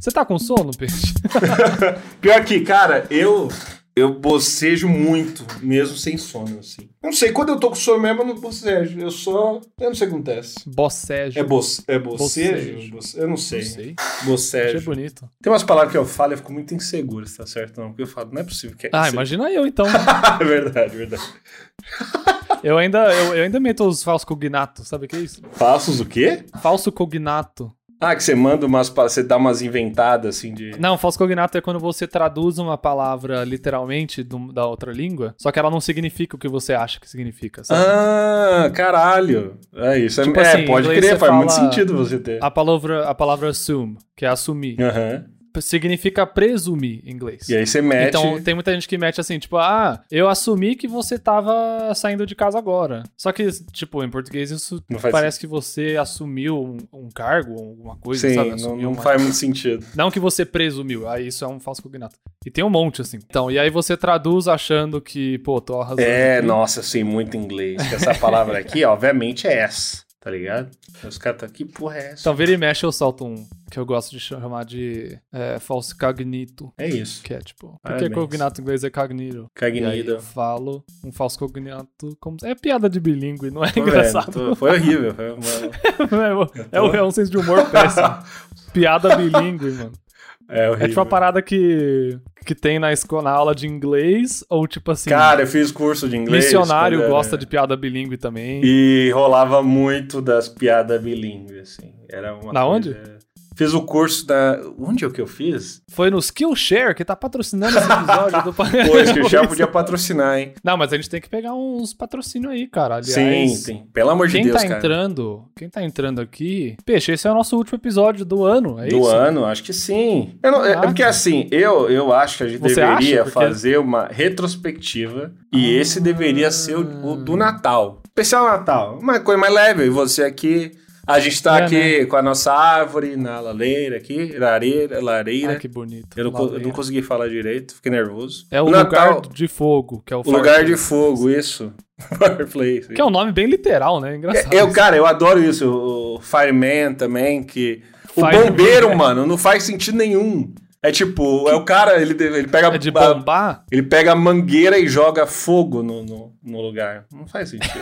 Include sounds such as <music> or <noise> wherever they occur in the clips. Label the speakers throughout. Speaker 1: Você tá com sono, <laughs> peixe?
Speaker 2: Pior que, cara, eu eu bocejo muito, mesmo sem sono, assim. Eu não sei, quando eu tô com sono mesmo, eu não bocejo. Eu só. Eu não sei o que acontece.
Speaker 1: Bossejo.
Speaker 2: É, boce, é bocejo?
Speaker 1: Bocejo.
Speaker 2: Boce- Eu não
Speaker 1: Não
Speaker 2: sei.
Speaker 1: sei. Achei
Speaker 2: Bocejo.
Speaker 1: bonito.
Speaker 2: Tem umas palavras que eu falo e eu fico muito inseguro se tá certo ou não. Porque eu falo, não é possível que é
Speaker 1: Ah,
Speaker 2: isso.
Speaker 1: imagina eu
Speaker 2: <laughs>
Speaker 1: então.
Speaker 2: é verdade, é verdade.
Speaker 1: Eu ainda, eu, eu ainda meto os falsos cognatos, sabe o que é isso?
Speaker 2: Passos o quê?
Speaker 1: Falso cognato.
Speaker 2: Ah, que você manda umas. pa- Você dá umas inventadas, assim, de.
Speaker 1: Não, falso cognato é quando você traduz uma palavra literalmente do- da outra língua, só que ela não significa o que você acha que significa, sabe?
Speaker 2: Ah, caralho. É isso.
Speaker 1: Tipo
Speaker 2: é,
Speaker 1: assim, em
Speaker 2: pode
Speaker 1: inglês
Speaker 2: crer,
Speaker 1: você
Speaker 2: faz muito
Speaker 1: fala-
Speaker 2: sentido você ter.
Speaker 1: A palavra, a palavra assume, que é assumir,
Speaker 2: Aham.
Speaker 1: significa presumir em inglês.
Speaker 2: E aí você mete.
Speaker 1: Então tem muita gente que mete assim, tipo, ah, eu assumi que você tava saindo de casa agora. Só que, tipo, em português isso
Speaker 2: Não faz
Speaker 1: parece que você assumiu um, um cargo ou alguma coisa,
Speaker 2: Sim,
Speaker 1: é, sabe?
Speaker 2: não,
Speaker 1: Assumiu
Speaker 2: não
Speaker 1: uma-
Speaker 2: faz
Speaker 1: <laughs>
Speaker 2: muito sentido.
Speaker 1: Não que você presumiu, aí isso é um falso cognato. E tem um monte, assim. Então, e aí você traduz achando que, pô, tô arrasando.
Speaker 2: É,
Speaker 1: aqui.
Speaker 2: nossa, eu sei muito inglês. que Essa palavra aqui, obviamente, é essa, tá ligado? Os caras tá aqui, porra, é essa?
Speaker 1: Então, vira e mexe, eu solto um que eu gosto de chamar de é, falso cognito.
Speaker 2: É isso.
Speaker 1: Que é tipo, porque
Speaker 2: Parabéns.
Speaker 1: cognato em inglês é cognito. E aí eu
Speaker 2: Cagnido.
Speaker 1: falo um falso cognato como. É piada de bilíngue, não é
Speaker 2: Tô
Speaker 1: <laughs> engraçado.
Speaker 2: vendo, tô- foi horrível. Foi uma-
Speaker 1: É, o-
Speaker 2: Eu tô-
Speaker 1: é, o- é um senso de humor
Speaker 2: <laughs>
Speaker 1: péssimo. Piada bilíngue, mano.
Speaker 2: É horrível.
Speaker 1: É tipo uma parada que, que tem na escola, na aula de inglês, ou tipo assim,
Speaker 2: Cara, eu fiz curso de inglês.
Speaker 1: missionário
Speaker 2: quando era-
Speaker 1: gosta de piada bilíngue também.
Speaker 2: E rolava muito das piadas bilíngues, assim. Era uma
Speaker 1: Na
Speaker 2: coisa- Fiz o curso da. Onde é que eu fiz?
Speaker 1: Foi no Skillshare que tá patrocinando esse
Speaker 2: <laughs>
Speaker 1: episódio do
Speaker 2: Pô, esse que o
Speaker 1: <laughs>
Speaker 2: Chá podia patrocinar, hein?
Speaker 1: Não, mas a gente tem que pegar uns patrocínios aí, cara. Aliás,
Speaker 2: Sim, tem. Pelo amor de
Speaker 1: Quem
Speaker 2: Deus,
Speaker 1: tá
Speaker 2: cara.
Speaker 1: entrando, quem tá entrando aqui, peixe, esse é o nosso último episódio do ano, é
Speaker 2: do
Speaker 1: isso?
Speaker 2: ano, acho que sim. Eu não- é- é
Speaker 1: Caraca.
Speaker 2: porque assim, eu, eu acho que a gente
Speaker 1: Você
Speaker 2: deveria
Speaker 1: acha? Porque-
Speaker 2: fazer uma retrospectiva e
Speaker 1: Ah.
Speaker 2: esse deveria ser o, o do Natal. Especial Natal. Uma coisa mais leve. E você aqui. A gente tá
Speaker 1: É,
Speaker 2: aqui com a nossa árvore na laleira aqui, lareira, lareira.
Speaker 1: Ah, que bonito.
Speaker 2: né? eu, não, co- eu não
Speaker 1: Ladeira.
Speaker 2: consegui falar direito, fiquei nervoso.
Speaker 1: É o,
Speaker 2: Natal,
Speaker 1: lugar de fogo, que é o,
Speaker 2: o lugar de
Speaker 1: fireplace.
Speaker 2: fogo, isso. <laughs> Fireplace.
Speaker 1: Que é um nome bem literal, né? Engraçado.
Speaker 2: Eu, cara, eu adoro isso. O Fireman também, que. O
Speaker 1: Fireman,
Speaker 2: bombeiro,
Speaker 1: é.
Speaker 2: mano, não faz sentido nenhum. É tipo, é o cara, ele, ele pega.
Speaker 1: É de
Speaker 2: a-
Speaker 1: bombar?
Speaker 2: ele pega a mangueira e joga fogo no, no, no lugar. Não faz sentido.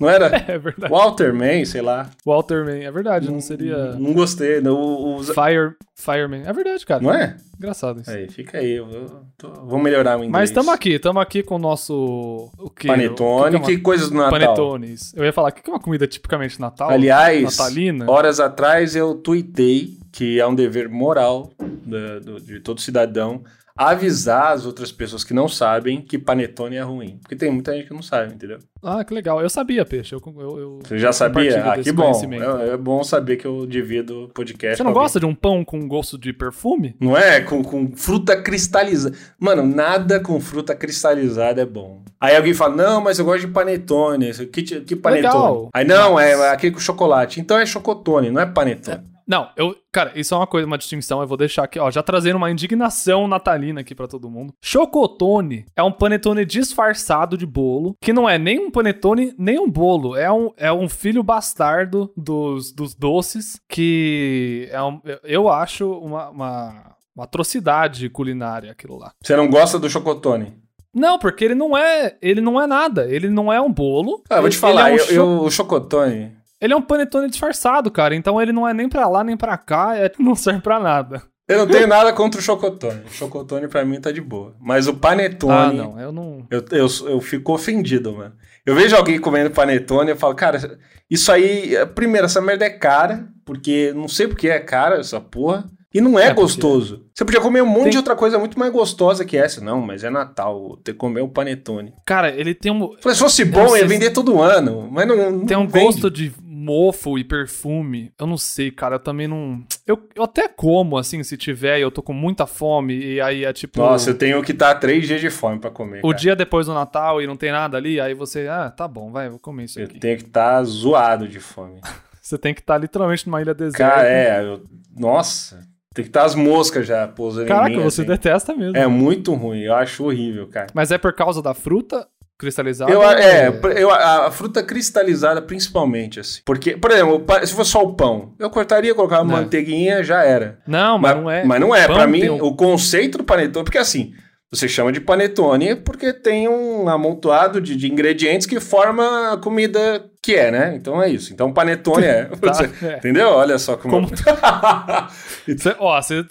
Speaker 2: não era?
Speaker 1: <laughs> É verdade.
Speaker 2: Walterman, sei lá.
Speaker 1: Walterman, é verdade, não seria
Speaker 2: Não gostei. Não, o- o-
Speaker 1: Fire, Fireman. É verdade, cara.
Speaker 2: não é?
Speaker 1: Engraçado isso.
Speaker 2: Aí, fica aí. Eu, eu tô- vou melhorar o inglês.
Speaker 1: Mas estamos aqui, estamos aqui com o nosso o quê?
Speaker 2: Panetone,
Speaker 1: O
Speaker 2: que,
Speaker 1: que, que é
Speaker 2: coisas do
Speaker 1: uma...
Speaker 2: Natal.
Speaker 1: Panetones. Eu ia falar, o que que é uma comida tipicamente natal?
Speaker 2: Aliás,
Speaker 1: Natalina?
Speaker 2: horas atrás eu tuitei que é um dever moral da- do- de todo cidadão avisar as outras pessoas que não sabem que panetone é ruim. Porque tem muita gente que não sabe, entendeu?
Speaker 1: Ah, que legal. Eu sabia, peixe. Eu, eu, eu
Speaker 2: Você já sabia?
Speaker 1: compartilho
Speaker 2: Ah,
Speaker 1: desse
Speaker 2: que bom.
Speaker 1: conhecimento.
Speaker 2: É, é bom saber que eu divido o podcast.
Speaker 1: Você não
Speaker 2: com alguém.
Speaker 1: gosta de um pão com gosto de perfume?
Speaker 2: Não é? Com, com fruta cristalizada. Mano, nada com fruta cristalizada é bom. Aí alguém fala, não, mas eu gosto de panetone. Que, ti- que panetone?
Speaker 1: Legal.
Speaker 2: Aí não, é, é aquele com chocolate. Então é chocotone, não é panetone.
Speaker 1: Não, eu, cara, isso é uma coisa, uma distinção, eu vou deixar aqui, ó, já trazendo uma indignação natalina aqui pra todo mundo. Chocotone é um panetone disfarçado de bolo, que não é nem um panetone, nem um bolo, é um, é um filho bastardo dos, dos doces, que é um, eu acho uma, uma, uma atrocidade culinária aquilo lá.
Speaker 2: Você não gosta do chocotone?
Speaker 1: Não, porque ele não é, ele não é nada, ele não é um bolo.
Speaker 2: Ah, eu vou te
Speaker 1: ele-
Speaker 2: falar,
Speaker 1: ele é um
Speaker 2: eu,
Speaker 1: cho-
Speaker 2: eu- o chocotone.
Speaker 1: ele é um panetone disfarçado, cara, então ele não é nem pra lá, nem pra cá, é- <laughs> não serve pra nada.
Speaker 2: Eu não tenho nada contra o chocotone. O chocotone pra mim tá de boa. Mas o panetone.
Speaker 1: Ah, não, eu não.
Speaker 2: Eu, eu, eu fico ofendido, mano. Eu vejo alguém comendo panetone eu falo, cara, isso aí. eh, Primeiro, essa merda é cara, porque não sei porque é cara essa porra. E não é,
Speaker 1: É, porque-
Speaker 2: gostoso. Você podia comer um monte
Speaker 1: Tem-
Speaker 2: de outra coisa muito mais gostosa que essa. Não, mas é Natal, vou ter que comer o panetone.
Speaker 1: Cara, ele tem um,
Speaker 2: Falei, se fosse bom,
Speaker 1: sei
Speaker 2: ia
Speaker 1: se-
Speaker 2: vender todo ano. Mas não. não
Speaker 1: tem um
Speaker 2: vende.
Speaker 1: gosto de mofo e perfume. Eu não sei, cara, eu também não. Eu, eu até como, assim, se tiver e eu tô com muita fome e aí é tipo.
Speaker 2: Nossa, eu tenho que estar três dias de fome pra comer.
Speaker 1: o
Speaker 2: cara.
Speaker 1: dia depois do Natal e não tem nada ali, aí você, ah, tá bom, vai, vou comer isso
Speaker 2: Eu
Speaker 1: aqui.
Speaker 2: tenho que estar zoado de fome.
Speaker 1: Você tem que estar literalmente numa ilha deserta.
Speaker 2: Cara, é. eu- nossa, tem que estar as moscas já pousando em
Speaker 1: Caraca,
Speaker 2: mim,
Speaker 1: você
Speaker 2: assim.
Speaker 1: detesta mesmo.
Speaker 2: É muito ruim, eu acho horrível, cara.
Speaker 1: Mas é por causa da fruta? cristalizado?
Speaker 2: Eu, a- é, pr- eu, a, a fruta cristalizada principalmente, assim. Porque, por exemplo, pa- se fosse só o pão, eu cortaria, colocava
Speaker 1: Né.
Speaker 2: manteiguinha, já era.
Speaker 1: Não, mas, não é.
Speaker 2: Mas não é.
Speaker 1: Pão
Speaker 2: Pra mim,
Speaker 1: tem um-
Speaker 2: o conceito do panetone... Porque assim, você chama de panetone porque tem um amontoado de, de ingredientes que forma a comida que é, né? Então é isso. Então
Speaker 1: <laughs>
Speaker 2: panetone é...
Speaker 1: Tá, é.
Speaker 2: Entendeu? Olha só como...
Speaker 1: Como- Cê- ó, você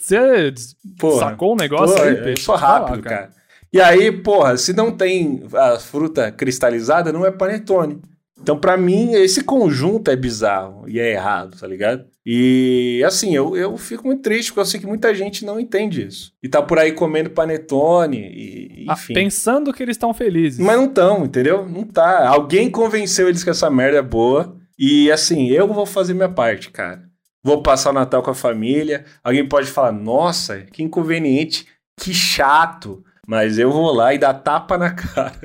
Speaker 2: <laughs> Porra.
Speaker 1: sacou o
Speaker 2: Pô,
Speaker 1: negócio aí,
Speaker 2: eu
Speaker 1: peixe?
Speaker 2: sou
Speaker 1: Tá lá,
Speaker 2: rápido, cara. E aí, porra, se não tem a fruta cristalizada, não é panetone. Então, pra mim, esse conjunto é bizarro e é errado, tá ligado? E assim, eu, eu fico muito triste, porque eu sei que muita gente não entende isso. E tá por aí comendo panetone, e,
Speaker 1: Ah,
Speaker 2: enfim.
Speaker 1: pensando que eles estão felizes.
Speaker 2: Mas não tão, entendeu? Não tá. Alguém convenceu eles que essa merda é boa. E assim, eu vou fazer minha parte, cara. Vou passar o Natal com a família. Alguém pode falar, nossa, que inconveniente, que chato. Mas eu vou lá e dar tapa na <laughs> cara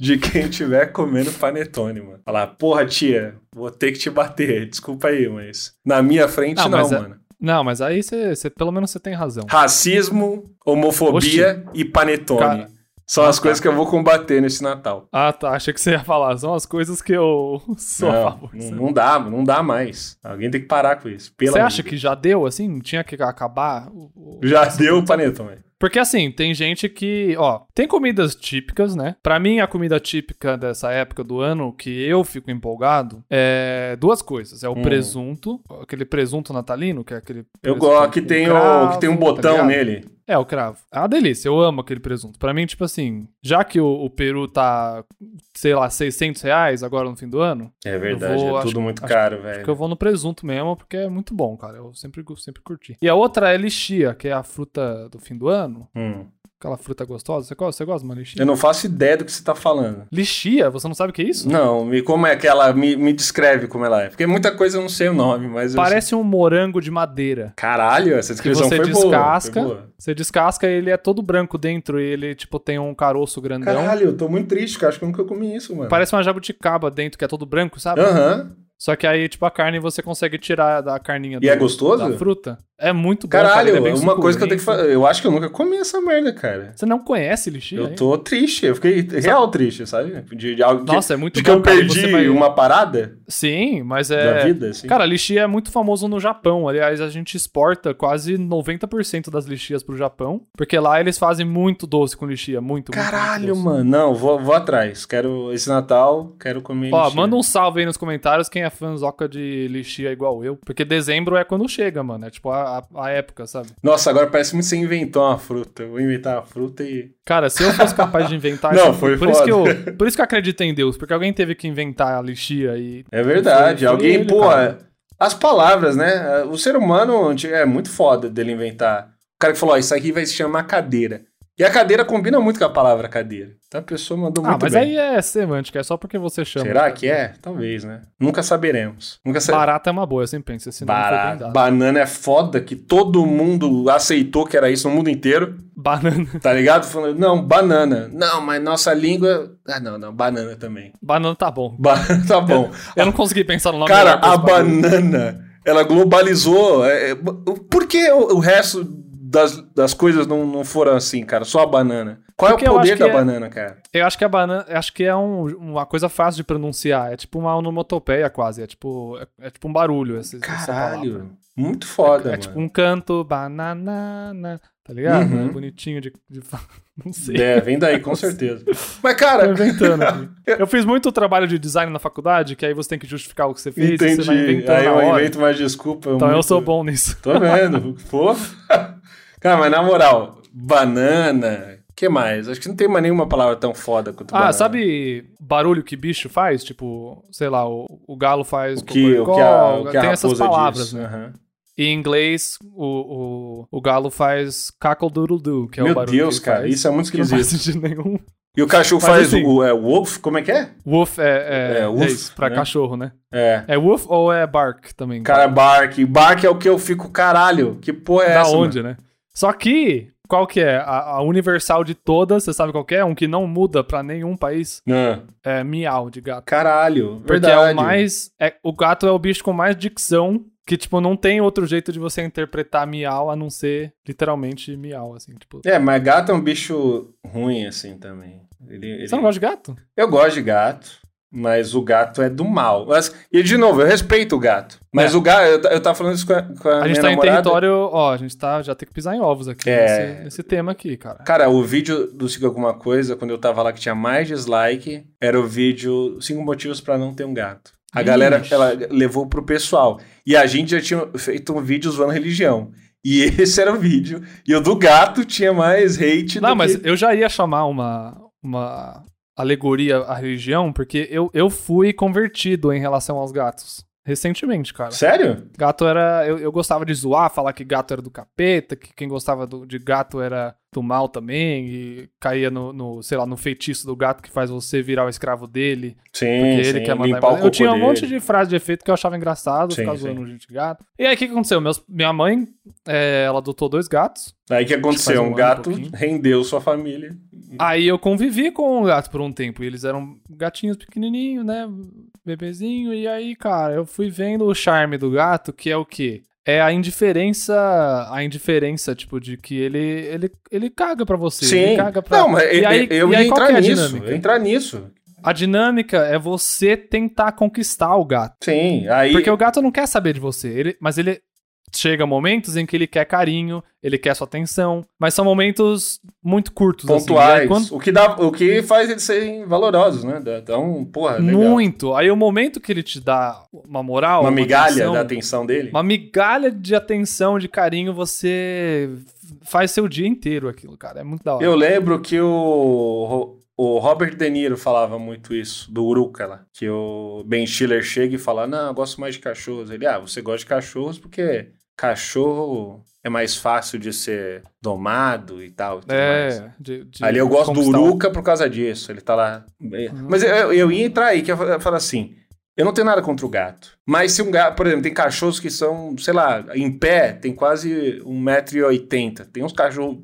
Speaker 2: de quem estiver comendo panetone, mano. Falar, porra, tia, vou ter que te bater. Desculpa aí, mas na minha frente
Speaker 1: Não,
Speaker 2: não,
Speaker 1: mas é-
Speaker 2: mano.
Speaker 1: Não, mas aí você, você- pelo menos você tem razão.
Speaker 2: Racismo, homofobia e panetone.
Speaker 1: Cara,
Speaker 2: São as
Speaker 1: tá.
Speaker 2: coisas que eu vou combater nesse Natal.
Speaker 1: Ah, tá. Achei que você ia falar. São as coisas que eu <laughs> sou
Speaker 2: não,
Speaker 1: a favor.
Speaker 2: Não, não dá, não dá mais. Alguém tem que parar com isso. Pela
Speaker 1: Você acha
Speaker 2: vida.
Speaker 1: que já deu, assim? Tinha que acabar? o- o-
Speaker 2: Já deu o panetone.
Speaker 1: Porque assim, tem gente que, ó, tem comidas típicas, né? Pra mim, a comida típica dessa época do ano que eu fico empolgado é duas coisas. É o
Speaker 2: Hum.
Speaker 1: presunto, aquele presunto natalino, que é aquele.
Speaker 2: Eu
Speaker 1: presunto
Speaker 2: gosto que
Speaker 1: com
Speaker 2: tem, o,
Speaker 1: cravo,
Speaker 2: que tem um
Speaker 1: tá
Speaker 2: botão
Speaker 1: ligado?
Speaker 2: nele.
Speaker 1: É, o cravo. É uma delícia, eu amo aquele presunto. Pra mim, tipo assim, já que o, o peru tá, sei lá, 600 reais agora no fim do ano,
Speaker 2: É
Speaker 1: verdade,
Speaker 2: verdade,
Speaker 1: vou- é
Speaker 2: é
Speaker 1: acho-
Speaker 2: tudo
Speaker 1: tudo
Speaker 2: muito
Speaker 1: acho-
Speaker 2: caro,
Speaker 1: acho que eu
Speaker 2: velho.
Speaker 1: vou no presunto mesmo, porque é muito bom, cara. Eu sempre, gu- sempre curti. E a outra é lixia, que é a fruta do fim do ano,
Speaker 2: Eu...
Speaker 1: aquela fruta gostosa. Você gosta, você gosta de uma lixia?
Speaker 2: Hum. não faço ideia do que você tá falando.
Speaker 1: Lixia? Você não sabe o que é isso?
Speaker 2: Não, me, como é que ela me, me descreve como ela é? Porque muita coisa eu não sei o nome, mas eu sei.
Speaker 1: Parece um morango de madeira.
Speaker 2: Caralho, essa
Speaker 1: Que
Speaker 2: descrição
Speaker 1: você
Speaker 2: foi boa, foi
Speaker 1: descasca,
Speaker 2: boa.
Speaker 1: você descasca e ele é todo branco dentro e ele, tipo, tem um caroço grandão.
Speaker 2: Caralho, eu tô muito triste, cara. Acho que eu nunca comi isso, mano.
Speaker 1: Parece uma jabuticaba dentro, que é todo branco, sabe?
Speaker 2: Aham.
Speaker 1: Só que aí, tipo, a carne você consegue tirar da carninha
Speaker 2: E é gostoso?
Speaker 1: da fruta. É muito bom. cara.
Speaker 2: Caralho,
Speaker 1: Ele é bem
Speaker 2: uma coisa que eu tenho que
Speaker 1: suculento.
Speaker 2: fazer. Eu acho que eu nunca comi essa merda, cara.
Speaker 1: Você não conhece lixia?
Speaker 2: Eu
Speaker 1: hein?
Speaker 2: tô triste, eu fiquei real triste, sabe? De, de algo que,
Speaker 1: Nossa, é muito
Speaker 2: de que
Speaker 1: bom.
Speaker 2: eu
Speaker 1: cara, e
Speaker 2: perdi
Speaker 1: você vai-
Speaker 2: uma parada
Speaker 1: Sim, mas
Speaker 2: da
Speaker 1: é.
Speaker 2: vida, assim.
Speaker 1: Cara, lixia é muito famoso no Japão. Aliás, a gente exporta quase 90% das lixias pro Japão. Porque lá eles fazem muito doce com lixia. Muito, muito, muito
Speaker 2: Caralho,
Speaker 1: doce.
Speaker 2: mano. Não, vou, vou atrás. Quero esse Natal, quero comer.
Speaker 1: Ó,
Speaker 2: lixeira.
Speaker 1: manda um salve aí nos comentários quem é fanzoca de lixia igual eu. Porque dezembro é quando chega, mano. É tipo a, a- a época, sabe?
Speaker 2: Nossa, agora parece muito que você inventou uma fruta. Eu vou inventar uma fruta e.
Speaker 1: Cara, se eu fosse capaz de
Speaker 2: <laughs>
Speaker 1: inventar
Speaker 2: Não,
Speaker 1: isso,
Speaker 2: foi
Speaker 1: por, isso que
Speaker 2: foda.
Speaker 1: eu, <laughs> por isso que eu acreditei em Deus. Porque alguém teve que inventar a lixia e.
Speaker 2: É verdade.
Speaker 1: Foi- foi
Speaker 2: Alguém,
Speaker 1: ele,
Speaker 2: pô, é,
Speaker 1: cara.
Speaker 2: as palavras, né? O ser humano é muito foda dele inventar. O cara que falou, ó, isso aqui vai se chamar cadeira. E a cadeira combina muito com a palavra cadeira. Então a pessoa mandou
Speaker 1: Ah,
Speaker 2: muito
Speaker 1: mas
Speaker 2: bem.
Speaker 1: aí é semântica. É só porque você chama.
Speaker 2: Será que é? Talvez, né? Nunca saberemos. Nunca saberemos.
Speaker 1: Barata é uma boa, eu sempre penso. Esse nome foi bem dado.
Speaker 2: Banana é foda que todo mundo aceitou que era isso no mundo inteiro,
Speaker 1: Banana. <laughs>
Speaker 2: tá ligado? Falando, não, banana. Não, mas nossa língua. Ah, não, não, banana também. <laughs>
Speaker 1: Banana tá bom.
Speaker 2: Ba- tá
Speaker 1: <laughs>
Speaker 2: bom.
Speaker 1: Eu não consegui pensar no nome
Speaker 2: Cara,
Speaker 1: dela pra
Speaker 2: a
Speaker 1: esse bagulho.
Speaker 2: banana, ela globalizou. é, é, por que o, o resto das, das coisas não, não foram assim, cara? Só a banana. Qual
Speaker 1: Porque
Speaker 2: é
Speaker 1: eu
Speaker 2: o poder
Speaker 1: acho
Speaker 2: da
Speaker 1: que é-
Speaker 2: banana, cara?
Speaker 1: Eu acho que a banana. Acho que é um- uma coisa fácil de pronunciar. É tipo uma onomatopeia quase. É tipo, é, é tipo um barulho. Essa, essa palavra.
Speaker 2: Caralho. Muito foda,
Speaker 1: É
Speaker 2: mano.
Speaker 1: tipo um canto, banana, tá ligado?
Speaker 2: Uhum.
Speaker 1: É bonitinho de, de <laughs> fa- Não sei.
Speaker 2: É, vem daí,
Speaker 1: <laughs>
Speaker 2: com certeza. Mas,
Speaker 1: Tô
Speaker 2: cara,
Speaker 1: Tá inventando aqui. Eu fiz muito trabalho de design na faculdade, que aí você tem que justificar o que você fez e você vai
Speaker 2: Entendi.
Speaker 1: inventando
Speaker 2: Aí
Speaker 1: na
Speaker 2: eu
Speaker 1: hora.
Speaker 2: invento mais desculpa.
Speaker 1: Então eu
Speaker 2: muito-
Speaker 1: sou bom nisso.
Speaker 2: Tô
Speaker 1: <laughs>
Speaker 2: vendo. Pô. Cara, mas na moral, banana. que mais? Acho que não tem mais nenhuma palavra tão foda quanto
Speaker 1: Ah,
Speaker 2: banana.
Speaker 1: sabe barulho que bicho faz? Tipo, sei lá, o, o galo faz
Speaker 2: O que, o que a, o que a
Speaker 1: tem essas
Speaker 2: raposa
Speaker 1: palavras,
Speaker 2: diz.
Speaker 1: né?
Speaker 2: Aham.
Speaker 1: E em inglês, o, o, o galo faz cackle-doodle-doo, que é o
Speaker 2: Meu
Speaker 1: barulho
Speaker 2: Deus,
Speaker 1: que
Speaker 2: cara,
Speaker 1: faz,
Speaker 2: isso é muito
Speaker 1: que não faz
Speaker 2: esquisito.
Speaker 1: sentido nenhum.
Speaker 2: E o cachorro
Speaker 1: Mas
Speaker 2: faz
Speaker 1: assim-
Speaker 2: o é, wolf? Como é que é?
Speaker 1: Woof é, é,
Speaker 2: É,
Speaker 1: é
Speaker 2: woof,
Speaker 1: isso, pra
Speaker 2: né?
Speaker 1: cachorro, né?
Speaker 2: É.
Speaker 1: É woof ou é bark também?
Speaker 2: Cara, bark. Bark é o que eu fico, caralho. Que porra é
Speaker 1: da
Speaker 2: essa?
Speaker 1: onde, né? Só que, qual que é? A, a universal de todas, você sabe qual que é? Um que não muda pra nenhum país,
Speaker 2: Mano? Ah,
Speaker 1: é miau de gato.
Speaker 2: caralho.
Speaker 1: Porque
Speaker 2: Verdade.
Speaker 1: é o mais. é- o gato é o bicho com mais dicção Que, tipo, não tem outro jeito de você interpretar miau a não ser literalmente miau, assim, tipo.
Speaker 2: É, mas gato é um bicho ruim, assim, também. Ele, ele-
Speaker 1: Você não gosta de gato?
Speaker 2: Eu gosto de gato, mas o gato é do mal. Mas- e, de novo, eu respeito o gato. Mas
Speaker 1: É.
Speaker 2: o gato... Eu, ta- eu tava falando isso com a, com a
Speaker 1: A
Speaker 2: minha
Speaker 1: gente tá em
Speaker 2: namorada.
Speaker 1: território, ó, a gente tá, já tem que pisar em ovos aqui
Speaker 2: É.
Speaker 1: nesse, nesse tema aqui, cara.
Speaker 2: Cara, o vídeo do Siga Alguma Coisa, quando eu tava lá que tinha mais dislike, era o vídeo Cinco Motivos pra Não Ter um Gato. A
Speaker 1: Ixi.
Speaker 2: galera ela levou pro pessoal. E a gente já tinha feito um vídeo zoando religião. E <laughs> esse era o vídeo. E o do gato tinha mais hate
Speaker 1: Não,
Speaker 2: do
Speaker 1: mas
Speaker 2: que...
Speaker 1: eu já ia chamar uma, uma alegoria à religião, porque eu, eu fui convertido em relação aos gatos. Recentemente, cara.
Speaker 2: Sério?
Speaker 1: Gato era. Eu, eu gostava de zoar, falar que gato era do capeta, que quem gostava do- de gato era do mal também, e caía no, no, sei lá, no feitiço do gato que faz você virar o escravo dele,
Speaker 2: Sim,
Speaker 1: porque ele
Speaker 2: sim.
Speaker 1: quer mandar. em
Speaker 2: limpar o
Speaker 1: você. Eu tinha um
Speaker 2: cocô
Speaker 1: monte
Speaker 2: dele.
Speaker 1: de frase de efeito que eu achava engraçado,
Speaker 2: Sim,
Speaker 1: ficar
Speaker 2: sim.
Speaker 1: zoando gente de gato. E aí o que que aconteceu? Meus- minha mãe, é, ela adotou dois gatos.
Speaker 2: Aí o que aconteceu?
Speaker 1: Faz um
Speaker 2: Um,
Speaker 1: ano,
Speaker 2: gato
Speaker 1: um pouquinho.
Speaker 2: rendeu sua família.
Speaker 1: Aí eu convivi com o gato por um tempo. E eles eram gatinhos pequenininhos, né? Bebezinho. E aí, cara, eu fui vendo o charme do gato, que é o quê? É a indiferença, a indiferença, tipo, de que ele, ele, ele caga pra você. Ele caga pra...
Speaker 2: Não, mas
Speaker 1: E
Speaker 2: eu-
Speaker 1: aí-
Speaker 2: eu
Speaker 1: e
Speaker 2: ia
Speaker 1: aí qual que
Speaker 2: entrar
Speaker 1: é a
Speaker 2: nisso.
Speaker 1: dinâmica?
Speaker 2: Eu ia entrar nisso.
Speaker 1: A dinâmica é você tentar conquistar o gato.
Speaker 2: Sim, aí...
Speaker 1: Porque o gato não quer saber de você, ele, mas ele chega momentos em que ele quer carinho, ele quer sua atenção, mas são momentos muito curtos. assim. E aí
Speaker 2: pontuais.
Speaker 1: quando-
Speaker 2: o, que dá, o que faz eles serem valorosos, né? Dá- dá um porra, legal.
Speaker 1: Muito. Aí o momento que ele te dá uma moral,
Speaker 2: Uma migalha
Speaker 1: atenção,
Speaker 2: da atenção dele.
Speaker 1: uma migalha de atenção, de carinho, você faz seu dia inteiro aquilo, cara. É muito da hora.
Speaker 2: Eu lembro que o, Ro- o Robert De Niro falava muito isso, do Uruca lá. Que o Ben Stiller chega e fala, não, eu gosto mais de cachorros. Ele, ah, você gosta de cachorros porque cachorro é mais fácil de ser domado e tal. e tudo mais.
Speaker 1: é, de, de
Speaker 2: Ali eu gosto do
Speaker 1: conquistar o-
Speaker 2: Uruca por causa disso. Ele tá lá. Mas eu, eu ia entrar aí, que eu ia falar assim. Eu não tenho nada contra o gato. Mas se um gato, por exemplo, tem cachorros que são, sei lá, em pé, tem quase 1,80m. Tem uns cachorros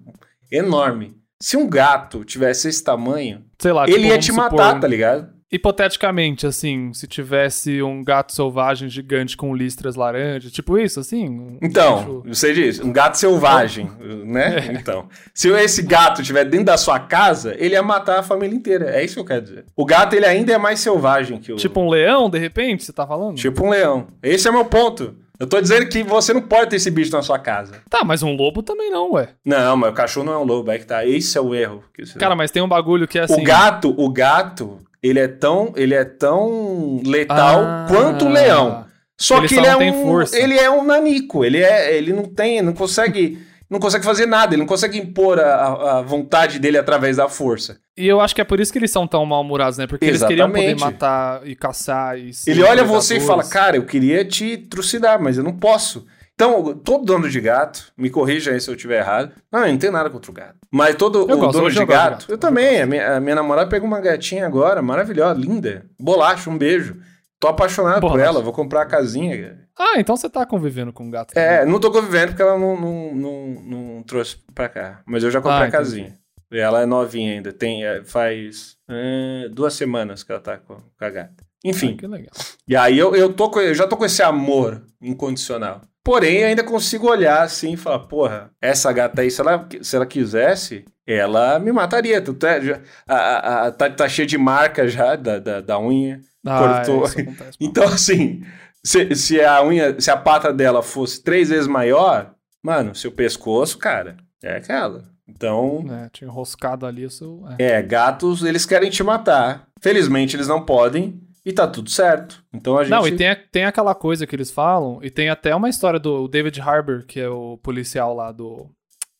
Speaker 2: enormes. Se um gato tivesse esse tamanho,
Speaker 1: Sei lá,
Speaker 2: ele
Speaker 1: tipo,
Speaker 2: ia
Speaker 1: vamos
Speaker 2: te
Speaker 1: supor,
Speaker 2: matar, tá ligado?
Speaker 1: Hipoteticamente, assim, se tivesse um gato selvagem gigante com listras laranja, tipo isso, assim. um
Speaker 2: Então,
Speaker 1: bicho- É.
Speaker 2: você diz, um gato
Speaker 1: <laughs>
Speaker 2: selvagem, né? Então, se esse gato estiver dentro da sua casa, ele ia matar a família inteira. É isso que eu quero dizer. O gato, ele ainda é mais selvagem que o...
Speaker 1: Tipo um leão, de repente, você tá falando?
Speaker 2: Tipo um leão. Esse é meu ponto. Eu tô dizendo que você não pode ter esse bicho na sua casa.
Speaker 1: Tá, mas um lobo também não, ué.
Speaker 2: Não, mas o cachorro não é um lobo, é que tá. Esse é o erro. que você-
Speaker 1: Cara, mas tem um bagulho que é assim.
Speaker 2: o gato, o gato, ele é tão, ele é tão letal
Speaker 1: Ah.
Speaker 2: quanto o leão. Só
Speaker 1: Ele
Speaker 2: que
Speaker 1: só
Speaker 2: ele é
Speaker 1: não tem
Speaker 2: um,
Speaker 1: força.
Speaker 2: ele é um nanico. Ele é, ele não tem, não consegue, não consegue fazer nada. Ele não consegue impor a- a, a vontade dele através da força.
Speaker 1: E eu acho que é por isso que eles são tão mal-humorados, né? Porque eles queriam
Speaker 2: Exatamente.
Speaker 1: poder matar e caçar e ser
Speaker 2: Ele olha você e fala,
Speaker 1: predadores.
Speaker 2: cara, eu queria te trucidar, mas eu não posso. Então, todo dono de gato, me corrija aí se eu estiver errado. Não, eu não tenho nada contra o gato. Mas todo o
Speaker 1: Eu gosto,
Speaker 2: dono
Speaker 1: hoje
Speaker 2: de
Speaker 1: eu gosto de
Speaker 2: gato,
Speaker 1: gato.
Speaker 2: Eu também. A minha, a minha namorada pegou uma gatinha agora, maravilhosa, linda. Bolacha, um beijo. Tô apaixonado por
Speaker 1: Bolacha.
Speaker 2: ela, vou comprar a casinha. cara.
Speaker 1: Ah, então você tá convivendo com um gato. também.
Speaker 2: É, não tô convivendo porque ela não, não, não, não trouxe pra cá. Mas eu já comprei
Speaker 1: Ah,
Speaker 2: a casinha. E Ela é novinha ainda, tem, é, faz é, duas semanas que ela tá com, com a gata. Enfim.
Speaker 1: Ah, que legal.
Speaker 2: E aí eu, eu, tô com- eu já tô com esse amor incondicional. Porém, eu ainda consigo olhar assim e falar, porra, essa gata aí, se ela, se ela quisesse, ela me mataria. Tanto é, já- a- a- a- tá, tá cheia de marca já da, da, da unha.
Speaker 1: Ah,
Speaker 2: Cortou. <laughs>
Speaker 1: é, isso acontece.
Speaker 2: Então, assim, se, se a unha, se a pata dela fosse três vezes maior, mano, seu pescoço, cara, é aquela. Então,
Speaker 1: É, tinha enroscado ali o seu... é.
Speaker 2: é, gatos, eles querem te matar. Felizmente, eles não podem e tá tudo certo. Então a gente...
Speaker 1: Não, e tem, a- tem aquela coisa que eles falam, e tem até uma história do o David Harbour, que é o policial lá do,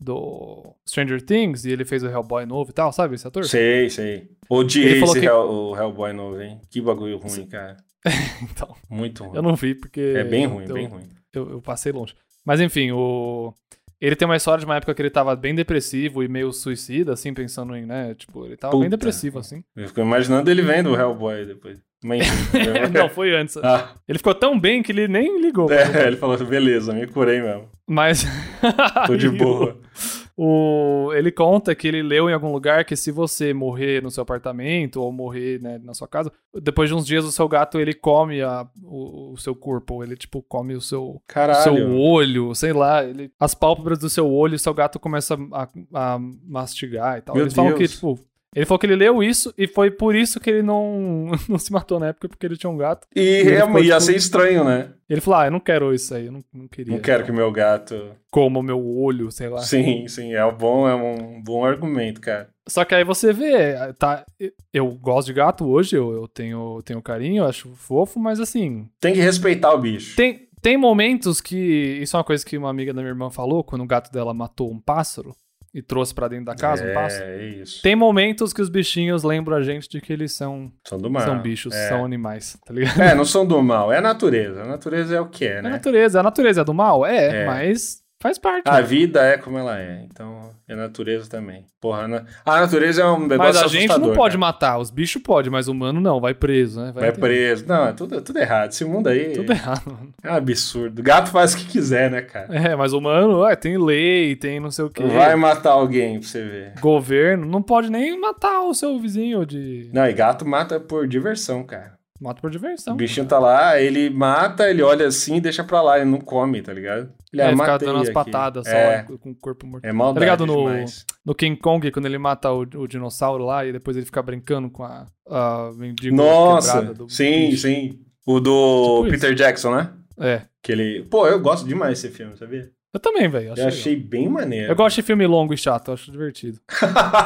Speaker 1: do Stranger Things, e ele fez o Hellboy novo e tal, sabe esse ator?
Speaker 2: Sei, sei. Odiei
Speaker 1: Ele falou
Speaker 2: esse
Speaker 1: que-
Speaker 2: Hell- o Hellboy novo, hein? Que bagulho ruim, cara.
Speaker 1: <laughs> Então,
Speaker 2: Muito ruim.
Speaker 1: eu não então. vi porque...
Speaker 2: É bem ruim,
Speaker 1: eu-
Speaker 2: bem ruim.
Speaker 1: eu, eu passei longe. Mas enfim, o. Ele tem uma história de uma época que ele tava bem depressivo e meio suicida, assim, pensando em, né? Tipo, ele tava
Speaker 2: Puta.
Speaker 1: bem depressivo, assim. <laughs>
Speaker 2: Eu fico imaginando ele vendo o Hellboy depois. Mas enfim.
Speaker 1: Não, foi
Speaker 2: <laughs>
Speaker 1: antes.
Speaker 2: Ah,
Speaker 1: Ele ficou tão bem que ele nem ligou.
Speaker 2: assim, é, ele falou, beleza, me curei mesmo.
Speaker 1: Mas. <laughs>
Speaker 2: Tô de
Speaker 1: Aí o-
Speaker 2: boa.
Speaker 1: O, ele conta que ele leu em algum lugar que se você morrer no seu apartamento ou morrer né, na sua casa, depois de uns dias o seu gato ele come a- o, o seu corpo, ou ele tipo come o seu,
Speaker 2: Caralho.
Speaker 1: seu olho, sei lá, ele, as pálpebras do seu olho, seu gato começa a, a mastigar e tal.
Speaker 2: Meu
Speaker 1: Eles falam que
Speaker 2: Deus.
Speaker 1: tipo ele falou que ele leu isso e foi por isso que ele não, <laughs> não se matou na época, porque ele tinha um gato.
Speaker 2: E
Speaker 1: Ele
Speaker 2: é,
Speaker 1: ficou,
Speaker 2: ia
Speaker 1: tipo,
Speaker 2: ser estranho, né?
Speaker 1: Ele falou: Ah, eu não quero isso aí, eu não, não queria.
Speaker 2: Não quero que meu gato.
Speaker 1: Coma o meu olho, sei lá.
Speaker 2: Sim, sim, é um bom, é um bom argumento, cara.
Speaker 1: Só que aí você vê, tá? Eu gosto de gato hoje, eu, eu tenho, tenho carinho, eu acho fofo, mas assim.
Speaker 2: Tem que respeitar o bicho.
Speaker 1: Tem, tem momentos que. Isso é uma coisa que uma amiga da minha irmã falou, quando o gato dela matou um pássaro e trouxe pra dentro da casa
Speaker 2: é,
Speaker 1: um pássaro.
Speaker 2: É isso.
Speaker 1: Tem momentos que os bichinhos lembram a gente de que eles são,
Speaker 2: São do mar.
Speaker 1: são bichos,
Speaker 2: é.
Speaker 1: são animais, tá
Speaker 2: <laughs>
Speaker 1: ligado?
Speaker 2: É, não são do mal, é a natureza. A natureza é o que é,
Speaker 1: É a
Speaker 2: né?
Speaker 1: natureza. A natureza é do mal? É,
Speaker 2: É.
Speaker 1: mas faz parte. né?
Speaker 2: A vida é como ela é, então é natureza também. Porra, a na- a natureza é um negócio
Speaker 1: mas a gente
Speaker 2: assustador.
Speaker 1: não pode
Speaker 2: cara.
Speaker 1: matar. Os bichos podem, mas o humano não, vai preso, né?
Speaker 2: Vai
Speaker 1: ter-
Speaker 2: preso. Não, é tudo, tudo errado. Esse mundo aí
Speaker 1: Tudo errado, <laughs> mano.
Speaker 2: é um absurdo. Gato faz o que quiser, né, cara?
Speaker 1: É, mas humano, ué, tem lei, tem não sei o quê.
Speaker 2: Vai matar alguém pra você ver.
Speaker 1: Governo, não pode nem matar o seu vizinho de.
Speaker 2: Não, e gato mata por diversão, cara.
Speaker 1: Mata por
Speaker 2: O
Speaker 1: diversão.
Speaker 2: bichinho tá lá, ele mata, ele olha assim e deixa pra lá, ele não come, tá ligado? Ele
Speaker 1: é,
Speaker 2: ah,
Speaker 1: ficar
Speaker 2: matei
Speaker 1: dando umas
Speaker 2: aqui.
Speaker 1: patadas
Speaker 2: é,
Speaker 1: só lá, com o corpo morto.
Speaker 2: É maldade
Speaker 1: Tá ligado no-
Speaker 2: demais.
Speaker 1: No King Kong, quando ele mata o, o dinossauro lá e depois ele fica brincando com a, a mendigo
Speaker 2: Nossa,
Speaker 1: quebrada do
Speaker 2: sim,
Speaker 1: bicho.
Speaker 2: sim. O do
Speaker 1: Tipo
Speaker 2: Peter Jackson, né?
Speaker 1: É.
Speaker 2: Que ele... Pô, eu gosto demais desse filme, sabia?
Speaker 1: Eu também, velho.
Speaker 2: Eu achei bem maneiro.
Speaker 1: Tá Eu gosto de filme longo e chato, eu acho divertido.
Speaker 2: <laughs>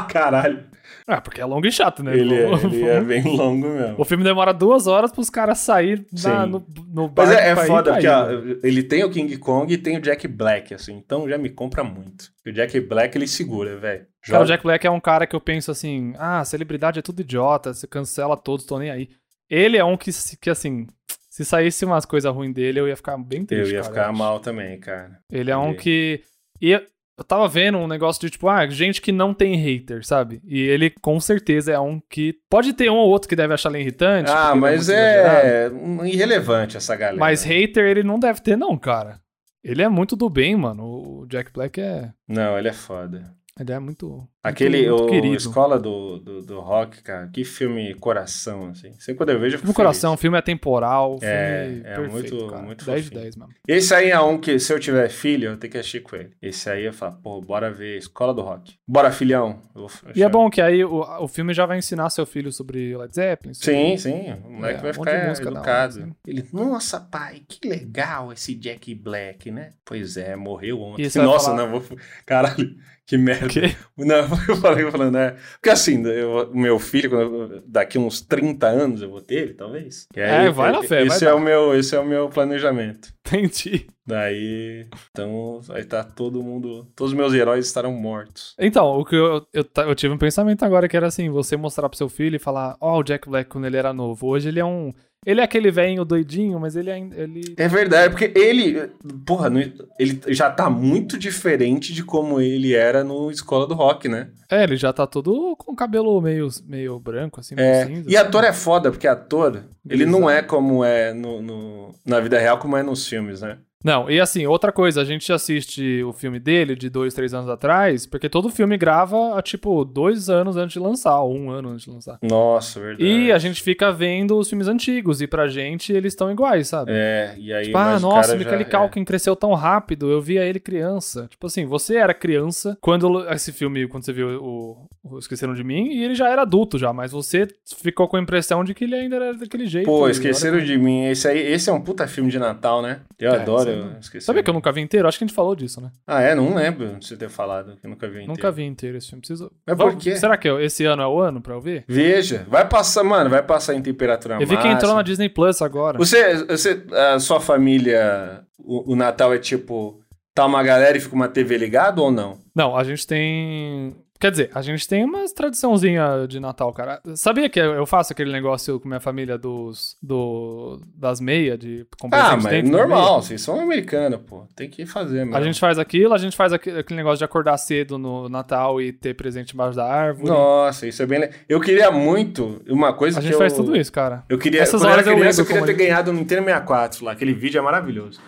Speaker 2: Caralho.
Speaker 1: Ah, porque é longo e chato, né?
Speaker 2: Ele, é,
Speaker 1: Vamos-
Speaker 2: ele é bem longo mesmo.
Speaker 1: O filme demora duas horas pros caras saírem na-
Speaker 2: Sim.
Speaker 1: no, no
Speaker 2: Mas
Speaker 1: barco
Speaker 2: é, é
Speaker 1: pra ir
Speaker 2: foda,
Speaker 1: pra
Speaker 2: porque
Speaker 1: ilha.
Speaker 2: ó, ele tem o King Kong e tem o Jack Black, assim. Então já me compra muito. E O Jack Black, ele segura, velho.
Speaker 1: Cara,
Speaker 2: Joga-
Speaker 1: o Jack Black é um cara que eu penso assim, ah, celebridade é tudo idiota, você cancela todos, tô nem aí. Ele é um que, se- que assim, se saísse umas coisas ruins dele, eu ia ficar bem
Speaker 2: Eu
Speaker 1: triste,
Speaker 2: ia
Speaker 1: cara,
Speaker 2: ficar
Speaker 1: acho.
Speaker 2: mal também, cara.
Speaker 1: Ele é um
Speaker 2: Ele-
Speaker 1: que... E eu- eu tava vendo um negócio de, tipo, ah, gente que não tem hater, sabe? E ele, com certeza, é um que... Pode ter um ou outro que deve achar ele irritante.
Speaker 2: Ah,
Speaker 1: porque ele é
Speaker 2: mas
Speaker 1: muito exagerado,
Speaker 2: é um- irrelevante essa galera.
Speaker 1: Mas hater ele não deve ter, não, cara. Ele é muito do bem, mano. O Jack Black é...
Speaker 2: Não, ele é foda.
Speaker 1: Ele é muito...
Speaker 2: Aquele,
Speaker 1: muito, muito
Speaker 2: o
Speaker 1: querido.
Speaker 2: Escola do, do, do Rock, cara, que filme coração, assim. Sempre quando eu vejo, eu fico feliz.
Speaker 1: Filme Tipo coração, filme atemporal, filme
Speaker 2: É, é
Speaker 1: perfeito,
Speaker 2: muito-
Speaker 1: cara.
Speaker 2: muito
Speaker 1: 10 de
Speaker 2: fofinho.
Speaker 1: 10 mesmo.
Speaker 2: Esse aí é um que, se eu tiver filho, eu tenho que assistir com ele. Esse aí eu falo, pô, bora ver Escola do Rock. Bora, filhão. Eu vou- eu
Speaker 1: E é
Speaker 2: chamo.
Speaker 1: bom que aí o, o filme já vai ensinar seu filho sobre Led Zeppelin. sobre- <laughs>
Speaker 2: Sim, sim. O moleque
Speaker 1: É,
Speaker 2: vai
Speaker 1: um monte de
Speaker 2: ficar
Speaker 1: música da hora,
Speaker 2: educado.
Speaker 1: assim.
Speaker 2: Ele, nossa, pai, que legal esse Jack Black, né? Pois é, morreu ontem.
Speaker 1: E você vai
Speaker 2: nossa,
Speaker 1: falar-
Speaker 2: não, vou... caralho, que merda.
Speaker 1: Quê?
Speaker 2: Não, <laughs> eu falei falando, né? Porque assim, eu- o meu filho, quando eu- daqui uns 30 anos eu vou ter ele, talvez. E
Speaker 1: É, vai na fé, vai
Speaker 2: Esse, é
Speaker 1: dar.
Speaker 2: o meu, esse é o meu planejamento.
Speaker 1: Entendi.
Speaker 2: Daí, então, aí tá todo mundo, todos os meus heróis estarão mortos.
Speaker 1: Então, o que eu, eu, ta- eu tive um pensamento agora que era assim, você mostrar pro seu filho e falar, ó, o Jack Black quando ele era novo, hoje ele é um... Ele é aquele velhinho doidinho, mas ele ainda... Ele...
Speaker 2: É verdade, porque ele, porra, não- ele já tá muito diferente de como ele era no Escola do Rock, né?
Speaker 1: É, ele já tá todo com o cabelo meio, meio branco, assim, meio
Speaker 2: É,
Speaker 1: cinza.
Speaker 2: e ator é foda, porque ator, ele
Speaker 1: Grisado.
Speaker 2: não é como é no, no- na vida real, como é nos filmes, né?
Speaker 1: Não, e assim, outra coisa, a gente assiste o filme dele de dois, três anos atrás, porque todo filme grava, a, tipo, dois anos antes de lançar, ou um ano antes de lançar.
Speaker 2: Nossa, verdade.
Speaker 1: E a gente fica vendo os filmes antigos, e pra gente eles estão iguais, sabe?
Speaker 2: É, e aí.
Speaker 1: tipo, ah,
Speaker 2: mas o
Speaker 1: nossa,
Speaker 2: cara
Speaker 1: o Michael
Speaker 2: já- é.
Speaker 1: Calkin cresceu tão rápido, eu via ele criança. Tipo assim, você era criança quando esse filme, quando você viu o, o Esqueceram de Mim, e ele já era adulto já, mas você ficou com a impressão de que ele ainda era daquele
Speaker 2: é.
Speaker 1: jeito.
Speaker 2: Pô,
Speaker 1: e
Speaker 2: esqueceram
Speaker 1: olha-
Speaker 2: de mim. Esse, aí, esse é um puta filme de Natal, né? Eu
Speaker 1: tá- É,
Speaker 2: adoro.
Speaker 1: esse aí não-
Speaker 2: Esqueceram
Speaker 1: Sabia que eu
Speaker 2: de Mim.
Speaker 1: nunca vi inteiro? Acho que a gente falou disso, né?
Speaker 2: Ah, é? Não lembro de você ter falado que eu nunca vi.
Speaker 1: Nunca
Speaker 2: inteiro. É
Speaker 1: vi inteiro esse filme. Preciso...
Speaker 2: Mas
Speaker 1: Vamos-
Speaker 2: por quê?
Speaker 1: Será que eu- esse ano é o ano pra eu ver?
Speaker 2: Veja, vai passar, mano, vai passar em temperatura
Speaker 1: eu vi que
Speaker 2: máxima.
Speaker 1: entrou na Disney Plus agora.
Speaker 2: Você, você, a sua família, o, o Natal é tipo, tá uma galera e fica uma TV ligada ou não?
Speaker 1: Não, a gente tem. Quer dizer, a gente tem umas tradiçãozinha de Natal, cara. Sabia que eu faço aquele negócio com minha família dos. Do, das meias, de comprar
Speaker 2: Ah,
Speaker 1: Um presente
Speaker 2: mas
Speaker 1: dentro da meia?
Speaker 2: normal, vocês são americanos, pô, tem que fazer, mano.
Speaker 1: A gente faz aquilo, a gente faz aque- aquele negócio de acordar cedo no Natal e ter presente embaixo da árvore.
Speaker 2: Nossa, isso é bem. le- Eu queria muito uma coisa
Speaker 1: a
Speaker 2: que
Speaker 1: gente
Speaker 2: eu-
Speaker 1: faz tudo isso, cara.
Speaker 2: Eu queria, quando
Speaker 1: Essas
Speaker 2: eu era
Speaker 1: horas eu
Speaker 2: criança, eu,
Speaker 1: lembro
Speaker 2: queria
Speaker 1: como
Speaker 2: ter um
Speaker 1: ele-
Speaker 2: ganhado o Nintendo 64 lá, aquele vídeo é maravilhoso.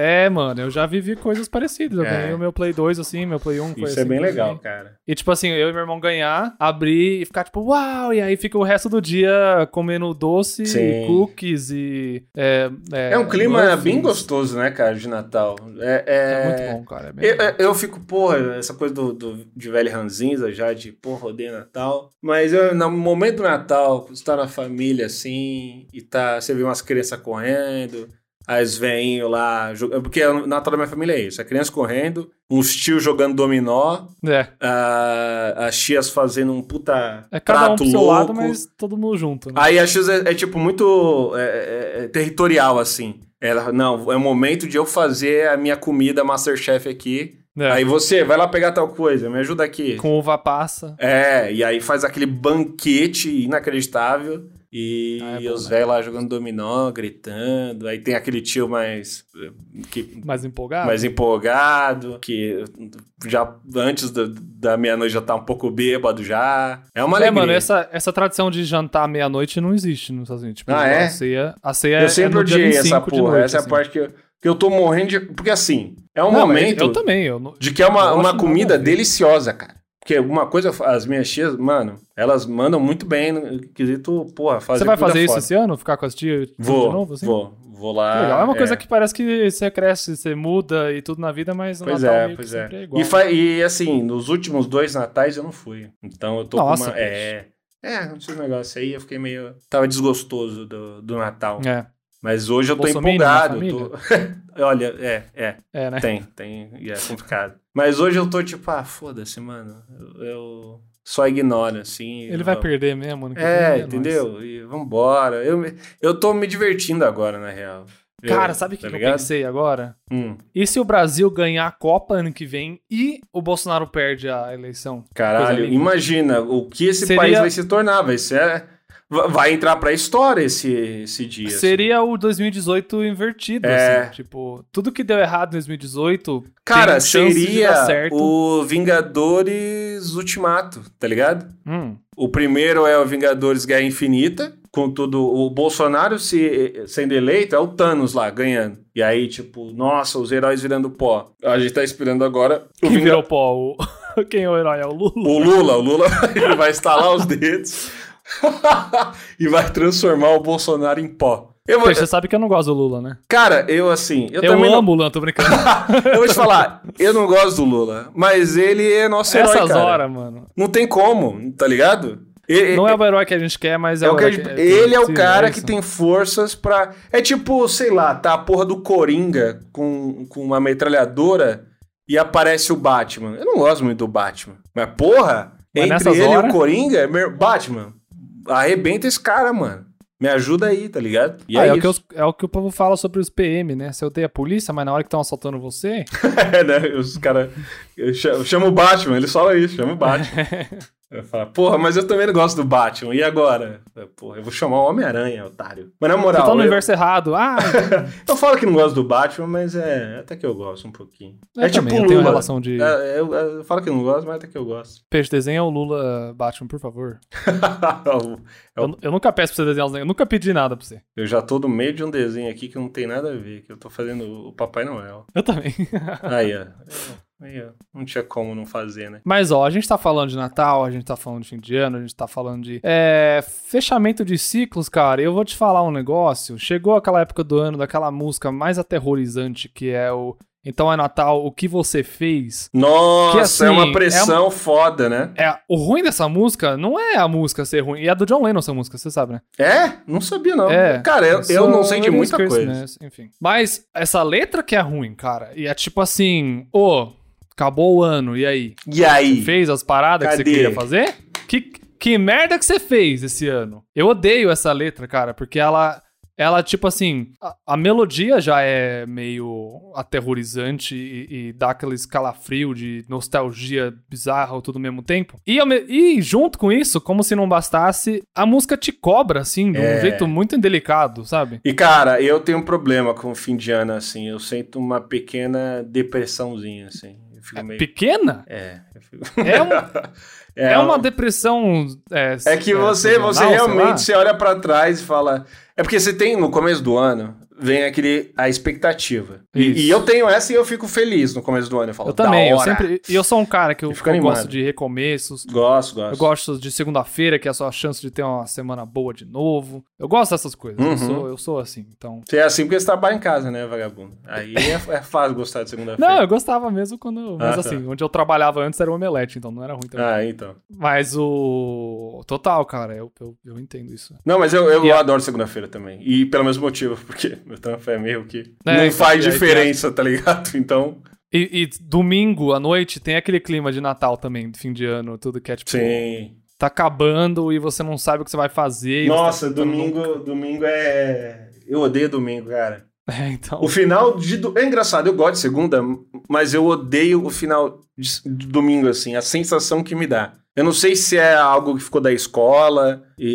Speaker 1: É, mano, eu já vivi coisas parecidas. Eu
Speaker 2: É.
Speaker 1: ganhei o meu Play 2, assim, meu Play 1 foi
Speaker 2: Isso
Speaker 1: assim
Speaker 2: é bem
Speaker 1: também.
Speaker 2: legal, cara.
Speaker 1: E tipo assim, eu e meu irmão ganhar, abrir e ficar tipo, uau! E aí fica o resto do dia comendo doce,
Speaker 2: Sim.
Speaker 1: e cookies e. É,
Speaker 2: É, um clima
Speaker 1: muffins.
Speaker 2: bem gostoso, né, cara, de Natal. É,
Speaker 1: É...
Speaker 2: é-
Speaker 1: muito bom, cara. É bem
Speaker 2: Eu,
Speaker 1: legal.
Speaker 2: eu- eu fico, porra, essa coisa do, do- de velho ranzinza já, de porra, odeio Natal. Mas eu, no momento do Natal, você tá na família assim, e tá, você vê umas crianças correndo, as veinho lá, jogando, porque o Natal da minha família é isso: a criança correndo, uns tios jogando dominó,
Speaker 1: É,
Speaker 2: a- as tias fazendo um puta
Speaker 1: é cada um
Speaker 2: prato
Speaker 1: pro seu
Speaker 2: louco.
Speaker 1: lado, mas todo mundo junto, né?
Speaker 2: Aí a X é, é, tipo muito é, é, é, territorial, assim. Ela, não, é o momento de eu fazer a minha comida Masterchef aqui.
Speaker 1: É.
Speaker 2: Aí você, vai lá pegar tal coisa, me ajuda aqui.
Speaker 1: Com uva passa.
Speaker 2: É, e aí faz aquele banquete inacreditável. E
Speaker 1: Ah, é bom,
Speaker 2: os
Speaker 1: né?
Speaker 2: velhos lá jogando dominó, gritando. Aí tem aquele tio mais. Que,
Speaker 1: Mais empolgado?
Speaker 2: mais empolgado, que já antes do- da meia-noite já tá um pouco bêbado já. É uma
Speaker 1: É,
Speaker 2: alegria.
Speaker 1: mano, essa, essa tradição de jantar à meia-noite não existe nos Estados Unidos. Tipo,
Speaker 2: Ah, é?
Speaker 1: A ceia, a ceia
Speaker 2: eu sempre
Speaker 1: é no dia
Speaker 2: odiei essa
Speaker 1: 25 de
Speaker 2: porra.
Speaker 1: noite,
Speaker 2: essa é
Speaker 1: assim.
Speaker 2: a parte que eu, que eu tô morrendo de. Porque assim, é um
Speaker 1: Não,
Speaker 2: momento
Speaker 1: Eu também, eu não-
Speaker 2: de que é uma,
Speaker 1: eu
Speaker 2: uma
Speaker 1: acho nada
Speaker 2: comida
Speaker 1: a ver.
Speaker 2: deliciosa, cara. Porque uma coisa, as minhas tias, mano, elas mandam muito bem no quesito, porra, fazer
Speaker 1: Você vai
Speaker 2: comida
Speaker 1: fazer isso
Speaker 2: foda.
Speaker 1: esse ano? Ficar com as tias
Speaker 2: Vou,
Speaker 1: de novo? Assim?
Speaker 2: vou, vou lá.
Speaker 1: Que legal. É uma coisa que parece que você cresce, você muda e tudo na vida, mas o
Speaker 2: Pois
Speaker 1: Natal
Speaker 2: é,
Speaker 1: meio
Speaker 2: pois
Speaker 1: que
Speaker 2: é.
Speaker 1: sempre é igual.
Speaker 2: E, fa- e, assim, nos últimos dois natais eu não fui. Então eu tô
Speaker 1: Nossa,
Speaker 2: com uma. É, é, esses negócios aí eu fiquei meio. Tava desgostoso do, do Natal.
Speaker 1: É,
Speaker 2: Mas hoje eu tô
Speaker 1: Bolsominion na
Speaker 2: empolgado. eu tô- <laughs> Olha, é, é. <laughs>
Speaker 1: é, né?
Speaker 2: Tem, tem, e é complicado. Mas hoje eu tô tipo, ah, foda-se, mano. Eu, eu só ignoro, assim.
Speaker 1: Ele
Speaker 2: eu-
Speaker 1: vai perder mesmo, ano que vem,
Speaker 2: É,
Speaker 1: nóis.
Speaker 2: entendeu? E vambora. Eu, me- eu tô me divertindo agora, na real. Eu-
Speaker 1: Cara, sabe o que
Speaker 2: tá
Speaker 1: que eu
Speaker 2: ligado?
Speaker 1: pensei agora?
Speaker 2: Hum,
Speaker 1: E se o Brasil ganhar a Copa ano que vem e o Bolsonaro perde a eleição?
Speaker 2: caralho,
Speaker 1: Coisa linda.
Speaker 2: imagina o que esse
Speaker 1: Seria-
Speaker 2: país vai se tornar. Vai ser. va- Vai entrar pra história esse, esse dia. assim.
Speaker 1: Seria o 2018 invertido,
Speaker 2: É.
Speaker 1: assim. Tipo, tudo que deu errado em 2018.
Speaker 2: Cara,
Speaker 1: tem chance de dar
Speaker 2: seria
Speaker 1: certo.
Speaker 2: o Vingadores Ultimato, tá ligado?
Speaker 1: Hum,
Speaker 2: O primeiro é o Vingadores Guerra Infinita. Contudo, o Bolsonaro se, sendo eleito é o Thanos lá ganhando. E aí, tipo, nossa, os heróis virando pó. A gente tá esperando agora o,
Speaker 1: quem
Speaker 2: Vinga-
Speaker 1: virou pó? O- <laughs> Quem é o herói? É o Lula?
Speaker 2: o Lula. O Lula <laughs> ele vai estalar os dedos <laughs> e vai transformar o Bolsonaro em pó. Eu vou-
Speaker 1: Você sabe que eu não gosto do Lula, né?
Speaker 2: cara, eu assim, eu,
Speaker 1: Eu,
Speaker 2: também não-
Speaker 1: amo o Lula, tô brincando.
Speaker 2: <laughs> eu vou te falar, eu não gosto do Lula, mas ele é nosso herói,
Speaker 1: Essas
Speaker 2: cara.
Speaker 1: horas, mano.
Speaker 2: Não tem como, tá ligado? E-
Speaker 1: Não é o herói que a gente quer, mas é,
Speaker 2: É o que a
Speaker 1: herói
Speaker 2: gente- ele é o
Speaker 1: sim,
Speaker 2: cara
Speaker 1: isso.
Speaker 2: que tem forças pra. É tipo, sei lá, tá a porra do Coringa com, com uma metralhadora e aparece o Batman. Eu não gosto muito do Batman. Mas, porra,
Speaker 1: Mas
Speaker 2: entre
Speaker 1: nessas
Speaker 2: ele e o
Speaker 1: horas-
Speaker 2: Coringa, meu- Batman, arrebenta esse cara, mano. Me ajuda aí, tá ligado? E
Speaker 1: Ah, é,
Speaker 2: é,
Speaker 1: o que
Speaker 2: isso. <laughs>
Speaker 1: os- é o que o povo fala sobre os PM, né? Você odeia a polícia, mas na hora que estão assaltando você.
Speaker 2: É, né? Os caras. Chama o Batman, eles falam isso, chama o
Speaker 1: <laughs>
Speaker 2: Batman. Eu falo, porra, mas eu também não gosto do Batman. E agora? Eu, Porra, eu vou chamar o Homem-Aranha, otário. Mas na
Speaker 1: Você
Speaker 2: moral.
Speaker 1: tá no
Speaker 2: eu-
Speaker 1: universo errado. Ah,
Speaker 2: Eu falo que não gosto do Batman, mas é. Até que eu gosto um pouquinho.
Speaker 1: eu
Speaker 2: é tipo
Speaker 1: também,
Speaker 2: o
Speaker 1: eu tenho
Speaker 2: Lula.
Speaker 1: relação de.
Speaker 2: É, eu, eu falo que eu não gosto, mas até que eu gosto. <laughs>
Speaker 1: <laughs> Peixe, desenha o Lula Batman, por favor.
Speaker 2: É o-
Speaker 1: Eu, eu nunca peço pra você desenhar os negócios, eu nunca pedi nada pra você.
Speaker 2: eu já tô no meio de um desenho aqui que não tem nada a ver, que eu tô fazendo o Papai Noel.
Speaker 1: Eu também. <laughs>
Speaker 2: Aí, ó. Aí, ó. Não tinha como não fazer, né?
Speaker 1: Mas ó, a gente tá falando de Natal, a gente tá falando de fim de ano, a gente tá falando de é, fechamento de ciclos, cara. Eu vou te falar um negócio. Chegou aquela época do ano daquela música mais aterrorizante que é o Então é Natal, o que você fez?
Speaker 2: Nossa,
Speaker 1: Que assim,
Speaker 2: é
Speaker 1: é
Speaker 2: uma
Speaker 1: um-
Speaker 2: pressão foda, né?
Speaker 1: É, o ruim dessa música não é a música ser ruim, e é do John Lennon essa música, você sabe, né?
Speaker 2: É? Não sabia, não.
Speaker 1: É.
Speaker 2: Cara, eu, eu não sei de
Speaker 1: It's
Speaker 2: muita coisa.
Speaker 1: Christmas, Enfim. Mas essa letra que é ruim, cara. E é tipo assim, ô, acabou o ano, e aí?
Speaker 2: E aí?
Speaker 1: fez as paradas que
Speaker 2: Cadê?
Speaker 1: você queria fazer? Que, que merda que você fez esse ano? Eu odeio essa letra, cara, porque ela. Ela, tipo assim, a, a melodia já é meio aterrorizante e, e dá aquele escalafrio de nostalgia bizarra tudo ao mesmo tempo. E, ao me- e junto com isso, como se não bastasse, a música te cobra, assim, de um
Speaker 2: É.
Speaker 1: jeito muito indelicado, sabe?
Speaker 2: E, cara, eu tenho um problema com o fim de ano, assim. Eu sinto uma pequena depressãozinha, assim. Eu fico meio.
Speaker 1: Pequena?
Speaker 2: É, eu fico-
Speaker 1: É, um-
Speaker 2: <laughs> é,
Speaker 1: é uma
Speaker 2: um-
Speaker 1: depressão. É,
Speaker 2: é que você,
Speaker 1: sazonal,
Speaker 2: você
Speaker 1: sei lá.
Speaker 2: realmente se olha pra trás e fala. É porque você tem no começo do ano, vem aquele, a expectativa.
Speaker 1: Isso.
Speaker 2: E, e eu tenho essa e eu fico feliz no começo do ano. Eu falo,
Speaker 1: Eu também,
Speaker 2: da
Speaker 1: eu
Speaker 2: hora.
Speaker 1: sempre. E eu sou um cara que eu,
Speaker 2: E fica
Speaker 1: eu gosto
Speaker 2: animado.
Speaker 1: de recomeços.
Speaker 2: Gosto, gosto.
Speaker 1: Eu gosto de segunda-feira, que é só a chance de ter uma semana boa de novo. Eu gosto dessas coisas. Eu,
Speaker 2: Uhum.
Speaker 1: sou, eu sou assim, então.
Speaker 2: Você é assim porque você trabalha em casa, né, vagabundo? Aí é, é fácil gostar de segunda-feira.
Speaker 1: Não, eu gostava mesmo quando. Mas
Speaker 2: Ah, tá.
Speaker 1: assim, onde eu trabalhava antes era o omelete, então não era ruim também.
Speaker 2: Ah, então.
Speaker 1: Mas o. Total, cara, eu, eu, eu entendo isso.
Speaker 2: Não, mas eu, eu
Speaker 1: E a-
Speaker 2: adoro segunda-feira também. E pelo mesmo motivo, porque <laughs> meu trampo é meio que.
Speaker 1: É,
Speaker 2: não
Speaker 1: então,
Speaker 2: faz
Speaker 1: e aí
Speaker 2: diferença, tá ligado? <laughs> Então.
Speaker 1: E, e domingo à noite tem aquele clima de Natal também, fim de ano, tudo que é tipo.
Speaker 2: Sim.
Speaker 1: Tá acabando e você não sabe o que você vai fazer. e
Speaker 2: Nossa,
Speaker 1: você tá tentando
Speaker 2: domingo, domingo é. Eu odeio domingo, cara.
Speaker 1: não- <laughs> É, então.
Speaker 2: O final de. do- É engraçado, eu gosto de segunda, mas eu odeio o final de s- de domingo, assim, a sensação que me dá. Eu não sei se é algo que ficou da escola, e. e-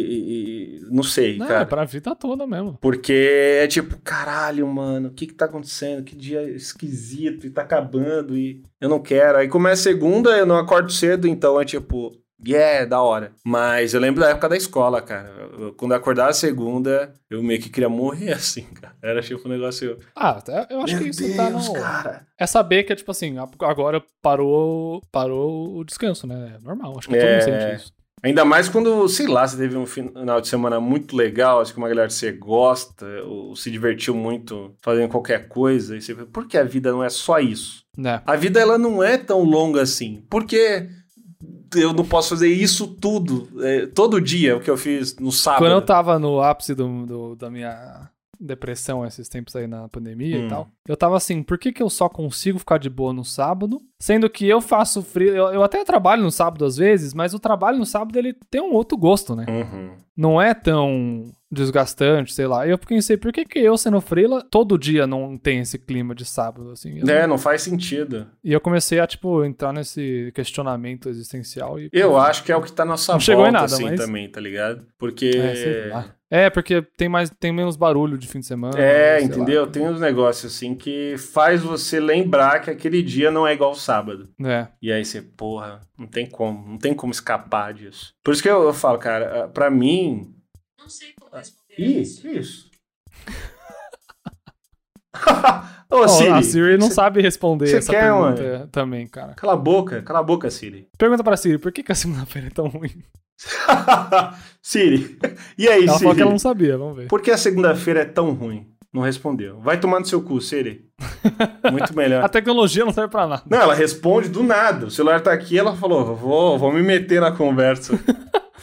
Speaker 2: e- não sei,
Speaker 1: Não, é
Speaker 2: cara.
Speaker 1: pra vida toda mesmo.
Speaker 2: Porque é tipo, caralho, mano, o que que tá acontecendo? Que dia esquisito e tá acabando e eu não quero. Aí começa segunda, eu não acordo cedo, então é tipo, yeah, da hora. Mas eu lembro da época da escola, cara. Eu- eu- quando eu acordava segunda, eu meio que queria morrer <laughs> assim, cara. Era tipo um negócio.
Speaker 1: Ah, tá- eu acho
Speaker 2: Meu
Speaker 1: que isso
Speaker 2: Deus,
Speaker 1: tá no.
Speaker 2: cara.
Speaker 1: É saber que é tipo assim, a- agora parou, parou o descanso, né? É normal, acho que todo
Speaker 2: É.
Speaker 1: mundo sente isso.
Speaker 2: Ainda mais quando, sei lá, você teve um final de semana muito legal, acho que uma galera que você gosta, ou se divertiu muito fazendo qualquer coisa, e você fala, por que a vida não é só isso?
Speaker 1: Né?
Speaker 2: A vida ela não é tão longa assim. Porque eu não posso fazer isso tudo, é, todo dia, o que eu fiz no sábado.
Speaker 1: Quando eu tava no ápice do, do- da minha depressão esses tempos aí na pandemia e
Speaker 2: Hum.
Speaker 1: tal, eu tava assim, por que, que eu só consigo ficar de boa no sábado? Sendo que eu faço frio, eu, eu até trabalho no sábado às vezes, mas o trabalho no sábado ele tem um outro gosto, né?
Speaker 2: Uhum.
Speaker 1: não é tão desgastante, sei lá. E eu pensei, por que, que eu sendo freela, todo dia não tem esse clima de sábado, assim? Eu-
Speaker 2: É, não faz sentido.
Speaker 1: E eu comecei a, tipo, entrar nesse questionamento existencial e...
Speaker 2: Eu acho que é o que tá na nossa
Speaker 1: Não chegou em
Speaker 2: volta,
Speaker 1: nada,
Speaker 2: assim,
Speaker 1: mas-
Speaker 2: também, tá ligado? Porque...
Speaker 1: É, sei lá. É, porque tem, mais, tem menos barulho de fim de semana. né,
Speaker 2: É,
Speaker 1: Ah, sei
Speaker 2: entendeu?
Speaker 1: lá.
Speaker 2: Tem uns negócios, assim, que faz você lembrar que aquele dia não é igual o sábado.
Speaker 1: É.
Speaker 2: E aí você, porra, não tem como, não tem como escapar disso. Por isso que eu, eu falo, cara, ah, pra mim, Ah,
Speaker 3: Não sei como responder
Speaker 2: Ih,
Speaker 3: isso.
Speaker 2: que isso? <laughs> Ô,
Speaker 1: Ó,
Speaker 2: Siri,
Speaker 1: a Siri não
Speaker 2: cê-
Speaker 1: sabe responder
Speaker 2: cê
Speaker 1: essa
Speaker 2: quer,
Speaker 1: pergunta é, também, cara.
Speaker 2: Cala a boca, cala a boca, Siri. <laughs>
Speaker 1: Pergunta pra Siri, por que, que a segunda-feira é tão ruim?
Speaker 2: Siri, e aí,
Speaker 1: Ela falou
Speaker 2: Siri?
Speaker 1: que ela não sabia, vamos ver.
Speaker 2: Por que a segunda-feira é tão ruim? Não respondeu. Vai tomar no seu cu, Siri. Muito
Speaker 1: A <laughs>
Speaker 2: melhor.
Speaker 1: tecnologia não serve pra nada.
Speaker 2: Não, ela responde do nada. O celular tá aqui, ela falou, vou, vou me meter na
Speaker 1: <laughs>
Speaker 2: conversa.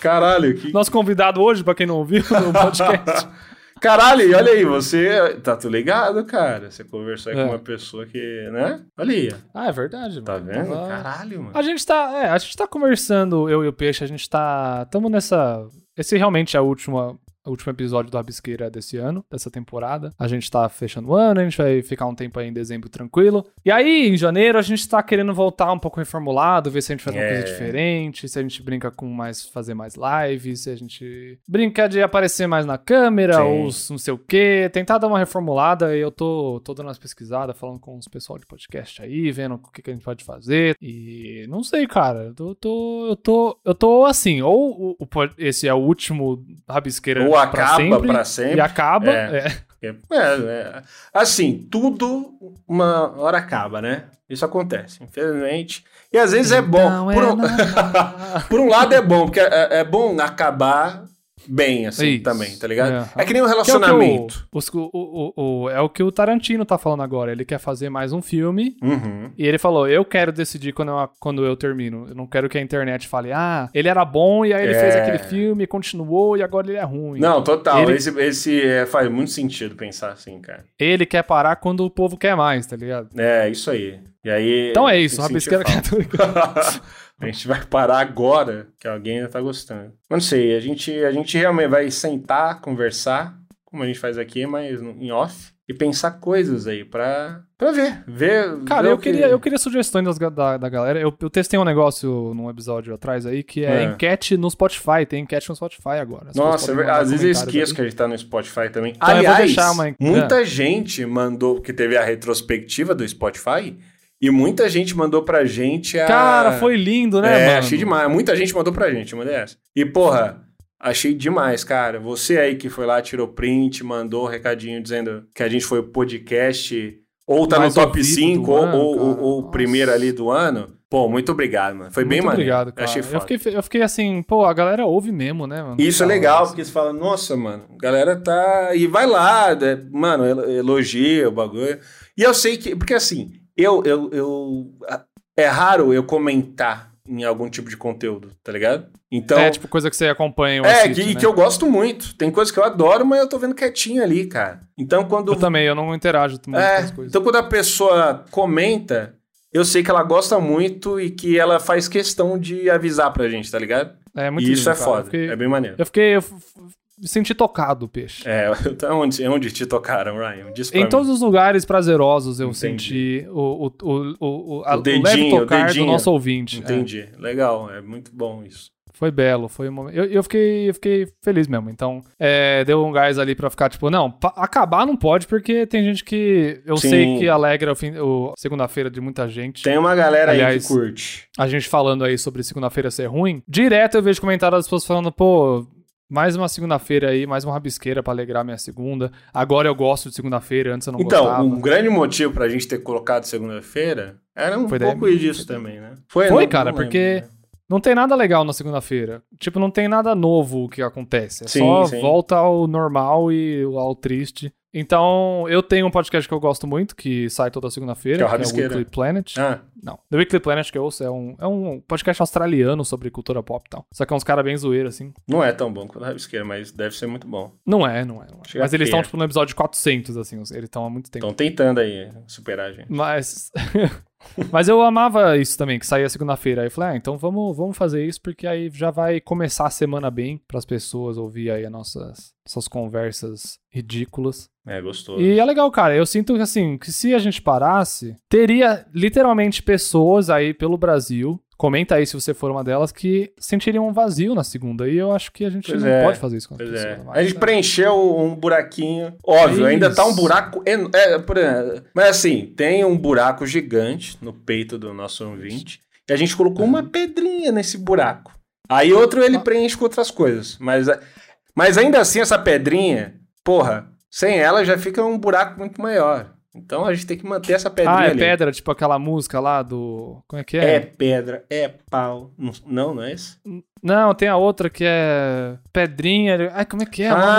Speaker 2: Caralho, que...
Speaker 1: Nosso convidado hoje, pra quem não ouviu no podcast,
Speaker 2: <laughs> Caralho, e olha aí, você... Tá tu ligado, cara? Você conversar
Speaker 1: É.
Speaker 2: com uma pessoa que, né? Olha aí, ó.
Speaker 1: Ah, é verdade,
Speaker 2: tá
Speaker 1: mano.
Speaker 2: vendo?
Speaker 1: Tava-
Speaker 2: Caralho, mano.
Speaker 1: A gente tá, é, a gente tá conversando, eu e o Peixe, a gente tá, tamo nessa, esse realmente é a última, o último episódio do Rabisqueira desse ano, dessa temporada. A gente tá fechando o ano, a gente vai ficar um tempo aí em dezembro tranquilo. E aí, em janeiro, a gente tá querendo voltar um pouco reformulado, ver se a gente faz uma
Speaker 2: É.
Speaker 1: coisa diferente, se a gente brinca com mais, fazer mais lives, se a gente brinca de aparecer mais na câmera,
Speaker 2: Sim.
Speaker 1: ou s- não sei o quê, tentar dar uma reformulada, e eu tô, tô dando umas pesquisadas, falando com os pessoal de podcast aí, vendo o que, que a gente pode fazer, e não sei, cara, eu tô, tô- eu tô, eu tô assim, ou o- o pod- esse é o último Rabisqueira
Speaker 2: Ou
Speaker 1: pra
Speaker 2: acaba
Speaker 1: sempre,
Speaker 2: pra
Speaker 1: e
Speaker 2: sempre.
Speaker 1: acaba,
Speaker 2: É.
Speaker 1: é.
Speaker 2: É, é. assim, tudo uma hora acaba, né? Isso acontece, infelizmente. E às vezes é bom.
Speaker 1: Então é
Speaker 2: Por um,
Speaker 1: nada.
Speaker 2: <laughs> por um lado é bom, porque é, é bom acabar bem, assim,
Speaker 1: Isso.
Speaker 2: também, tá ligado?
Speaker 1: Aham.
Speaker 2: É que nem um
Speaker 1: Que é o que o-
Speaker 2: relacionamento.
Speaker 1: os- o- o- o- é o que o Tarantino tá falando agora. Ele quer fazer mais um filme
Speaker 2: Uhum.
Speaker 1: E ele falou: Eu quero decidir quando eu, quando eu termino. Eu não quero que a internet fale, ah, ele era bom e aí ele
Speaker 2: É.
Speaker 1: fez aquele filme, continuou e agora ele é ruim.
Speaker 2: Não, total.
Speaker 1: Ele-
Speaker 2: Esse, esse é, faz muito sentido pensar assim, cara.
Speaker 1: Ele quer parar quando o povo quer mais, tá ligado?
Speaker 2: É, isso aí. E aí.
Speaker 1: Então é
Speaker 2: tem
Speaker 1: isso,
Speaker 2: que
Speaker 1: uma
Speaker 2: sentir
Speaker 1: pesqueira
Speaker 2: falta.
Speaker 1: católica.
Speaker 2: <laughs> a gente vai parar agora que alguém ainda tá gostando. Mas não sei, a gente, a gente realmente vai sentar, conversar, como a gente faz aqui, mas no- em off, e pensar coisas aí pra, pra ver. ver
Speaker 1: Cara,
Speaker 2: ver
Speaker 1: eu
Speaker 2: o que-
Speaker 1: queria, eu queria sugestões das ga- da, da galera. Eu, eu testei um negócio num episódio atrás aí que é,
Speaker 2: É.
Speaker 1: enquete no Spotify. Tem enquete no Spotify agora. As pessoas
Speaker 2: Nossa,
Speaker 1: podem
Speaker 2: é ver-
Speaker 1: mandar
Speaker 2: às vezes eu
Speaker 1: comentários
Speaker 2: esqueço
Speaker 1: aí. Então,
Speaker 2: que a gente tá no Spotify também.
Speaker 1: eu vou
Speaker 2: Aliás,
Speaker 1: deixar uma-
Speaker 2: muita gente mandou, porque teve a retrospectiva do Spotify, e muita gente mandou pra gente a.
Speaker 1: Cara, foi lindo, né,
Speaker 2: é,
Speaker 1: mano?
Speaker 2: achei demais. Muita gente mandou pra gente, mandei essa. E, porra, Achei demais, cara. Você aí que foi lá, tirou print, mandou um recadinho dizendo que a gente foi o podcast ou tá
Speaker 1: Mais
Speaker 2: no top
Speaker 1: ouvido
Speaker 2: 5
Speaker 1: do
Speaker 2: ou,
Speaker 1: ano,
Speaker 2: ou, ou,
Speaker 1: cara.
Speaker 2: ou
Speaker 1: Nossa.
Speaker 2: primeiro ali do ano. Pô, muito obrigado, mano. Foi bem
Speaker 1: Muito
Speaker 2: maneiro.
Speaker 1: obrigado, cara.
Speaker 2: Achei
Speaker 1: eu,
Speaker 2: foda.
Speaker 1: fiquei, fe- eu fiquei assim, pô, a galera ouve mesmo, né, mano?
Speaker 2: Isso é
Speaker 1: Da hora,
Speaker 2: legal,
Speaker 1: assim.
Speaker 2: porque você fala, nossa, mano, a galera tá. E vai lá, né? mano, el- elogia o bagulho. E eu sei que. Porque assim, eu, eu, eu. a- É raro eu comentar em algum tipo de conteúdo, tá ligado? Então.
Speaker 1: É, tipo, coisa que você acompanha ou
Speaker 2: É,
Speaker 1: assiste,
Speaker 2: que,
Speaker 1: né?
Speaker 2: que eu gosto muito. Tem coisa que eu adoro, mas eu tô vendo quietinho ali, cara. Então, quando.
Speaker 1: Eu também, eu não interajo muito
Speaker 2: É,
Speaker 1: com as coisas.
Speaker 2: então, quando a pessoa comenta, eu sei que ela gosta muito e que ela faz questão de avisar pra gente, tá ligado?
Speaker 1: É muito
Speaker 2: e isso é
Speaker 1: lindo, cara.
Speaker 2: foda.
Speaker 1: Eu fiquei,
Speaker 2: É bem maneiro.
Speaker 1: eu fiquei- eu f- f- me senti tocado, peixe.
Speaker 2: É, <laughs> então onde, onde te tocaram, Ryan? Diz pra
Speaker 1: Em
Speaker 2: mim.
Speaker 1: todos os lugares prazerosos eu
Speaker 2: Entendi.
Speaker 1: senti o, o, o, o, o, a-
Speaker 2: O
Speaker 1: o leve
Speaker 2: dedinho, o
Speaker 1: tocar do
Speaker 2: dedinho.
Speaker 1: nosso ouvinte. É.
Speaker 2: Entendi. Legal, é muito bom isso.
Speaker 1: Foi belo, foi um momento. Eu, eu fiquei, eu fiquei feliz mesmo. Então, é, deu um gás ali pra ficar, tipo, não, pa- acabar não pode, porque tem gente que. Eu
Speaker 2: Sim.
Speaker 1: sei que alegra é o fim, o segunda-feira de muita gente.
Speaker 2: Tem uma galera aí
Speaker 1: Aliás-
Speaker 2: que curte.
Speaker 1: A gente falando aí sobre segunda-feira ser ruim. Direto eu vejo comentários das pessoas falando, pô. Mais uma segunda-feira aí, mais uma rabisqueira pra alegrar minha segunda. Agora eu gosto de segunda-feira, antes eu não
Speaker 2: Então,
Speaker 1: gostava.
Speaker 2: um grande motivo pra gente ter colocado segunda-feira era um
Speaker 1: Foi daí
Speaker 2: pouco disso também, né? Foi,
Speaker 1: Foi,
Speaker 2: não-
Speaker 1: cara,
Speaker 2: não lembro,
Speaker 1: porque-
Speaker 2: né?
Speaker 1: Não tem nada legal na segunda-feira. Tipo, não tem nada novo que acontece. É
Speaker 2: Sim,
Speaker 1: só
Speaker 2: sim.
Speaker 1: volta ao normal e ao triste. Então, eu tenho um podcast que eu gosto muito, que sai toda segunda-feira,
Speaker 2: Que é o
Speaker 1: que, é o
Speaker 2: Rabisqueira.
Speaker 1: Weekly Planet.
Speaker 2: Ah,
Speaker 1: Não. The Weekly Planet que eu ouço é um, é um podcast australiano sobre cultura pop e tal. Só que é uns caras bem zoeiros, assim.
Speaker 2: não é tão bom quanto a rabisqueira, mas deve ser muito bom.
Speaker 1: Não é, não é. Não é.
Speaker 2: Chega
Speaker 1: Mas eles
Speaker 2: feia.
Speaker 1: estão, tipo, no episódio 400, assim. Eles estão há muito tempo.
Speaker 2: Estão Então, tentando aí superar, gente.
Speaker 1: Mas. <laughs> Mas eu amava isso também, que saía segunda-feira. Aí eu falei, ah, então vamos, vamos fazer isso, porque aí já vai começar a semana bem para as pessoas ouvir aí as nossas, nossas conversas ridículas.
Speaker 2: É, gostoso.
Speaker 1: E é legal, cara. Eu sinto que assim, que se a gente parasse, teria literalmente pessoas aí pelo Brasil. Comenta aí se você for uma delas, que sentiriam um vazio na segunda. E eu acho que a gente
Speaker 2: Pois
Speaker 1: não
Speaker 2: é,
Speaker 1: pode fazer isso com as
Speaker 2: Pois
Speaker 1: pessoas.
Speaker 2: é.
Speaker 1: mas-
Speaker 2: A gente preencheu um buraquinho. Óbvio, ainda tá um
Speaker 1: Isso.
Speaker 2: buraco. en- É, por- é, mas assim, tem um buraco gigante no peito do nosso ouvinte. E a gente colocou uma pedrinha nesse buraco. Aí outro ele
Speaker 1: Uhum. Ah.
Speaker 2: preenche com outras coisas. Mas, a- mas ainda assim, essa pedrinha, porra, sem ela já fica um buraco muito maior. Então a gente tem que manter essa pedrinha
Speaker 1: Ah, é
Speaker 2: ali.
Speaker 1: pedra, tipo aquela música lá do. Como é que
Speaker 2: É pedra, é pau. Não- Não, não é isso?
Speaker 1: Não, tem a outra que é Pedrinha. Ai, como é que é? Uma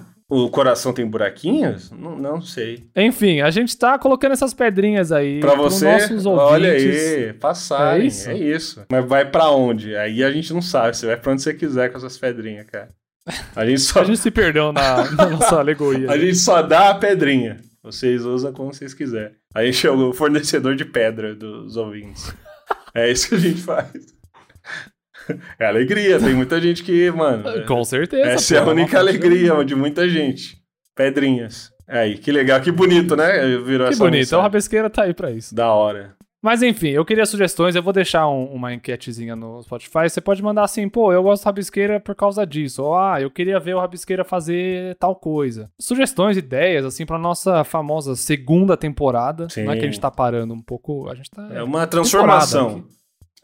Speaker 2: ah, o coração tem buraquinhos? Não, não sei.
Speaker 1: Enfim, a gente tá colocando essas pedrinhas aí
Speaker 2: Pra
Speaker 1: pros
Speaker 2: você,
Speaker 1: nossos ouvintes.
Speaker 2: olha aí, passarem,
Speaker 1: É
Speaker 2: é
Speaker 1: isso?
Speaker 2: isso? Mas vai pra onde? Aí a gente não sabe, você vai pra onde você quiser com essas pedrinhas, cara. A gente só,
Speaker 1: <laughs> A gente se perdeu na, na
Speaker 2: <laughs>
Speaker 1: nossa alegoria.
Speaker 2: só dá a pedrinha. Vocês usam como vocês quiserem. A gente é o fornecedor de pedra dos ouvintes. É isso que a gente faz. É alegria, tem muita gente que, mano... é-
Speaker 1: Com certeza.
Speaker 2: Essa
Speaker 1: pô,
Speaker 2: é a
Speaker 1: uma
Speaker 2: única
Speaker 1: fonte
Speaker 2: alegria de muita gente. Pedrinhas. Aí, que legal, que bonito, né? Virou
Speaker 1: Que
Speaker 2: essa
Speaker 1: bonito, então
Speaker 2: mensagem.
Speaker 1: a rabesqueira tá aí pra isso.
Speaker 2: Da hora.
Speaker 1: Mas enfim, eu queria sugestões, eu vou deixar um- uma enquetezinha no Spotify. Você pode mandar assim, pô, eu gosto de rabisqueira por causa disso. Ou, ah, eu queria ver o rabisqueira fazer tal coisa. Sugestões, ideias, assim, pra nossa famosa segunda temporada.
Speaker 2: Sim.
Speaker 1: Não é que a gente tá parando um pouco, a gente tá.
Speaker 2: É uma transformação.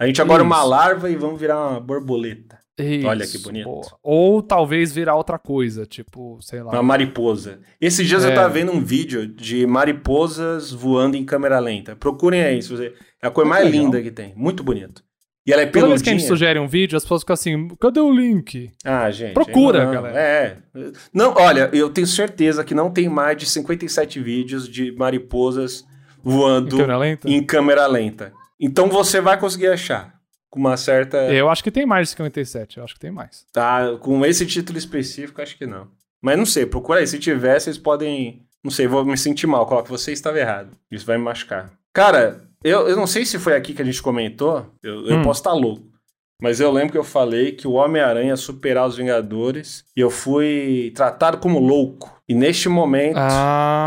Speaker 2: A gente agora é uma
Speaker 1: Isso.
Speaker 2: larva e vamos virar uma borboleta.
Speaker 1: É Isso,
Speaker 2: Olha que bonito.
Speaker 1: boa. Ou talvez virar outra coisa, tipo, sei lá.
Speaker 2: Uma mariposa. Esses dias eu
Speaker 1: É.
Speaker 2: tava vendo um vídeo de mariposas voando em câmera lenta. Procurem aí. Se você... É a coisa
Speaker 1: Muito
Speaker 2: mais
Speaker 1: legal.
Speaker 2: linda que tem. Muito bonito. E ela é
Speaker 1: Toda vez que a
Speaker 2: peludinha.
Speaker 1: gente sugere um vídeo, as pessoas ficam assim, cadê o link?
Speaker 2: Ah, gente.
Speaker 1: Procura,
Speaker 2: aí não,
Speaker 1: galera.
Speaker 2: É. Não, olha, eu tenho certeza que não tem mais de 57 vídeos de mariposas voando
Speaker 1: Câmera né, lenta?
Speaker 2: em câmera lenta. Então você vai conseguir achar. Com uma certa.
Speaker 1: Eu acho que tem mais de 57, eu acho que tem mais.
Speaker 2: Tá, com esse título específico, acho que não. Mas não sei, procura aí. Se tiver, vocês podem. Não sei, vou me sentir mal. Coloca, você estava errado. Isso vai me machucar. Cara, eu, eu não sei se foi aqui que a gente comentou. Eu, eu
Speaker 1: Hum.
Speaker 2: posso estar louco. Mas eu lembro que eu falei que o Homem-Aranha ia superar os Vingadores e eu fui tratado como louco. E neste momento.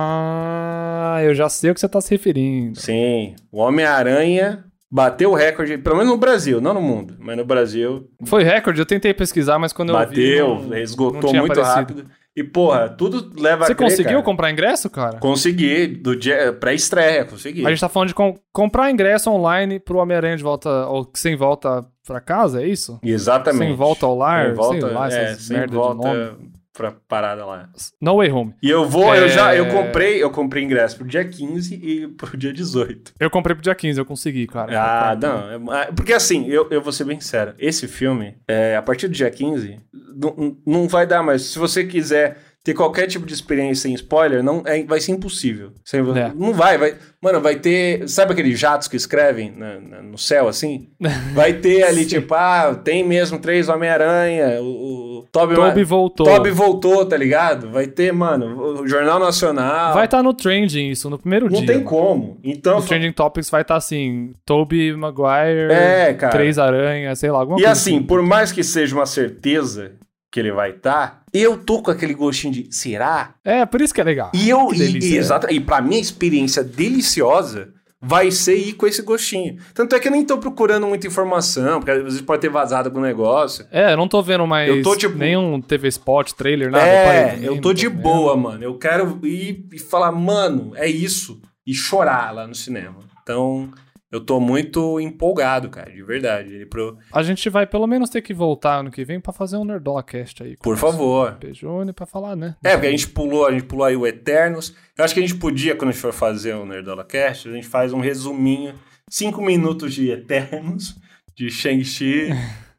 Speaker 1: Ah, eu já sei o que você tá se referindo.
Speaker 2: Sim, o Homem-Aranha bateu o recorde, pelo menos no Brasil, não no mundo, mas no Brasil
Speaker 1: Foi recorde, eu tentei pesquisar, mas quando eu vi...
Speaker 2: Bateu,
Speaker 1: não- não
Speaker 2: esgotou
Speaker 1: tinha
Speaker 2: muito
Speaker 1: aparecido.
Speaker 2: rápido. E, porra, tudo leva
Speaker 1: Você
Speaker 2: a crer,
Speaker 1: conseguiu
Speaker 2: cara.
Speaker 1: comprar ingresso, cara?
Speaker 2: Consegui, do dia, pré-estreia, consegui.
Speaker 1: A gente tá falando de com- comprar ingresso online pro Homem-Aranha de volta, ou sem volta pra casa, é isso?
Speaker 2: Exatamente.
Speaker 1: Sem volta ao lar,
Speaker 2: Sem volta,
Speaker 1: sei lá,
Speaker 2: é,
Speaker 1: essas
Speaker 2: sem
Speaker 1: merda de nome.
Speaker 2: volta pra parada lá.
Speaker 1: No Way Home.
Speaker 2: E eu vou, eu já, eu
Speaker 1: É.
Speaker 2: comprei, eu comprei ingresso pro dia 15 e pro dia 18.
Speaker 1: Eu comprei pro dia 15, eu consegui, cara. né?
Speaker 2: Ah, não. é- Porque assim, eu, eu vou ser bem sincero. Esse filme, é, a partir do dia 15, não, não vai dar mais. Se você quiser ter qualquer tipo de experiência sem spoiler, não, é, vai ser impossível. Sem-
Speaker 1: É.
Speaker 2: Não vai, vai. Mano, vai ter. Sabe aqueles jatos que escrevem na- na- no céu
Speaker 1: <laughs>
Speaker 2: assim? Vai ter ali, tipo, ah, tem mesmo três Homem-Aranha, o, o Tobey Ma-
Speaker 1: Toby voltou.
Speaker 2: Toby voltou, tá ligado? Vai ter, mano, o Jornal Nacional.
Speaker 1: Vai estar no trending isso, no primeiro
Speaker 2: Não
Speaker 1: dia.
Speaker 2: tem
Speaker 1: mano.
Speaker 2: como. Então,
Speaker 1: No trending topics vai estar assim, Toby Maguire,
Speaker 2: É, cara.
Speaker 1: Três Aranhas, sei lá, alguma
Speaker 2: e
Speaker 1: coisa.
Speaker 2: assim, por mais que seja uma certeza que ele vai estar, eu tô com aquele gostinho de será?
Speaker 1: É, por isso que é legal.
Speaker 2: E eu
Speaker 1: Que
Speaker 2: e,
Speaker 1: delícia,
Speaker 2: e, exata- e pra minha experiência deliciosa vai ser ir com esse gostinho. Tanto é que eu nem tô procurando muita informação, porque às vezes pode ter vazado algum negócio.
Speaker 1: É, eu não tô vendo mais
Speaker 2: Eu tô, tipo-
Speaker 1: nenhum TV spot, trailer, nada.
Speaker 2: é,
Speaker 1: parei,
Speaker 2: eu
Speaker 1: nem-
Speaker 2: tô de
Speaker 1: né?
Speaker 2: boa, mano. Eu quero ir e falar, mano, é isso. E chorar lá no cinema. Então, eu tô muito empolgado, cara, de verdade. Ele pro-
Speaker 1: A gente vai pelo menos ter que voltar ano que vem pra fazer um Nerdola Cast aí. com
Speaker 2: Por
Speaker 1: o
Speaker 2: favor.
Speaker 1: Pejone pra falar, né?
Speaker 2: É, porque a gente pulou, a gente pulou aí o Eternos. Eu acho que a gente podia, quando a gente for fazer o Nerdola Cast, a gente faz um resuminho, cinco minutos de Eternos, de
Speaker 1: <laughs>
Speaker 2: Shang-Chi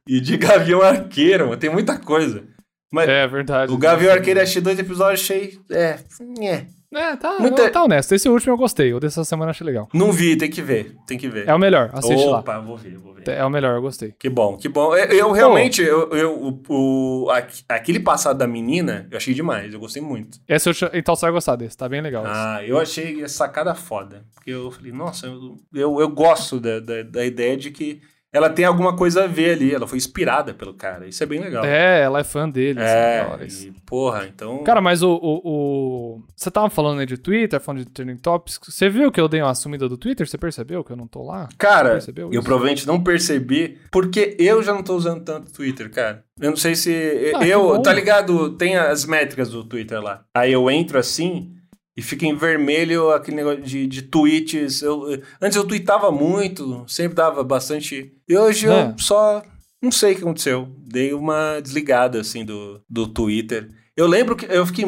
Speaker 2: e de Gavião Arqueiro, mano. Tem muita coisa. Mas
Speaker 1: <laughs> É verdade.
Speaker 2: o Gavião Arqueiro achei dois episódios, achei. É, é.
Speaker 1: É, tá,
Speaker 2: Muita-
Speaker 1: tá honesto. Esse último eu gostei. O dessa semana eu achei legal.
Speaker 2: Não vi, tem que ver. Tem que ver.
Speaker 1: É o melhor, assiste lá.
Speaker 2: Opa, vou ver, vou ver.
Speaker 1: É o melhor, eu gostei.
Speaker 2: Que bom, que bom. É, Eu, eu realmente, eu, eu- o, o- aqu- aquele passado da menina, eu achei demais, eu gostei muito.
Speaker 1: Esse eu... ch- Então você vai gostar desse, tá bem legal. esse.
Speaker 2: Ah, eu achei a sacada foda. Porque eu falei, nossa, eu, eu, eu gosto da, da, da ideia de que ela tem alguma coisa a ver ali, ela foi inspirada pelo cara. Isso é bem legal.
Speaker 1: É, ela é fã dele. assim, da hora
Speaker 2: É,
Speaker 1: isso.
Speaker 2: e, porra, então.
Speaker 1: Cara, mas o, o, o- Você tava falando aí de Twitter, falando de Trending Topics. Você viu que eu dei uma sumida do Twitter? Você percebeu que eu não tô lá?
Speaker 2: Cara,
Speaker 1: percebeu
Speaker 2: eu
Speaker 1: isso?
Speaker 2: provavelmente não percebi, porque eu já não tô usando tanto Twitter, cara. Eu não sei se.
Speaker 1: Ah, que
Speaker 2: eu,
Speaker 1: bom.
Speaker 2: tá ligado? Tem as métricas do Twitter lá. Aí eu entro assim e fica em vermelho aquele negócio de, de tweets. Eu, antes eu tweetava muito, sempre dava bastante. E hoje
Speaker 1: É.
Speaker 2: eu só. Não sei o que aconteceu. Dei uma desligada, assim, do, do Twitter. Eu lembro que eu fiquei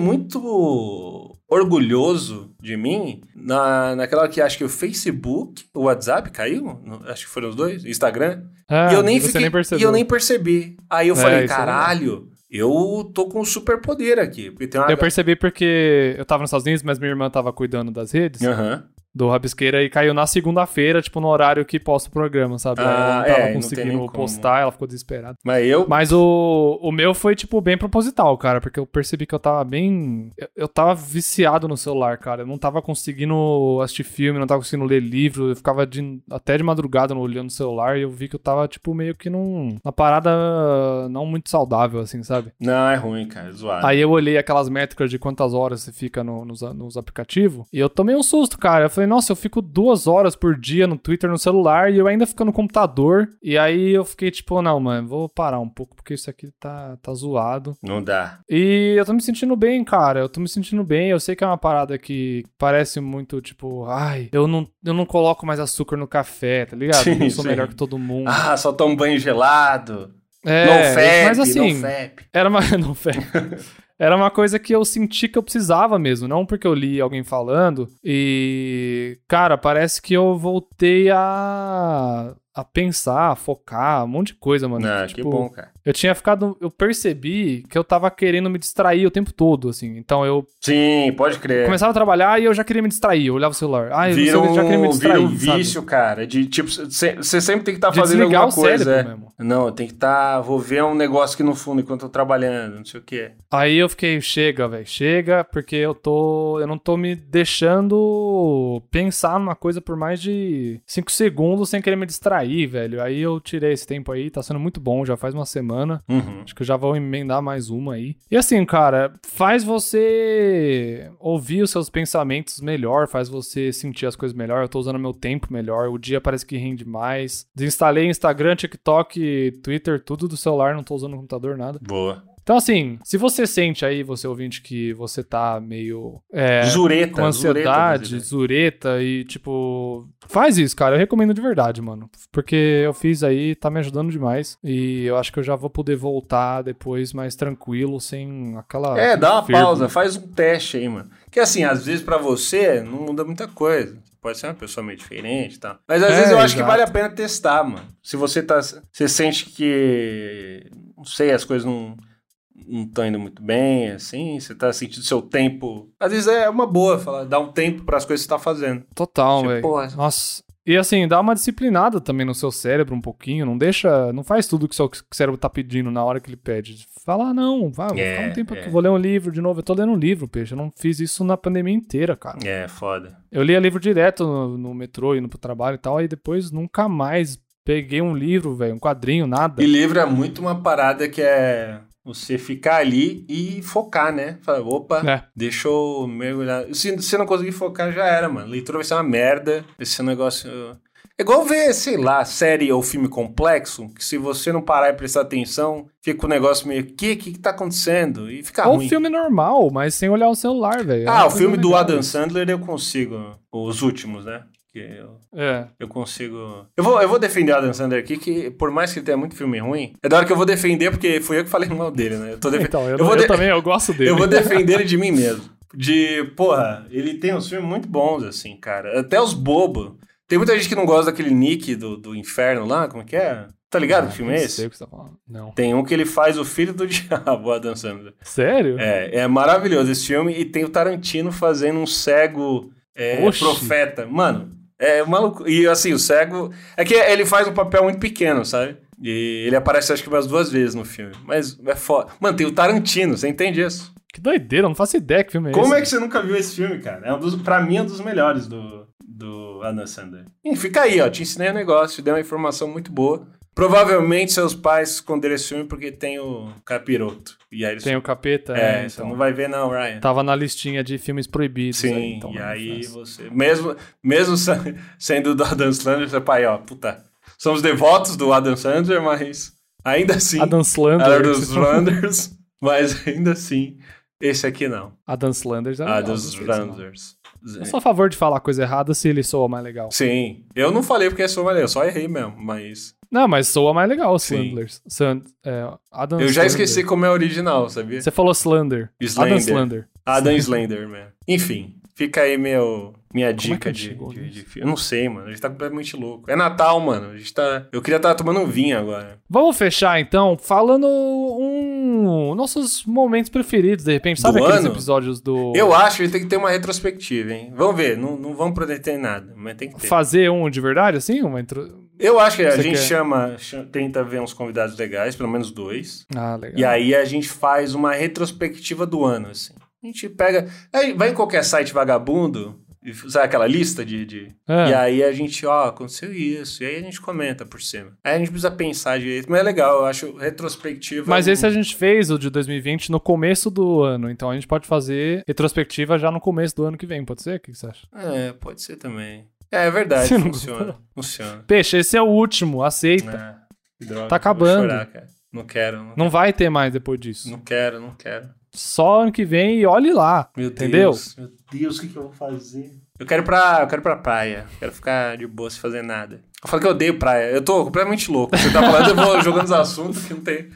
Speaker 2: muito orgulhoso de mim na, naquela hora que acho que o Facebook, o WhatsApp caiu, no- acho que foram os dois, Instagram.
Speaker 1: Ah,
Speaker 2: e eu nem
Speaker 1: você
Speaker 2: fiquei,
Speaker 1: nem percebeu.
Speaker 2: e eu nem percebi. Aí eu
Speaker 1: É,
Speaker 2: falei,
Speaker 1: isso é
Speaker 2: caralho, eu tô com um superpoder aqui. Porque tem uma.
Speaker 1: Eu percebi porque eu tava nos Estados Unidos, mas minha irmã tava cuidando das redes
Speaker 2: Aham.
Speaker 1: do Rabisqueira e caiu na segunda-feira, tipo, no horário que posta o programa, sabe?
Speaker 2: Ah,
Speaker 1: ela não
Speaker 2: é, não
Speaker 1: tava
Speaker 2: tem nem
Speaker 1: conseguindo
Speaker 2: como.
Speaker 1: postar, ela ficou desesperada.
Speaker 2: Mas eu.
Speaker 1: Mas o, o meu foi, tipo, bem proposital, cara, porque eu percebi que eu tava bem. Eu, eu tava viciado no celular, cara. Eu não tava conseguindo assistir filme, não tava conseguindo ler livro. Eu ficava de- até de madrugada olhando o celular e eu vi que eu tava, tipo, meio que num, uma parada não muito saudável, assim, sabe?
Speaker 2: Não, é ruim, cara, é zoado.
Speaker 1: Aí eu olhei aquelas métricas de quantas horas você fica no- nos, nos aplicativos e eu tomei um susto, cara. Eu falei, nossa, eu fico duas horas por dia no Twitter, no celular e eu ainda fico no computador. E aí eu fiquei tipo, não, mano, vou parar um pouco porque isso aqui tá, tá zoado.
Speaker 2: Não dá.
Speaker 1: E eu tô me sentindo bem, cara. Eu tô me sentindo bem. Eu sei que é uma parada que parece muito tipo, ai, eu não, eu não coloco mais açúcar no café, tá ligado?
Speaker 2: Sim,
Speaker 1: eu sou
Speaker 2: sim.
Speaker 1: melhor que todo mundo.
Speaker 2: Ah, só toma um banho gelado.
Speaker 1: Hum. é,
Speaker 2: não fap,
Speaker 1: mas assim,
Speaker 2: não fap.
Speaker 1: Era uma. <laughs> Não, pera. Era uma coisa que eu senti que eu precisava mesmo, não porque eu li alguém falando. E, cara, parece que eu voltei a, a pensar, a focar, um monte de coisa, mano.
Speaker 2: Ah, que
Speaker 1: Tipo,
Speaker 2: bom, cara.
Speaker 1: Eu tinha ficado. Eu percebi que eu tava querendo me distrair o tempo todo, assim. Então eu
Speaker 2: Sim, pode crer.
Speaker 1: começava a trabalhar e eu já queria me distrair. Eu olhava o celular. Ah, eu não sei,
Speaker 2: vira
Speaker 1: eu já queria me
Speaker 2: um,
Speaker 1: distrair.
Speaker 2: vira um
Speaker 1: sabe?
Speaker 2: vício, cara. De tipo, você sempre tem que estar
Speaker 1: De
Speaker 2: fazendo
Speaker 1: desligar
Speaker 2: alguma
Speaker 1: o cérebro
Speaker 2: coisa. é.
Speaker 1: mesmo.
Speaker 2: Não, tem que estar. vou ver um negócio aqui no fundo enquanto eu tô trabalhando, não sei o quê.
Speaker 1: Aí eu fiquei, chega, velho, chega, porque eu tô. Eu não tô me deixando pensar numa coisa por mais de 5 segundos sem querer me distrair, velho. Aí eu tirei esse tempo aí, tá sendo muito bom, já faz uma semana.
Speaker 2: Uhum.
Speaker 1: Acho que eu já vou emendar mais uma aí. E assim, cara, faz você ouvir os seus pensamentos melhor, faz você sentir as coisas melhor. Eu tô usando meu tempo melhor, o dia parece que rende mais. Desinstalei Instagram, TikTok, Twitter, tudo do celular, não tô usando o computador, nada.
Speaker 2: Boa.
Speaker 1: Então, assim, se você sente aí, você ouvinte, que você tá meio. É,
Speaker 2: zureta,
Speaker 1: com ansiedade,
Speaker 2: zureta.
Speaker 1: zureta e tipo. Faz isso, cara. Eu recomendo de verdade, mano. Porque eu fiz aí, tá me ajudando demais. E eu acho que eu já vou poder voltar depois mais tranquilo, sem aquela.
Speaker 2: É, dá uma
Speaker 1: firma.
Speaker 2: pausa, faz um teste aí, mano. Que assim, às vezes pra você não muda muita coisa. Você Pode ser uma pessoa meio diferente e tal. Mas às
Speaker 1: É,
Speaker 2: vezes eu acho que
Speaker 1: exato.
Speaker 2: vale a pena testar, mano. Se você tá. Você sente que. Não sei, as coisas não. Não estão indo muito bem, assim. Você tá sentindo seu tempo. Às vezes é uma boa falar, dar um tempo pras coisas que você tá fazendo.
Speaker 1: Total,
Speaker 2: Tipo,
Speaker 1: velho.
Speaker 2: porra.
Speaker 1: Nossa. E assim, dá uma disciplinada também no seu cérebro um pouquinho. Não deixa. Não faz tudo que o seu cérebro tá pedindo na hora que ele pede. Fala, ah, não, vai, vou
Speaker 2: É,
Speaker 1: ficar um tempo aqui,
Speaker 2: é.
Speaker 1: vou ler um livro de novo. Eu tô lendo um livro, peixe. Eu não fiz isso na pandemia inteira, cara.
Speaker 2: É, foda.
Speaker 1: Eu lia livro direto no, no metrô, indo pro trabalho e tal, aí depois nunca mais peguei um livro, velho, um quadrinho, nada.
Speaker 2: E livro é muito uma parada que é você ficar ali e focar, né? Fala, opa,
Speaker 1: É.
Speaker 2: deixa eu mergulhar. Se se não conseguir focar, já era, mano. Leitura vai ser uma merda. Esse negócio. É igual ver, sei lá, série ou filme complexo, que se você não parar e prestar atenção, fica o negócio meio. O que, que, que tá acontecendo? E fica
Speaker 1: Ou
Speaker 2: tá ruim.
Speaker 1: filme normal, mas sem olhar o celular, velho. É
Speaker 2: ah,
Speaker 1: uma
Speaker 2: o filme
Speaker 1: coisa
Speaker 2: do
Speaker 1: legal
Speaker 2: Adam
Speaker 1: isso.
Speaker 2: Sandler eu consigo. Os últimos, né? Que eu-
Speaker 1: É.
Speaker 2: eu consigo. Eu vou, eu vou defender o Adam Sandler aqui, que por mais que ele tenha muito filme ruim, é da hora que eu vou defender, porque fui eu que falei mal dele, né? Eu, tô defen-
Speaker 1: Então, eu,
Speaker 2: vou
Speaker 1: eu
Speaker 2: de-
Speaker 1: também, eu gosto
Speaker 2: <laughs>
Speaker 1: dele.
Speaker 2: eu vou defender ele de mim mesmo. De, porra, ele tem uns filmes muito bons, assim, cara. Até os bobos. Tem muita gente que não gosta daquele Nick do, do inferno lá, como que é? Tá ligado
Speaker 1: Ah,
Speaker 2: que filme
Speaker 1: não
Speaker 2: é
Speaker 1: sei
Speaker 2: esse?
Speaker 1: o que você tá falando. Não.
Speaker 2: Tem um que ele faz o filho do <laughs> diabo, o Adam Sandler.
Speaker 1: Sério?
Speaker 2: É, é maravilhoso esse filme e tem o Tarantino fazendo um cego é,
Speaker 1: Oxi.
Speaker 2: profeta. Mano, é maluco. E assim, o cego. É que ele faz um papel muito pequeno, sabe? E ele aparece acho que umas duas vezes no filme. Mas é foda. Mano, tem o Tarantino, você entende isso?
Speaker 1: Que doideira, eu não faço ideia que filme é esse.
Speaker 2: Como é que você nunca viu esse filme, cara? É um dos, pra mim, é um dos melhores do, do Adam Sandler. Enfim, fica aí, ó. Te ensinei um negócio, te dei uma informação muito boa. Provavelmente seus pais esconderam esse filme porque tem o capiroto. E aí eles
Speaker 1: Tem o capeta,
Speaker 2: é,
Speaker 1: é,
Speaker 2: você
Speaker 1: então.
Speaker 2: não vai ver, não, Ryan.
Speaker 1: Tava na listinha de filmes proibidos.
Speaker 2: Sim,
Speaker 1: aí, então,
Speaker 2: e
Speaker 1: né,
Speaker 2: aí
Speaker 1: mas-
Speaker 2: você. Mesmo, mesmo sa- <laughs> sendo do Adam Sandler, você pai, ó, puta. Somos devotos do Adam Sandler, mas ainda assim.
Speaker 1: Adam Sandler. tá
Speaker 2: Adam Sanders, <laughs> mas ainda assim. Esse aqui não.
Speaker 1: <laughs> Adam Sandler. é legal,
Speaker 2: Ah, Adam
Speaker 1: não sei se não.
Speaker 2: Sanders.
Speaker 1: Eu sou a favor de falar coisa errada se ele soa mais legal.
Speaker 2: Sim. Eu não falei porque é sua maneira, eu só errei mesmo, mas.
Speaker 1: Não, mas soa mais legal,
Speaker 2: Sim.
Speaker 1: Sandler. Sand, é, Adam
Speaker 2: Eu já
Speaker 1: Sandler.
Speaker 2: esqueci como é original, sabia?
Speaker 1: Você falou Slander.
Speaker 2: Slender.
Speaker 1: Adam Slander.
Speaker 2: Adam Slender, man. Enfim, fica aí meu, minha
Speaker 1: é que
Speaker 2: dica
Speaker 1: a gente
Speaker 2: de,
Speaker 1: chegou
Speaker 2: de,
Speaker 1: nisso?
Speaker 2: de filme. Eu não sei, mano. A gente tá completamente louco. É Natal, mano. A gente tá. Eu queria estar tomando um vinho agora.
Speaker 1: Vamos fechar então falando um nossos momentos preferidos de repente, sabe
Speaker 2: Do
Speaker 1: aqueles
Speaker 2: ano?
Speaker 1: episódios do
Speaker 2: Eu acho que a gente tem que ter uma retrospectiva, hein? Vamos ver. Não, não vamos prometer nada, mas tem que ter.
Speaker 1: fazer um de verdade assim, uma intro...
Speaker 2: Eu acho que a
Speaker 1: Você
Speaker 2: gente
Speaker 1: quer?
Speaker 2: chama, cha- tenta ver uns convidados legais, pelo menos dois.
Speaker 1: Ah, legal.
Speaker 2: E aí a gente faz uma retrospectiva do ano, assim. A gente pega. Aí vai em qualquer site vagabundo, e f- sabe aquela lista de- de,
Speaker 1: Ah,
Speaker 2: E aí a gente, ó, aconteceu isso. E aí a gente comenta por cima. Aí a gente precisa pensar direito. Mas é legal, eu acho retrospectiva.
Speaker 1: Mas
Speaker 2: um-
Speaker 1: esse é a gente fez o de 2020 no começo do ano, então a gente pode fazer retrospectiva já no começo do ano que vem, pode ser? O que que você acha?
Speaker 2: É, pode ser também. É, é verdade,
Speaker 1: Você não
Speaker 2: funciona.
Speaker 1: gostou?
Speaker 2: Funciona.
Speaker 1: Peixe, esse é o último, aceita.
Speaker 2: Ah, que droga.
Speaker 1: Tá
Speaker 2: vou
Speaker 1: acabando.
Speaker 2: chorar, cara. Não quero, não,
Speaker 1: Não vai ter mais depois disso.
Speaker 2: não quero, não quero.
Speaker 1: Só ano que vem e olhe lá.
Speaker 2: Meu
Speaker 1: Entendeu?
Speaker 2: Deus. Meu Deus, o que, que eu vou fazer? Eu quero ir pra, eu quero ir pra praia. Quero ficar de boa sem fazer nada. Eu falo que eu odeio praia. Eu tô completamente louco. Você tá falando, eu vou jogando os assuntos que não <laughs> tem.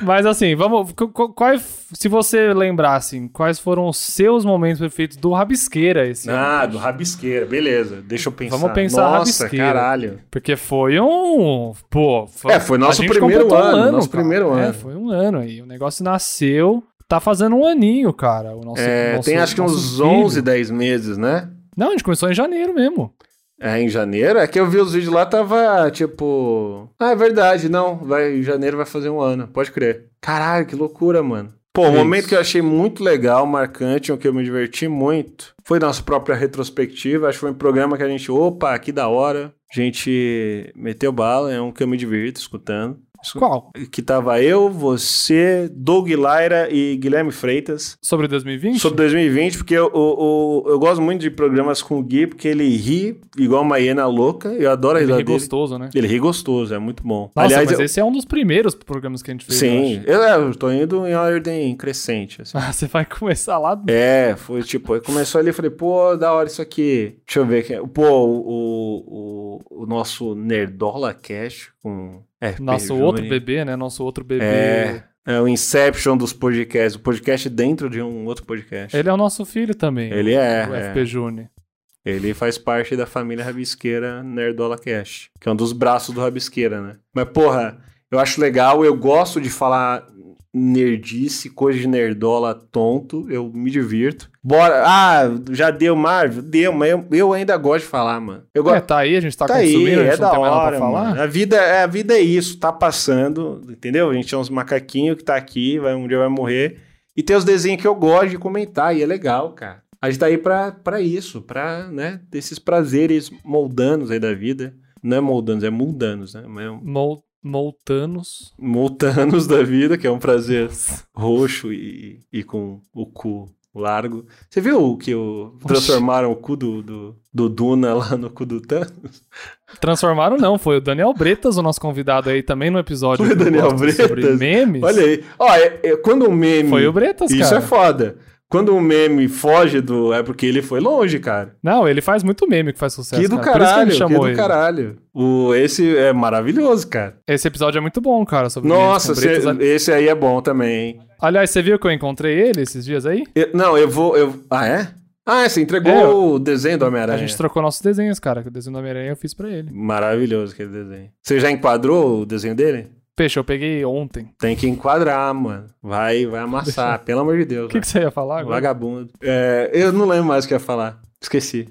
Speaker 1: Mas assim, vamos. qu- qu- Quais, se você lembrar, assim, quais foram os seus momentos perfeitos do Rabisqueira esse ano?
Speaker 2: Ah, do rabisqueira, beleza. Deixa eu pensar.
Speaker 1: Vamos pensar
Speaker 2: Nossa,
Speaker 1: rabisqueira.
Speaker 2: caralho.
Speaker 1: Porque foi um. Pô, foi,
Speaker 2: É, foi nosso
Speaker 1: a gente
Speaker 2: primeiro
Speaker 1: completou
Speaker 2: ano, nosso
Speaker 1: cara.
Speaker 2: primeiro
Speaker 1: É,
Speaker 2: ano.
Speaker 1: foi um ano aí. O negócio nasceu. Tá fazendo um aninho, cara. O nosso,
Speaker 2: É,
Speaker 1: nosso-
Speaker 2: tem acho que
Speaker 1: nosso
Speaker 2: uns
Speaker 1: filho.
Speaker 2: 11, 10 meses, né?
Speaker 1: Não, a gente começou em janeiro mesmo.
Speaker 2: É, em janeiro. É que eu vi os vídeos lá, tava tipo. Ah, é verdade, não. Vai, em janeiro vai fazer um ano, pode crer. Caralho, que loucura, mano. Pô, o
Speaker 1: Isso.
Speaker 2: momento que eu achei muito legal, marcante, o que eu me diverti muito, foi nossa própria retrospectiva. Acho que foi um programa que a gente, opa, que da hora. A gente meteu bala, é um que eu me divirto escutando.
Speaker 1: Qual?
Speaker 2: Que tava eu, você, Doug Laira e Guilherme Freitas.
Speaker 1: Sobre 2020?
Speaker 2: Sobre 2020, porque eu, eu, eu- eu gosto muito de programas com o Gui, porque ele ri igual uma hiena louca. Eu adoro a
Speaker 1: Ele
Speaker 2: risada
Speaker 1: ri
Speaker 2: dele.
Speaker 1: gostoso, né?
Speaker 2: Ele ri gostoso, é muito bom.
Speaker 1: Nossa,
Speaker 2: Aliás,
Speaker 1: mas
Speaker 2: eu-
Speaker 1: esse é um dos primeiros programas que a gente fez.
Speaker 2: sim,
Speaker 1: eu acho. <laughs>
Speaker 2: eu, eu tô indo em ordem crescente. assim.
Speaker 1: Ah, você vai começar lá. do-
Speaker 2: É, foi tipo, aí começou ali, eu falei, pô, da hora isso aqui. Deixa eu ver aqui. Pô, o, o, o nosso Nerdola Cash com. RP
Speaker 1: Nosso
Speaker 2: Júnior.
Speaker 1: outro bebê, né? Nosso outro bebê.
Speaker 2: É, é o Inception dos podcasts. O podcast dentro de um outro podcast.
Speaker 1: Ele é o nosso filho também.
Speaker 2: Ele é,
Speaker 1: O
Speaker 2: é.
Speaker 1: FP Juni.
Speaker 2: Ele faz parte da família Rabisqueira Nerdola Cash, que é um dos braços do Rabisqueira, né? Mas, porra, eu acho legal, eu gosto de falar nerdice, coisa de nerdola tonto, eu me divirto. Bora, ah, já deu, Marvel? Deu, mas eu, eu ainda gosto de falar, mano. Eu gosto.
Speaker 1: É, tá aí, a gente tá,
Speaker 2: Tá aí,
Speaker 1: consumindo, a gente
Speaker 2: é
Speaker 1: não
Speaker 2: da
Speaker 1: tem mais nada
Speaker 2: hora,
Speaker 1: pra falar.
Speaker 2: mano. A vida, é- a vida é isso, tá passando, entendeu? A gente é uns macaquinhos que tá aqui, vai, um dia vai morrer. E tem os desenhos que eu gosto de comentar, e é legal, cara. A gente tá aí pra, pra isso, pra, né, ter esses prazeres moldanos aí da vida. Não é moldanos, é muldanos, né? Mas é um-
Speaker 1: Mol- Moltanos.
Speaker 2: Moltanos da vida, que é um prazer roxo e, e com o cu largo. Você viu o que o,
Speaker 1: Oxi.
Speaker 2: transformaram o cu do, do, do Duna lá no cu do Thanos?
Speaker 1: Transformaram não, foi o Daniel Bretas, o nosso convidado aí também no episódio.
Speaker 2: Foi o
Speaker 1: que eu
Speaker 2: Daniel
Speaker 1: gosto Sobre
Speaker 2: Bretas?
Speaker 1: memes.
Speaker 2: Olha aí. Ó, é- é- quando um meme.
Speaker 1: Foi o Bretas,
Speaker 2: Isso
Speaker 1: cara.
Speaker 2: é foda. Quando um meme foge do. É porque ele foi longe, cara.
Speaker 1: Não, ele faz muito meme que faz sucesso.
Speaker 2: que do
Speaker 1: cara.
Speaker 2: caralho, que,
Speaker 1: Por isso que ele chamou
Speaker 2: do
Speaker 1: ele.
Speaker 2: caralho. O, esse é maravilhoso, cara.
Speaker 1: Esse episódio é muito bom, cara. Sobre memes com
Speaker 2: Nossa, cê-
Speaker 1: Bretas.
Speaker 2: esse aí é bom também. hein?
Speaker 1: Aliás, você viu que eu encontrei ele esses dias aí?
Speaker 2: Eu- não, eu vou. Eu, ah, é? Ah, você entregou
Speaker 1: É, eu-
Speaker 2: o desenho do
Speaker 1: A
Speaker 2: Homem-Aranha.
Speaker 1: gente trocou nossos desenhos, cara. Que o desenho do Homem-Aranha eu fiz pra ele.
Speaker 2: Maravilhoso aquele desenho. Você já enquadrou o desenho dele?
Speaker 1: Peixe, eu peguei ontem.
Speaker 2: Tem que enquadrar, mano. Vai, vai amassar, pelo amor de Deus.
Speaker 1: O que, que você ia falar agora?
Speaker 2: Vagabundo. É, eu não lembro mais o que eu ia falar. Esqueci.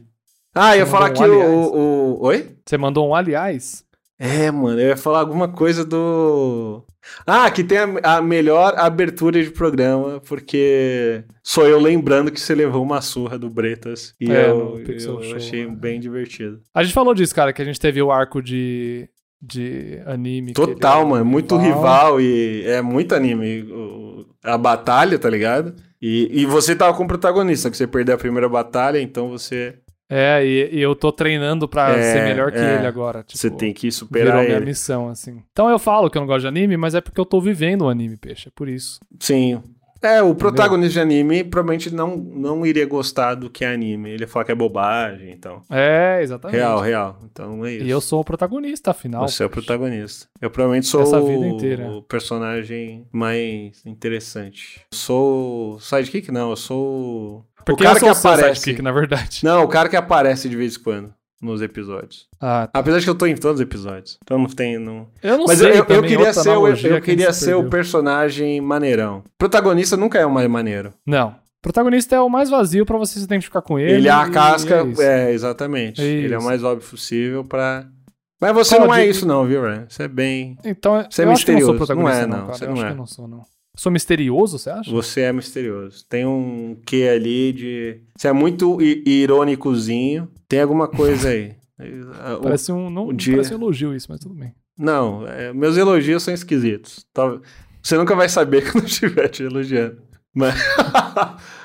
Speaker 2: Ah, eu ia
Speaker 1: Você
Speaker 2: falar que
Speaker 1: mandou um
Speaker 2: o,
Speaker 1: aliás.
Speaker 2: o- o- Oi?
Speaker 1: Você mandou um aliás?
Speaker 2: É, mano, eu ia falar alguma coisa do. Ah, que tem a, a melhor abertura de programa, porque sou eu lembrando que você levou uma surra do Bretas. E
Speaker 1: É,
Speaker 2: eu,
Speaker 1: no Pixel
Speaker 2: eu
Speaker 1: Show,
Speaker 2: achei
Speaker 1: né?
Speaker 2: bem divertido.
Speaker 1: A gente falou disso, cara, que a gente teve o arco de, de anime. que ele
Speaker 2: Total,
Speaker 1: era
Speaker 2: mano. é Muito rival e é muito anime. o- A batalha, tá ligado? E, e você tava com o protagonista, que você perdeu a primeira batalha, então você,
Speaker 1: É, e, e eu tô treinando pra
Speaker 2: É,
Speaker 1: ser melhor que
Speaker 2: é.
Speaker 1: ele agora. Tipo,
Speaker 2: você tem que
Speaker 1: virou
Speaker 2: superar
Speaker 1: minha
Speaker 2: ele.
Speaker 1: missão, assim. Então eu falo que eu não gosto de anime, mas é porque eu tô vivendo o anime, peixe. É por isso.
Speaker 2: Sim. É, o protagonista de anime provavelmente não, não iria gostar do que é anime. Ele ia falar que é bobagem, então.
Speaker 1: É, exatamente.
Speaker 2: Real, real. Então é isso.
Speaker 1: E eu sou o protagonista, afinal.
Speaker 2: Você é o protagonista. Eu provavelmente sou
Speaker 1: Essa
Speaker 2: o,
Speaker 1: vida inteira.
Speaker 2: o personagem mais interessante. Eu sou o sidekick? Não, eu sou o- o
Speaker 1: Porque
Speaker 2: cara
Speaker 1: eu sou
Speaker 2: que
Speaker 1: o seu
Speaker 2: aparece.
Speaker 1: sidekick, na verdade.
Speaker 2: Não, o cara que aparece de vez em quando nos episódios.
Speaker 1: <laughs> Ah,
Speaker 2: Apesar de que eu tô em todos os episódios. Então não tem. Não...
Speaker 1: eu não
Speaker 2: Mas eu,
Speaker 1: sei.
Speaker 2: eu- eu
Speaker 1: também,
Speaker 2: queria
Speaker 1: outra
Speaker 2: ser, o, eu
Speaker 1: analogia que a gente
Speaker 2: queria
Speaker 1: se
Speaker 2: ser o
Speaker 1: perdeu.
Speaker 2: personagem maneirão. Protagonista nunca é o mais maneiro.
Speaker 1: Não. O protagonista é o mais vazio pra você se identificar com ele.
Speaker 2: Ele, é a
Speaker 1: e
Speaker 2: casca.
Speaker 1: é isso.
Speaker 2: É, exatamente.
Speaker 1: É
Speaker 2: Ele é o
Speaker 1: isso.
Speaker 2: mais óbvio possível pra. Mas você
Speaker 1: Qual
Speaker 2: não é
Speaker 1: de-
Speaker 2: isso, não, viu, Ryan? Você é bem.
Speaker 1: Então,
Speaker 2: Você é
Speaker 1: eu acho que eu não sou
Speaker 2: misterioso.
Speaker 1: protagonista,
Speaker 2: Não é,
Speaker 1: não,
Speaker 2: não.
Speaker 1: cara.
Speaker 2: Você
Speaker 1: Eu
Speaker 2: não
Speaker 1: acho
Speaker 2: é.
Speaker 1: que eu não sou, não. Sou misterioso, você acha?
Speaker 2: Você é misterioso. Tem um quê ali de. Você é muito i- irônicozinho. Tem alguma coisa
Speaker 1: <laughs>
Speaker 2: aí. O-
Speaker 1: Parece um. Não,
Speaker 2: o dia-
Speaker 1: parece um elogio isso, mas tudo bem.
Speaker 2: Não, é, meus elogios são esquisitos. Tal- Você nunca vai saber <laughs> quando eu estiver te elogiando. Mas...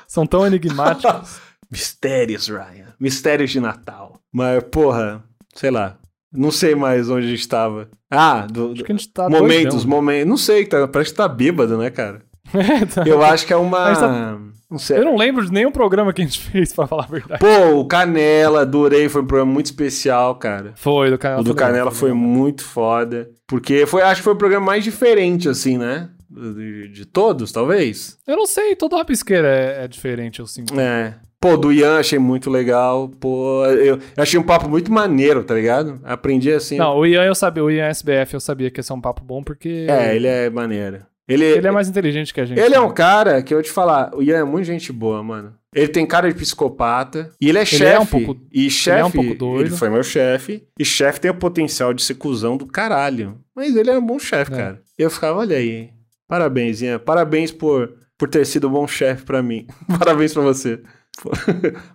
Speaker 1: São tão <laughs> enigmáticos.
Speaker 2: Mistérios, Ryan. Mistérios de Natal. Mas, porra, sei lá. Não sei mais onde a gente estava. Ah, do,
Speaker 1: acho
Speaker 2: do-
Speaker 1: que a gente tá.
Speaker 2: momentos,
Speaker 1: doidão.
Speaker 2: momentos. Não sei, tá, parece que tá bêbado, né, cara?
Speaker 1: <laughs> É, tá.
Speaker 2: Eu acho que é uma.
Speaker 1: Mas tá-
Speaker 2: Não sei.
Speaker 1: Eu não lembro de nenhum programa que a gente <laughs> fez, pra falar a verdade.
Speaker 2: Pô, o Canela, adorei, foi um programa muito especial, cara.
Speaker 1: Foi, do Canela.
Speaker 2: O do
Speaker 1: também,
Speaker 2: Canela foi um- muito foda. Porque foi, acho que foi o programa mais diferente, assim, né? De, de todos, talvez.
Speaker 1: Eu não sei, todo rabisqueira é, é diferente, eu sinto.
Speaker 2: É. Pô, do Ian achei muito legal. Pô, eu eu achei um papo muito maneiro, tá ligado? Aprendi assim.
Speaker 1: Não, o Ian eu sabia, o Ian SBF eu sabia que ia ser um papo bom, porque
Speaker 2: É, ele é maneiro. Ele,
Speaker 1: ele é mais inteligente que a gente. né?
Speaker 2: ele é um cara que eu vou te falar, o Ian é muito gente boa, mano. Ele tem cara de psicopata. E ele é chefe.
Speaker 1: é um pouco-
Speaker 2: e chefe.
Speaker 1: é um pouco doido.
Speaker 2: Ele foi meu chefe. E chefe tem o potencial de ser cuzão do caralho. Mas ele é um bom chefe,
Speaker 1: É.
Speaker 2: cara. Eu ficava, olha aí. hein? Parabéns, Ian. Parabéns por, por <laughs> ter sido um bom chefe pra mim. Parabéns pra você. Pô,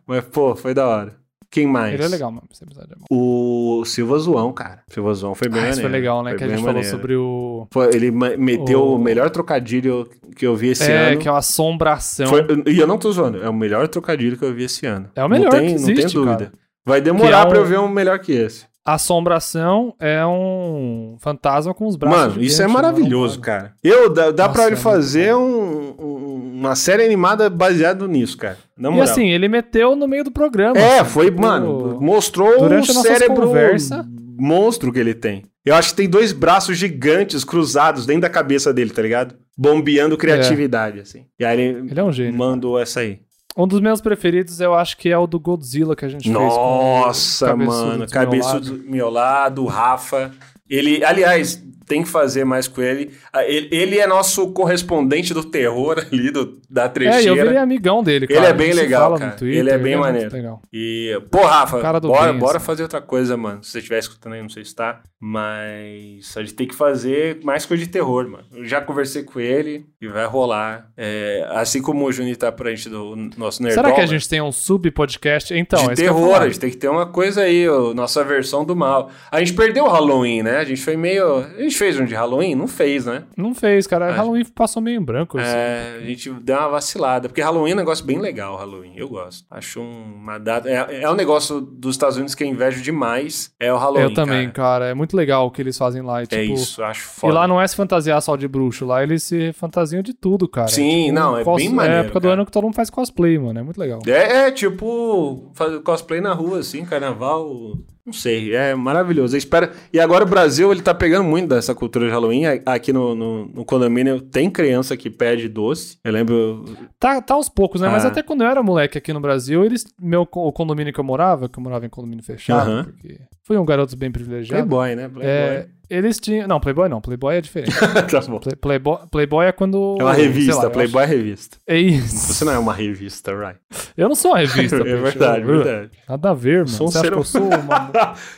Speaker 2: Mas, pô, foi da hora. Quem mais?
Speaker 1: Ele é legal, mano. Esse episódio é bom.
Speaker 2: O Silva Zoão, cara. Silva Zoão foi bem
Speaker 1: Ah,
Speaker 2: maneiro.
Speaker 1: isso foi legal, né? que a
Speaker 2: bem
Speaker 1: gente falou
Speaker 2: maneiro.
Speaker 1: sobre o.
Speaker 2: Foi- ele ma- meteu
Speaker 1: O-
Speaker 2: o melhor trocadilho que eu vi esse
Speaker 1: é,
Speaker 2: ano.
Speaker 1: que é uma assombração.
Speaker 2: Foi- e eu não tô zoando, é o melhor trocadilho que eu vi esse ano.
Speaker 1: É o melhor
Speaker 2: não tem,
Speaker 1: que
Speaker 2: não tem
Speaker 1: existe,
Speaker 2: dúvida.
Speaker 1: cara.
Speaker 2: Vai demorar
Speaker 1: Que é
Speaker 2: pra
Speaker 1: um-
Speaker 2: eu ver um melhor que esse.
Speaker 1: Assombração é um fantasma com os braços.
Speaker 2: Mano, isso é
Speaker 1: gigantes, né?
Speaker 2: maravilhoso,
Speaker 1: mano.
Speaker 2: cara. Eu, dá, dá
Speaker 1: Nossa,
Speaker 2: pra ele
Speaker 1: é muito
Speaker 2: fazer um- um- uma série animada baseada nisso, cara. Na
Speaker 1: E
Speaker 2: moral.
Speaker 1: assim, ele meteu no meio do programa.
Speaker 2: é,
Speaker 1: assim,
Speaker 2: foi,
Speaker 1: tipo,
Speaker 2: mano, mostrou
Speaker 1: durante
Speaker 2: o
Speaker 1: a nossa
Speaker 2: cérebro
Speaker 1: conversa-
Speaker 2: monstro que ele tem. Eu acho que tem dois braços gigantes cruzados dentro da cabeça dele, tá ligado? Bombeando criatividade, assim. E aí ele,
Speaker 1: É. Ele é um gênio.
Speaker 2: mandou essa aí.
Speaker 1: Um dos meus preferidos eu acho que é o do Godzilla que a gente fez. com o
Speaker 2: Nossa,
Speaker 1: Cabeçudo
Speaker 2: mano.
Speaker 1: do
Speaker 2: Cabeçudo do meu lado, o Rafa. Ele, aliás, tem que fazer mais com ele. Ah, Ele, ele é nosso correspondente do terror <laughs> ali, do, da
Speaker 1: É, eu
Speaker 2: trecheira.
Speaker 1: virei amigão dele,
Speaker 2: Ele
Speaker 1: cara.
Speaker 2: é bem
Speaker 1: A gente se
Speaker 2: legal,
Speaker 1: fala
Speaker 2: cara.
Speaker 1: no Twitter,
Speaker 2: Ele é bem maneiro.
Speaker 1: muito legal.
Speaker 2: E, pô, Rafa,
Speaker 1: Cara do
Speaker 2: bora,
Speaker 1: bem,
Speaker 2: bora
Speaker 1: assim.
Speaker 2: fazer outra coisa, mano. Se você estiver escutando aí, não sei se tá. Mas a gente tem que fazer mais coisa de terror, mano. Eu já conversei com ele e vai rolar. É, assim como o Juni tá pra gente do nosso Nerdola.
Speaker 1: Será que a gente tem um sub-podcast? Então, é
Speaker 2: de
Speaker 1: isso que eu ia
Speaker 2: terror,
Speaker 1: falar.
Speaker 2: a gente tem que ter uma coisa aí, ó, nossa versão do mal. A gente perdeu o Halloween, né? A gente foi meio. A gente fez um de Halloween? Não fez, né?
Speaker 1: Não fez, cara.
Speaker 2: Acho-
Speaker 1: Halloween passou meio em branco. assim.
Speaker 2: É, a gente deu uma vacilada, porque Halloween é um negócio bem legal, Halloween, eu gosto. Acho um- uma data. É, é um negócio dos Estados Unidos que eu invejo demais. É o Halloween.
Speaker 1: eu também,
Speaker 2: cara.
Speaker 1: cara. É muito legal o que eles fazem lá. E,
Speaker 2: É
Speaker 1: tipo,
Speaker 2: isso, acho
Speaker 1: E
Speaker 2: foda.
Speaker 1: lá não é se fantasiar só de bruxo, lá eles se fantasiam de tudo, cara.
Speaker 2: Sim, não, é bem
Speaker 1: É
Speaker 2: maneiro,
Speaker 1: a época do
Speaker 2: cara.
Speaker 1: ano que todo mundo faz cosplay, mano, é muito legal.
Speaker 2: É, é, tipo fazer cosplay na rua, assim, carnaval. Não sei, é maravilhoso. Eu espero- E agora o Brasil, ele tá pegando muito dessa cultura de Halloween. A- Aqui no, no- no condomínio tem criança que pede doce. Eu lembro.
Speaker 1: Tá, tá aos poucos, né? Mas
Speaker 2: Ah.
Speaker 1: até quando eu era moleque aqui no Brasil, eles meu co- o condomínio que eu morava, que eu morava em condomínio fechado,
Speaker 2: Aham.
Speaker 1: porque fui um garoto bem privilegiado.
Speaker 2: Playboy, né? Playboy. <laughs>
Speaker 1: É, eles tinham, não, Playboy não, Playboy é diferente.
Speaker 2: tá bom.
Speaker 1: Play- Playboy, Playboy é quando
Speaker 2: É uma
Speaker 1: sei lá,
Speaker 2: revista,
Speaker 1: eu acho-
Speaker 2: Playboy é revista.
Speaker 1: É isso.
Speaker 2: Você não é uma revista, right?
Speaker 1: Eu não sou uma revista,
Speaker 2: <laughs> É
Speaker 1: peixe.
Speaker 2: verdade,
Speaker 1: Eu-
Speaker 2: verdade. <laughs>
Speaker 1: Nada a ver, mano.
Speaker 2: Sou um
Speaker 1: Você acha
Speaker 2: ser
Speaker 1: que eu sou uma-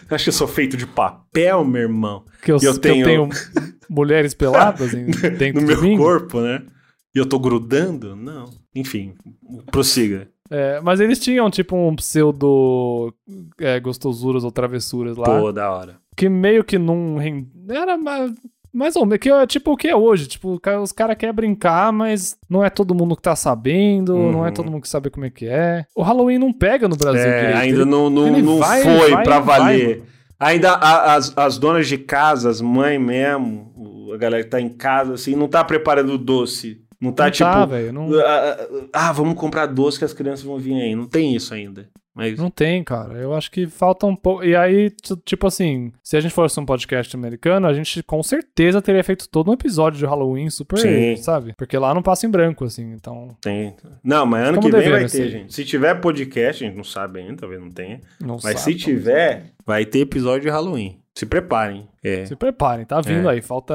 Speaker 2: Acho que eu sou feito de papel, meu irmão. <laughs>
Speaker 1: que eu,
Speaker 2: Eu
Speaker 1: que eu tenho...
Speaker 2: tenho-
Speaker 1: mulheres peladas em-
Speaker 2: <laughs> no
Speaker 1: dentro de
Speaker 2: meu
Speaker 1: mim?
Speaker 2: corpo, né? E eu tô grudando? Não. Enfim, prossiga.
Speaker 1: É, mas eles tinham tipo um pseudo é, gostosuras ou travessuras lá,
Speaker 2: Pô, da hora.
Speaker 1: que meio que não rend... era ma- mais ou menos, que é tipo o que é hoje, tipo, o ca- os caras querem brincar, mas não é todo mundo que tá sabendo,
Speaker 2: Uhum.
Speaker 1: não é todo mundo que sabe como é que é. O Halloween não pega no Brasil
Speaker 2: É,
Speaker 1: direito.
Speaker 2: ainda
Speaker 1: Ele-
Speaker 2: não, não,
Speaker 1: ele
Speaker 2: não
Speaker 1: vai,
Speaker 2: foi
Speaker 1: vai,
Speaker 2: pra
Speaker 1: vai,
Speaker 2: valer. ainda a- as, as donas de casa, as mães mesmo, o- a galera que tá em casa, assim, não tá preparando o doce. Não tá
Speaker 1: não
Speaker 2: tipo.
Speaker 1: tá, velho, não,
Speaker 2: ah, ah, ah, vamos comprar doce que as crianças vão vir aí. Não tem isso ainda. Mas.
Speaker 1: não tem, cara. Eu acho que falta um pouco. E aí, t- tipo assim, se a gente fosse um podcast americano, a gente com certeza teria feito todo um episódio de Halloween super,
Speaker 2: Sim.
Speaker 1: sabe? Porque lá não passa em branco, assim, então...
Speaker 2: Tem. Não, mas ano
Speaker 1: Como
Speaker 2: que vem
Speaker 1: devendo,
Speaker 2: vai ter,
Speaker 1: assim.
Speaker 2: gente. Se tiver podcast, a gente não sabe ainda, talvez não tenha.
Speaker 1: Não
Speaker 2: Mas
Speaker 1: sabe,
Speaker 2: se
Speaker 1: talvez.
Speaker 2: tiver, vai ter episódio de Halloween. Se preparem. É.
Speaker 1: Se preparem, tá vindo
Speaker 2: É.
Speaker 1: aí. Falta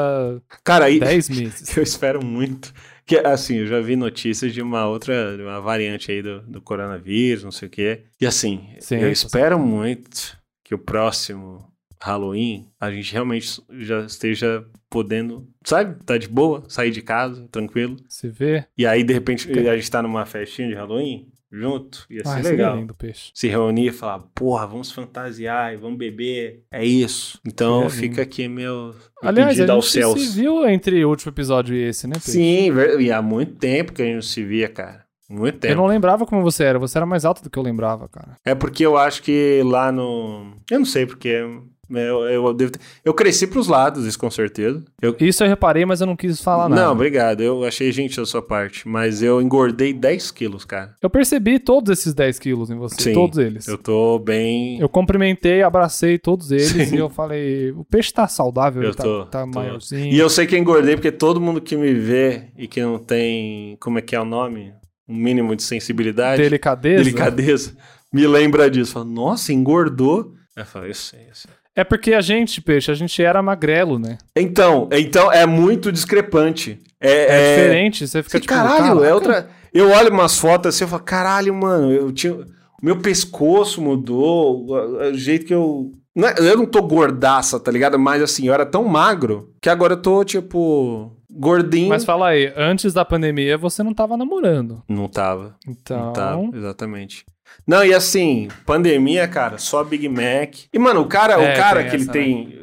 Speaker 2: Cara, aí. <laughs>
Speaker 1: 10 meses.
Speaker 2: Eu espero muito. Que, assim, eu já vi notícias de uma outra, de uma variante aí do, do coronavírus, não sei o quê. E assim,
Speaker 1: Sim,
Speaker 2: eu
Speaker 1: tá
Speaker 2: espero muito que o próximo Halloween a gente realmente já esteja podendo, sabe? Tá de boa, sair de casa, tranquilo.
Speaker 1: Você vê?
Speaker 2: E aí, de repente, a gente tá numa festinha de Halloween junto. Ia ser
Speaker 1: É. Ah, isso é
Speaker 2: legal.
Speaker 1: lindo, peixe.
Speaker 2: Se reunir e falar, porra, vamos fantasiar e vamos beber. É isso. Então
Speaker 1: Seria lindo.
Speaker 2: fica aqui meu
Speaker 1: Aliás,
Speaker 2: pedido
Speaker 1: a
Speaker 2: aos
Speaker 1: gente
Speaker 2: céus.
Speaker 1: se viu entre o último episódio e esse, né, peixe?
Speaker 2: Sim, ver- e há muito tempo que a gente não se via, cara. Muito
Speaker 1: Eu
Speaker 2: tempo.
Speaker 1: não lembrava como você era. Você era mais alto do que eu lembrava, cara.
Speaker 2: É porque eu acho que lá no. Eu não sei porque. Eu, eu, devo ter- eu cresci pros lados, isso com certeza. Eu...
Speaker 1: Isso eu reparei, mas eu não quis falar nada.
Speaker 2: Não, obrigado. Eu achei gentil da sua parte. Mas eu engordei 10 quilos, cara.
Speaker 1: Eu percebi todos esses 10 quilos em você.
Speaker 2: Sim,
Speaker 1: todos eles.
Speaker 2: Eu
Speaker 1: Eu...
Speaker 2: tô bem.
Speaker 1: cumprimentei, abracei todos eles
Speaker 2: Sim.
Speaker 1: e eu falei: o peixe tá saudável,
Speaker 2: Eu
Speaker 1: ele tá,
Speaker 2: tô,
Speaker 1: tá
Speaker 2: tô.
Speaker 1: maiorzinho.
Speaker 2: E eu sei que eu engordei porque todo mundo que me vê e que não tem. Como é que é o nome? Um mínimo de sensibilidade.
Speaker 1: Delicadeza. né?
Speaker 2: Delicadeza. Me lembra disso. Fala, nossa, engordou. Eu falo, eu sei, eu sei.
Speaker 1: É porque a gente, peixe, a gente era magrelo, né?
Speaker 2: Então, então é muito discrepante. É,
Speaker 1: É,
Speaker 2: é-
Speaker 1: diferente. Você fica
Speaker 2: Você,
Speaker 1: tipo.
Speaker 2: caralho, é
Speaker 1: "Caraca,
Speaker 2: outra. Eu olho umas fotos assim, eu falo, caralho, mano, eu tinha. o Meu pescoço mudou, o- o jeito que eu. não é- eu não tô gordaça, tá ligado? Mas assim, eu era tão magro que agora eu tô, tipo, gordinho.
Speaker 1: Mas fala aí, antes da pandemia você não tava namorando.
Speaker 2: Não tava.
Speaker 1: Então.
Speaker 2: Não tava, Tá, exatamente. Não, e assim, pandemia, cara, só Big Mac. E, mano, o cara,
Speaker 1: É,
Speaker 2: o cara
Speaker 1: tem
Speaker 2: que ele
Speaker 1: essa,
Speaker 2: tem.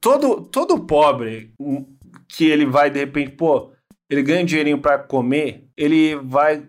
Speaker 2: Todo, todo pobre um, que ele vai, de repente, pô, ele ganha um dinheirinho pra comer, ele vai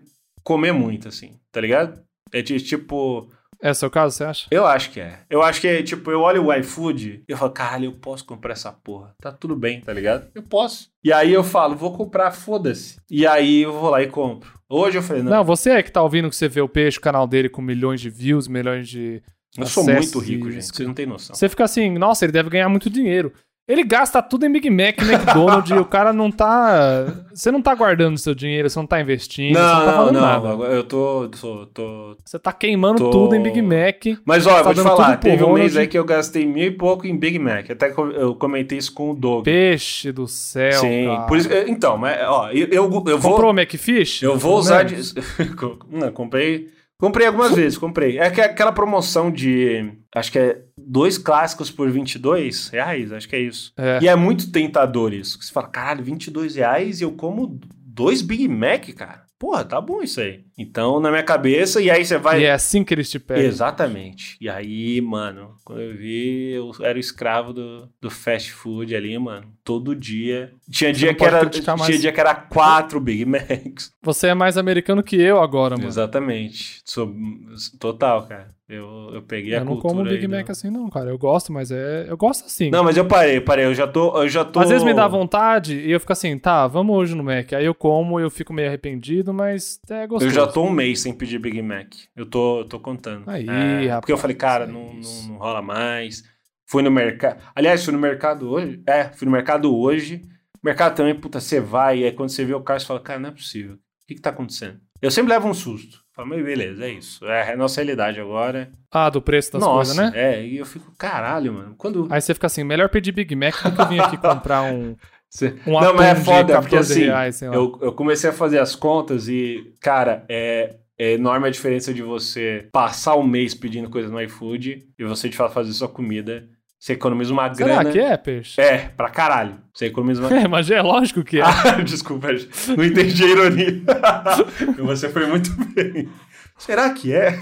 Speaker 2: comer muito, assim, tá ligado? É de, tipo.
Speaker 1: É seu caso, você acha?
Speaker 2: Eu acho que é. Eu acho que é, tipo, eu olho o iFood e eu falo, caralho, eu posso comprar essa porra. Tá tudo bem, tá ligado? Eu posso. E aí eu falo, vou comprar, foda-se. E aí eu vou lá e compro. Hoje eu falei, não,
Speaker 1: Não, você é que tá ouvindo que você vê o peixe, o canal dele com milhões de views, milhões de.
Speaker 2: eu sou
Speaker 1: acessos
Speaker 2: muito rico,
Speaker 1: e-
Speaker 2: gente. Vocês não têm noção.
Speaker 1: Você fica assim, nossa, ele deve ganhar muito dinheiro. Ele gasta tudo em Big Mac, McDonald's, <laughs> e o cara não tá. Você não tá guardando seu dinheiro, você não tá investindo, você não tá
Speaker 2: Não, não,
Speaker 1: falando
Speaker 2: não.
Speaker 1: nada.
Speaker 2: agora Eu tô, tô, tô.
Speaker 1: Você tá queimando
Speaker 2: Tô-
Speaker 1: tudo em Big Mac.
Speaker 2: Mas ó,
Speaker 1: Tá
Speaker 2: eu vou te
Speaker 1: dando
Speaker 2: falar,
Speaker 1: tudo pro
Speaker 2: teve um mês
Speaker 1: Ronald.
Speaker 2: aí que eu gastei mil e pouco em Big Mac. Até que eu- eu comentei isso com o Doug.
Speaker 1: Peixe do céu.
Speaker 2: Sim,
Speaker 1: cara.
Speaker 2: por isso. Então, mas ó, eu, eu, eu vou.
Speaker 1: Comprou o McFish?
Speaker 2: Eu vou
Speaker 1: Pelo
Speaker 2: usar
Speaker 1: menos.
Speaker 2: de... <laughs> Co- Não, comprei. Comprei algumas vezes, comprei. É que- aquela promoção de. Acho que é dois clássicos por 22 reais, acho que é isso.
Speaker 1: É.
Speaker 2: E é muito tentador isso. Você fala, caralho, 22 reais e eu como dois Big Mac, cara. Porra, tá bom isso aí. Então, na minha cabeça, e aí você vai.
Speaker 1: E é assim que eles te pegam.
Speaker 2: Exatamente. E aí, mano, quando eu vi, eu era o escravo do, do fast food ali, mano. Todo dia. Tinha,
Speaker 1: Você
Speaker 2: dia
Speaker 1: não
Speaker 2: que,
Speaker 1: pode
Speaker 2: era,
Speaker 1: criticar mais.
Speaker 2: tinha dia que era quatro Big Macs.
Speaker 1: Você é mais americano que eu agora, mano.
Speaker 2: Exatamente. Sou total, cara. Eu, eu peguei a
Speaker 1: Eu não
Speaker 2: é cultura.
Speaker 1: como Big
Speaker 2: aí,
Speaker 1: Mac
Speaker 2: do-
Speaker 1: assim, não, cara. Eu gosto, mas é. Eu gosto assim.
Speaker 2: Não, mas eu parei, parei. Eu já tô. Eu já tô...
Speaker 1: Às vezes me dá vontade e eu fico assim, tá, vamos hoje no Mac. Aí eu como e eu fico meio arrependido, mas é gostoso.
Speaker 2: Eu já tô um mês sem pedir Big Mac. Eu tô, eu tô contando. É,
Speaker 1: Aí,
Speaker 2: Porque eu falei, cara, não,
Speaker 1: rapaz,
Speaker 2: não,
Speaker 1: isso.
Speaker 2: não rola mais. Fui no mercado. Aliás, fui no mercado hoje. É, fui no mercado hoje. Mercado também, puta, você vai. E aí quando você vê o carro, você fala, cara, não é possível. O que que tá acontecendo? Eu sempre levo um susto. Falo, mas beleza, é isso. É a nossa realidade agora.
Speaker 1: Ah, do preço das
Speaker 2: Nossa,
Speaker 1: coisas, né?
Speaker 2: é. E eu fico, caralho, mano. Quando,
Speaker 1: Aí você fica assim, melhor pedir Big Mac do que eu
Speaker 2: <laughs>
Speaker 1: vim aqui comprar um,
Speaker 2: Cê-
Speaker 1: um
Speaker 2: Não,
Speaker 1: atum
Speaker 2: mas é
Speaker 1: de
Speaker 2: foda,
Speaker 1: 14
Speaker 2: porque assim,
Speaker 1: reais, sei lá.
Speaker 2: eu, eu comecei a fazer as contas e, cara, é, é enorme a diferença de você passar um mês pedindo coisa no iFood e você de fato fazer sua comida. Você economiza uma
Speaker 1: Será
Speaker 2: grana.
Speaker 1: que é, peixe?
Speaker 2: É, pra caralho. Você economiza uma. <laughs>
Speaker 1: É, <laughs> mas é lógico que é.
Speaker 2: ah, desculpa, não entendi a ironia. <laughs> você foi muito bem. Será que é?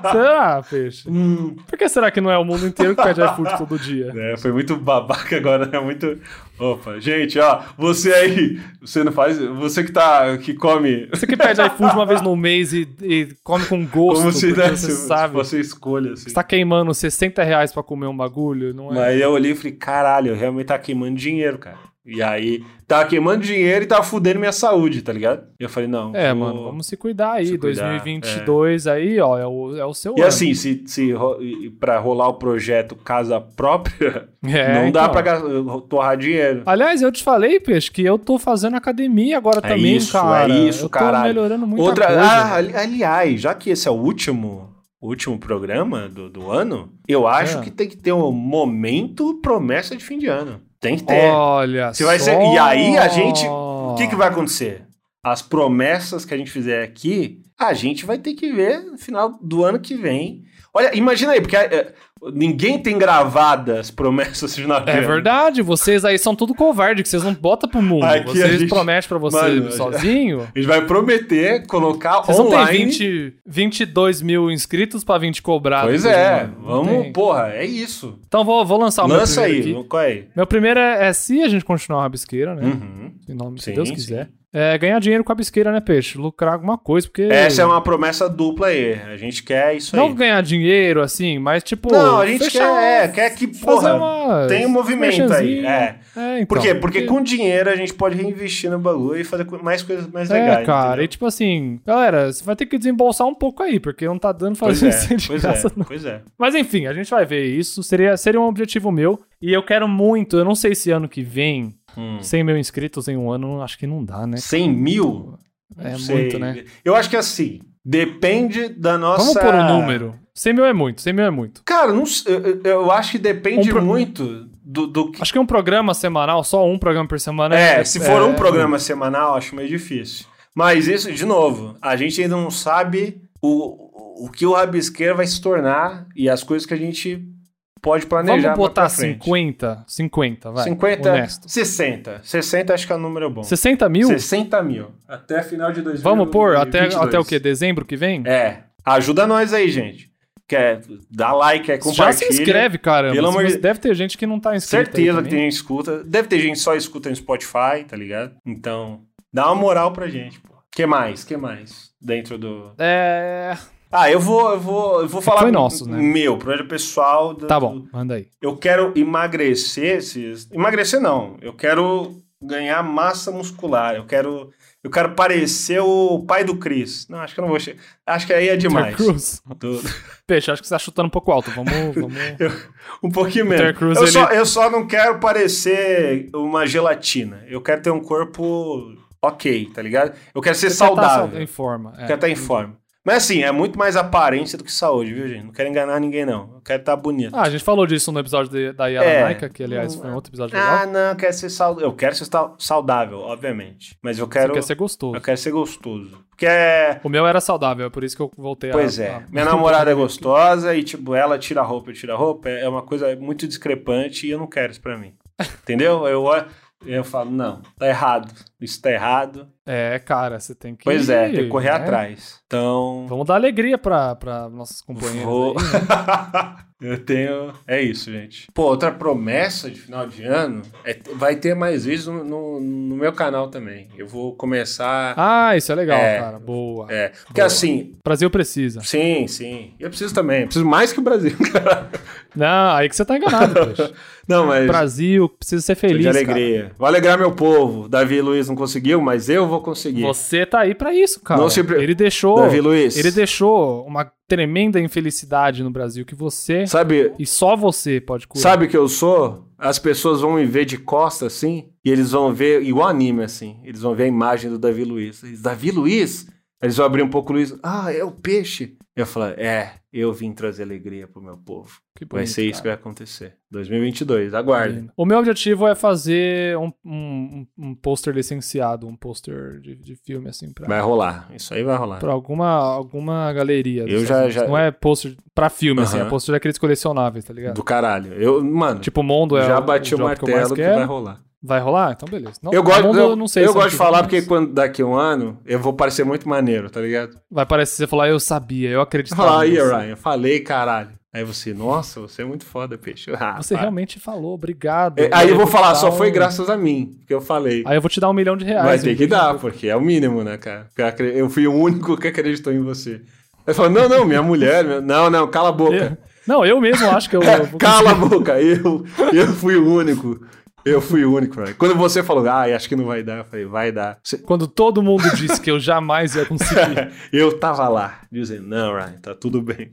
Speaker 1: Será, peixe?
Speaker 2: Hum,
Speaker 1: Por que será que não é o mundo inteiro que pede iFood todo dia?
Speaker 2: É, foi muito babaca agora, né? Muito. Opa, gente, ó, você aí, você não faz. Você que tá. que come
Speaker 1: Você que pede iFood uma vez no mês e, e come com gosto,
Speaker 2: Como se
Speaker 1: porque
Speaker 2: desse,
Speaker 1: você sabe.
Speaker 2: você escolha, assim.
Speaker 1: Você tá queimando 60 reais pra comer um bagulho, não é?
Speaker 2: Mas eu olhei e falei, caralho, eu realmente tá queimando dinheiro, cara. E aí, tava queimando dinheiro e tava fudendo minha saúde, tá ligado? E eu falei, não.
Speaker 1: É,
Speaker 2: vou-
Speaker 1: mano, vamos se cuidar aí.
Speaker 2: se cuidar, é.
Speaker 1: 2022 aí, ó, é o, é o seu
Speaker 2: E
Speaker 1: ano.
Speaker 2: assim, se, se ro- e- pra rolar o projeto casa própria,
Speaker 1: <laughs> <laughs> É,
Speaker 2: não dá
Speaker 1: então. Ah,
Speaker 2: pra ga- torrar dinheiro.
Speaker 1: Aliás, eu te falei, Peixe, que eu tô fazendo academia agora
Speaker 2: É
Speaker 1: também,
Speaker 2: isso,
Speaker 1: cara.
Speaker 2: é isso,
Speaker 1: eu tô
Speaker 2: caralho.
Speaker 1: melhorando muito
Speaker 2: Outra.
Speaker 1: coisa.
Speaker 2: Ah, ali- aliás, já que esse é o último. Último programa do, do ano, eu acho
Speaker 1: É.
Speaker 2: que tem que ter um momento promessa de fim de ano. Tem que ter.
Speaker 1: Olha
Speaker 2: é. Você vai
Speaker 1: só.
Speaker 2: ser- e aí a gente- O que, que vai acontecer? As promessas que a gente fizer aqui, a gente vai ter que ver no final do ano que vem. Olha, imagina aí, porque eh, ninguém tem gravado as promessas de final de
Speaker 1: É
Speaker 2: ano.
Speaker 1: verdade, vocês aí são tudo covarde, que vocês não botam pro mundo.
Speaker 2: Aqui a
Speaker 1: vocês
Speaker 2: gente-
Speaker 1: prometem pra você
Speaker 2: Mano, <laughs>
Speaker 1: sozinho.
Speaker 2: A gente vai prometer colocar
Speaker 1: Vocês não têm
Speaker 2: online.
Speaker 1: 20, 22 mil inscritos pra 20 cobrados.
Speaker 2: Pois
Speaker 1: né,
Speaker 2: é,
Speaker 1: mano? Não
Speaker 2: vamos,
Speaker 1: tem.
Speaker 2: porra, é isso.
Speaker 1: Então vou, vou lançar o meu
Speaker 2: Lança
Speaker 1: primeiro
Speaker 2: aí,
Speaker 1: aqui.
Speaker 2: qual é?
Speaker 1: Meu primeiro é, é se a gente continuar a rabisqueira, né?
Speaker 2: Uhum.
Speaker 1: Em nome, se
Speaker 2: Sim,
Speaker 1: Deus
Speaker 2: sim.
Speaker 1: quiser. É, ganhar dinheiro com a bisqueira, né, Peixe? Lucrar alguma coisa, porque.
Speaker 2: Essa é uma promessa dupla aí. A gente quer isso
Speaker 1: Não
Speaker 2: aí.
Speaker 1: ganhar dinheiro, assim, mas tipo.
Speaker 2: Não, a gente
Speaker 1: fechar-
Speaker 2: quer, é, quer que,
Speaker 1: fazer
Speaker 2: porra,
Speaker 1: uma-
Speaker 2: tem um movimento aí.
Speaker 1: merchanzinho.
Speaker 2: É.
Speaker 1: É, então.
Speaker 2: Por quê? Porque com dinheiro a gente pode reinvestir no bagulho e fazer co- mais coisas mais
Speaker 1: É,
Speaker 2: legais.
Speaker 1: cara,
Speaker 2: entendeu?
Speaker 1: e tipo assim, galera, você vai ter que desembolsar um pouco aí, porque não tá dando
Speaker 2: Pois
Speaker 1: fazer isso
Speaker 2: é,
Speaker 1: de
Speaker 2: pois
Speaker 1: graça,
Speaker 2: é,
Speaker 1: não.
Speaker 2: pois é.
Speaker 1: Mas enfim, a gente vai ver isso. Seria, seria um objetivo meu. E eu quero muito, eu não sei se ano que vem,
Speaker 2: Hum.
Speaker 1: 100 mil inscritos em um ano, acho que não dá, né?
Speaker 2: 100 mil?
Speaker 1: É
Speaker 2: Não
Speaker 1: muito,
Speaker 2: sei.
Speaker 1: né?
Speaker 2: Eu acho que assim, depende da nossa...
Speaker 1: Vamos pôr um número. 100 mil é muito, 100 mil é muito.
Speaker 2: Cara, não sei, eu, eu- eu acho que depende
Speaker 1: Um pro-
Speaker 2: muito do, do que...
Speaker 1: Acho que um programa semanal, só um programa por semana.
Speaker 2: É, se for um programa semanal, acho meio difícil. Mas isso, de novo, a gente ainda não sabe o, o que o Rabisqueira vai se tornar e as coisas que a gente pode planejar mais
Speaker 1: Vamos
Speaker 2: pra
Speaker 1: botar
Speaker 2: frente.
Speaker 1: 50, 50, vai.
Speaker 2: 50,
Speaker 1: Honesto.
Speaker 2: 60. 60 acho que é um número bom.
Speaker 1: 60 mil?
Speaker 2: 60 mil. Até final de 2022.
Speaker 1: Vamos pôr até, até o quê? Dezembro que vem?
Speaker 2: É, Ajuda nós aí, gente. Quer dar like, quer
Speaker 1: Já
Speaker 2: compartilhar.
Speaker 1: se inscreve, caramba.
Speaker 2: Pelo amor
Speaker 1: Mas
Speaker 2: de-
Speaker 1: Deve ter gente que não tá inscrito.
Speaker 2: Certeza
Speaker 1: aí
Speaker 2: que
Speaker 1: também.
Speaker 2: tem gente que escuta. Deve ter gente que só escuta no Spotify, tá ligado? Então, dá uma moral pra gente, pô. Que mais? Que mais? Dentro do.
Speaker 1: É.
Speaker 2: Ah, eu vou, eu vou, eu vou falar.
Speaker 1: Foi nosso, né?
Speaker 2: Meu, projeto pessoal. do-
Speaker 1: Tá bom, manda aí.
Speaker 2: Eu quero emagrecer esses. Emagrecer não. Eu quero ganhar massa muscular. Eu quero. Eu quero parecer o pai do Chris. Não, acho que eu não vou chegar. Acho que aí é demais.
Speaker 1: Peter Cruz.
Speaker 2: Do-
Speaker 1: Peixe, acho que você tá chutando um pouco alto.
Speaker 2: <laughs>
Speaker 1: Vamos. vamos...
Speaker 2: Um pouquinho
Speaker 1: Peter
Speaker 2: menos.
Speaker 1: Cruz,
Speaker 2: eu,
Speaker 1: ele-
Speaker 2: só, eu só não quero parecer uma gelatina. Eu quero ter um corpo ok, tá ligado? Eu quero ser saudável.
Speaker 1: Tá em forma.
Speaker 2: Eu
Speaker 1: É.
Speaker 2: quero estar em forma. Mas assim, é muito mais aparência do que saúde, viu, gente? Não quero enganar ninguém, não. Eu quero estar bonito.
Speaker 1: Ah, a gente falou disso no episódio de- da Yara
Speaker 2: É.
Speaker 1: Naika, que aliás foi um outro episódio
Speaker 2: Ah,
Speaker 1: legal.
Speaker 2: não, eu quero ser saudável. Eu quero ser sau- saudável, obviamente. Mas eu quero.
Speaker 1: Você quer ser gostoso.
Speaker 2: Eu quero ser gostoso. Porque é.
Speaker 1: O meu era saudável, é por isso que eu voltei a.
Speaker 2: Pois é.
Speaker 1: a-
Speaker 2: Minha namorada
Speaker 1: <laughs>
Speaker 2: é gostosa e, tipo, ela tira a roupa, eu tiro a roupa. É uma coisa muito discrepante e eu não quero isso pra mim. Entendeu? Eu olho- eu falo, não, tá errado. Isso tá errado.
Speaker 1: É, cara, você tem que.
Speaker 2: Pois é, tem que correr
Speaker 1: né?
Speaker 2: atrás. Então.
Speaker 1: Vamos dar alegria pra, pra nossos companheiros.
Speaker 2: Vou...
Speaker 1: aí. né?
Speaker 2: <laughs> eu tenho. É isso, gente. Pô, outra promessa de final de ano é... vai ter mais vídeos no, no- no meu canal também. Eu vou começar.
Speaker 1: Ah, isso é legal,
Speaker 2: É.
Speaker 1: cara. Boa.
Speaker 2: é, porque
Speaker 1: boa.
Speaker 2: assim,
Speaker 1: O Brasil precisa.
Speaker 2: sim, sim. Eu preciso também. Eu preciso mais que o Brasil, <laughs> cara.
Speaker 1: Não, aí que você
Speaker 2: <laughs>
Speaker 1: tá enganado, Peixe.
Speaker 2: Não, mas.
Speaker 1: Brasil, precisa ser
Speaker 2: Tô
Speaker 1: feliz.
Speaker 2: de
Speaker 1: cara.
Speaker 2: alegria. Vou alegrar meu povo. Davi Luiz não conseguiu, mas eu vou conseguir.
Speaker 1: Você tá aí pra isso, cara.
Speaker 2: Não se pre-
Speaker 1: Ele deixou,
Speaker 2: Davi Luiz.
Speaker 1: ele deixou uma tremenda infelicidade no Brasil que você
Speaker 2: Sabe,
Speaker 1: e só você pode curar.
Speaker 2: sabe o que eu sou? As pessoas vão me ver de costa assim, e eles vão ver igual anime assim. Eles vão ver a imagem do Davi Luiz. Eles, Davi Luiz? Eles vão abrir um pouco o Luiz. Ah, é o peixe. Eu falo, é, eu vim trazer alegria pro meu povo.
Speaker 1: Que bonito,
Speaker 2: Vai ser isso
Speaker 1: cara.
Speaker 2: que vai acontecer. 2022, aguardem.
Speaker 1: O meu objetivo é fazer um, um, um- um pôster licenciado, um pôster de, de filme, assim, pra,
Speaker 2: Vai rolar. Isso aí vai rolar.
Speaker 1: pra alguma, alguma galeria. dos
Speaker 2: Eu já-
Speaker 1: Estados Unidos.
Speaker 2: já-
Speaker 1: Não é pôster pra filme, assim, é
Speaker 2: Aham.
Speaker 1: pôster daqueles colecionáveis, tá ligado?
Speaker 2: Do caralho. Eu, mano,
Speaker 1: Tipo, o Mondo é
Speaker 2: já
Speaker 1: o,
Speaker 2: bati o,
Speaker 1: job que eu mais
Speaker 2: martelo que
Speaker 1: quero.
Speaker 2: vai rolar.
Speaker 1: Vai rolar? Então, beleza. Não,
Speaker 2: Eu gosto,
Speaker 1: Mondo,
Speaker 2: eu,
Speaker 1: não sei
Speaker 2: eu
Speaker 1: se é
Speaker 2: gosto de
Speaker 1: ano que
Speaker 2: falar
Speaker 1: vem,
Speaker 2: porque
Speaker 1: mas
Speaker 2: quando daqui um ano eu vou parecer muito maneiro, tá ligado?
Speaker 1: Vai parecer você falar, eu sabia, eu
Speaker 2: Você
Speaker 1: acreditava.
Speaker 2: fala, aí,
Speaker 1: nisso."
Speaker 2: Ryan, falei, caralho. Aí você, nossa, você é muito foda, peixe. <laughs> Ah,
Speaker 1: Você
Speaker 2: pá.
Speaker 1: realmente falou, obrigado.
Speaker 2: É, aí eu vou
Speaker 1: te
Speaker 2: falar,
Speaker 1: dar
Speaker 2: só
Speaker 1: um-
Speaker 2: foi graças a mim que eu falei.
Speaker 1: Aí eu vou te dar um milhão de reais.
Speaker 2: Vai ter
Speaker 1: hein?
Speaker 2: que dar, porque é o mínimo, né, cara? Porque eu acre- Eu fui o único que acreditou em você. Aí fala, não, não, minha mulher, minha- <laughs> não, não, cala a boca.
Speaker 1: Não, eu mesmo
Speaker 2: <laughs>
Speaker 1: acho que eu. É. eu vou-
Speaker 2: É, Cala a boca, eu, eu fui o único. Eu fui o único, Ryan. Quando você falou, ah, acho que não vai dar, eu falei, vai dar. <laughs> Você,
Speaker 1: Quando todo mundo disse que eu jamais ia conseguir.
Speaker 2: Eu tava lá, dizendo, não, Ryan, tá tudo bem.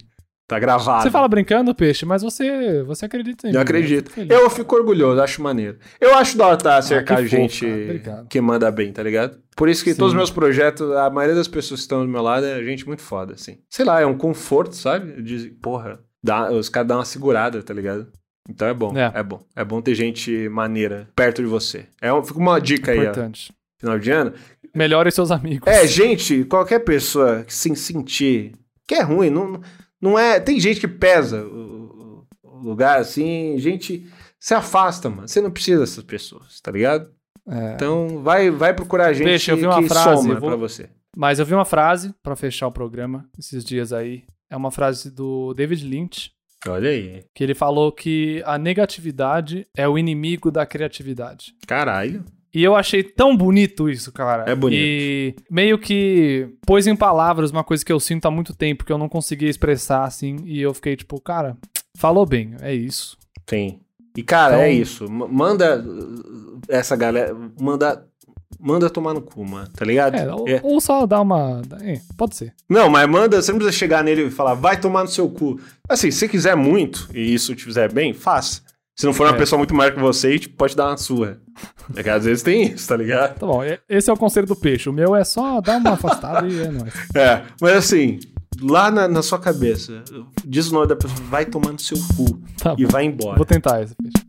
Speaker 2: Tá gravado.
Speaker 1: Você fala brincando, peixe, mas você, você acredita em mim,
Speaker 2: Eu
Speaker 1: né?
Speaker 2: acredito.
Speaker 1: Fico feliz.
Speaker 2: Eu fico orgulhoso, acho maneiro. Eu acho da hora tá cercar
Speaker 1: Ah, que fofo,
Speaker 2: gente
Speaker 1: cara. Obrigado.
Speaker 2: que manda bem, tá ligado? Por isso que
Speaker 1: Sim.
Speaker 2: todos os meus projetos, a maioria das pessoas que estão do meu lado é gente muito foda, assim. Sei lá, é um conforto, sabe? Eu diz, porra, dá, os caras dão uma segurada, tá ligado? Então é bom, é.
Speaker 1: É.
Speaker 2: bom. É bom ter gente maneira perto de você. É um- fica uma dica aí, ó,
Speaker 1: Importante.
Speaker 2: final de ano.
Speaker 1: Melhore seus amigos.
Speaker 2: É, gente, qualquer pessoa que se sentir que é ruim, não, não é. Tem gente que pesa o, o- o lugar, assim, gente se afasta, mano. Você não precisa dessas pessoas, tá ligado?
Speaker 1: É.
Speaker 2: Então vai, vai procurar gente
Speaker 1: Deixa, eu vi uma
Speaker 2: que
Speaker 1: frase,
Speaker 2: soma
Speaker 1: eu vou-
Speaker 2: pra você.
Speaker 1: Mas eu vi uma frase pra fechar o programa esses dias aí. É uma frase do David Lynch,
Speaker 2: Olha aí.
Speaker 1: que ele falou que a negatividade é o inimigo da criatividade.
Speaker 2: Caralho.
Speaker 1: E eu achei tão bonito isso, cara.
Speaker 2: É bonito.
Speaker 1: E meio que pôs em palavras uma coisa que eu sinto há muito tempo, que eu não conseguia expressar assim. E eu fiquei tipo, cara, falou bem, é isso.
Speaker 2: Sim. E, cara,
Speaker 1: Então-
Speaker 2: é isso. M- Manda uh, essa galera. Manda. Manda tomar no cu, mano, tá ligado?
Speaker 1: É, ou,
Speaker 2: É.
Speaker 1: ou só dá uma. é, pode ser.
Speaker 2: Não, mas manda, você não precisa chegar nele e falar, vai tomar no seu cu. Assim, se você quiser muito e isso te fizer bem, faça. Se não for uma
Speaker 1: É.
Speaker 2: pessoa muito maior que você, tipo, pode dar uma surra. É que às vezes tem isso, tá ligado?
Speaker 1: Tá bom, e- esse é o conselho do peixe. O meu é só dar uma afastada e é nóis.
Speaker 2: É, mas assim, lá na, na sua cabeça, diz o nome da pessoa, vai tomar no seu cu
Speaker 1: Tá
Speaker 2: e
Speaker 1: bom.
Speaker 2: vai embora.
Speaker 1: Vou tentar esse peixe.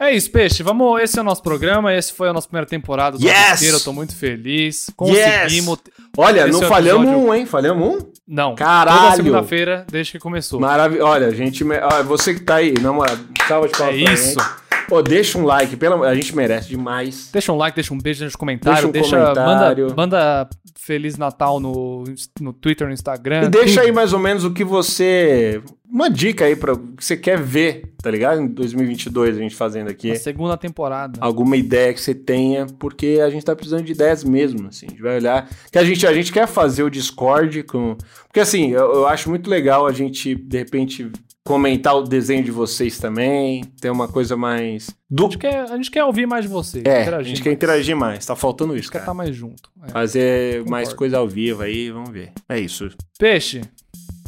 Speaker 1: É isso, peixe. Vamos, esse é o nosso programa, esse foi a nossa primeira temporada do
Speaker 2: Yes!
Speaker 1: Roteiro, Eu tô muito feliz.
Speaker 2: Yes!
Speaker 1: Conseguimos.
Speaker 2: Olha,
Speaker 1: Esse
Speaker 2: não
Speaker 1: é o
Speaker 2: falhamos
Speaker 1: episódio-
Speaker 2: um, hein? Falhamos um?
Speaker 1: Não. Toda
Speaker 2: Caralho!
Speaker 1: segunda-feira, desde que começou.
Speaker 2: Maravilha. Olha, gente, me- olha, você que tá aí, namorado, salva de palmas
Speaker 1: É
Speaker 2: pra
Speaker 1: isso.
Speaker 2: gente. Pô, deixa um like, pela... a gente merece demais.
Speaker 1: Deixa um like, deixa um beijo nos comentários.
Speaker 2: Deixa
Speaker 1: Deixa
Speaker 2: um comentário.
Speaker 1: Manda, manda Feliz Natal no, no Twitter, no Instagram.
Speaker 2: E deixa
Speaker 1: É, tudo.
Speaker 2: aí mais ou menos o que você. Uma dica aí pra o que você quer ver, tá ligado? Em 2022 a gente fazendo aqui.
Speaker 1: A segunda temporada.
Speaker 2: Alguma ideia que você tenha, porque a gente tá precisando de ideias mesmo, assim. A gente vai olhar. Que a gente, a gente quer fazer o Discord com. Porque assim, eu, eu acho muito legal a gente, de repente, comentar o desenho de vocês também. Ter uma coisa mais.
Speaker 1: A
Speaker 2: Do...
Speaker 1: gente, quer, a gente quer ouvir mais de vocês.
Speaker 2: É, a
Speaker 1: interagir
Speaker 2: gente quer
Speaker 1: mais.
Speaker 2: interagir mais. Tá faltando
Speaker 1: A
Speaker 2: isso,
Speaker 1: gente quer
Speaker 2: cara.
Speaker 1: estar mais junto. é.
Speaker 2: Fazer mais
Speaker 1: Concordo.
Speaker 2: coisa ao vivo aí, vamos ver. É isso.
Speaker 1: Peixe,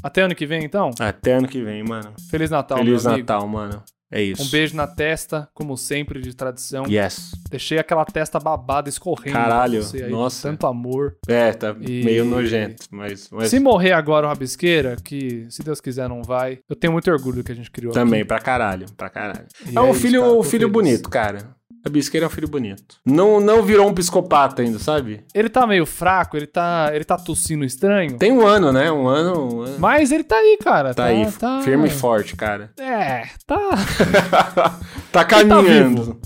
Speaker 1: até ano que vem, então.
Speaker 2: Até ano que vem, mano.
Speaker 1: Feliz Natal,
Speaker 2: Feliz
Speaker 1: meu amigo.
Speaker 2: Natal, mano. É isso.
Speaker 1: Um beijo na testa, como sempre, de tradição.
Speaker 2: Yes.
Speaker 1: Deixei aquela testa babada escorrendo.
Speaker 2: Caralho,
Speaker 1: pra você aí,
Speaker 2: nossa.
Speaker 1: Tanto amor.
Speaker 2: É, tá
Speaker 1: E-
Speaker 2: meio nojento, mas, mas
Speaker 1: Se morrer agora o Rabisqueira, que se Deus quiser não vai, eu tenho muito orgulho do que a gente criou.
Speaker 2: também, pra caralho, pra caralho.
Speaker 1: aqui. E
Speaker 2: é um
Speaker 1: isso,
Speaker 2: filho,
Speaker 1: cara, tô
Speaker 2: um filho
Speaker 1: feliz.
Speaker 2: bonito, cara. A Bisqueira é um filho bonito. Não, não virou um psicopata ainda, sabe?
Speaker 1: Ele tá meio fraco, ele tá, ele tá tossindo estranho.
Speaker 2: Tem um ano, né? Um ano, um ano.
Speaker 1: Mas ele tá aí, cara.
Speaker 2: tá aí,
Speaker 1: tá-
Speaker 2: firme e forte, cara.
Speaker 1: É, tá.
Speaker 2: tá
Speaker 1: vivo.
Speaker 2: caminhando.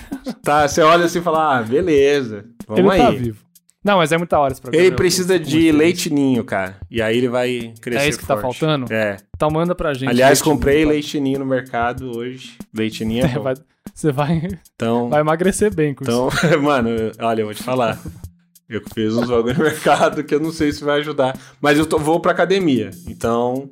Speaker 2: <laughs> tá, você olha assim e fala, ah, beleza, vamos
Speaker 1: ele
Speaker 2: aí.
Speaker 1: tá vivo. Não, mas é muita hora esse programa.
Speaker 2: Ele
Speaker 1: eu tô-
Speaker 2: precisa
Speaker 1: fico muito
Speaker 2: de
Speaker 1: feliz.
Speaker 2: leite ninho, cara. E aí ele vai crescer
Speaker 1: É isso que tá
Speaker 2: forte.
Speaker 1: faltando?
Speaker 2: É.
Speaker 1: Então manda pra gente.
Speaker 2: Aliás,
Speaker 1: leite
Speaker 2: comprei
Speaker 1: ninho,
Speaker 2: leite ninho no mercado hoje. Leite ninho é
Speaker 1: <laughs> tá?
Speaker 2: bom.
Speaker 1: Vai- Você vai,
Speaker 2: Então,
Speaker 1: vai emagrecer bem com isso.
Speaker 2: então <laughs> mano, eu- olha, eu vou te falar. Eu fiz uns bagulho no <laughs> mercado que eu não sei se vai ajudar. Mas eu tô- vou pra academia. Então,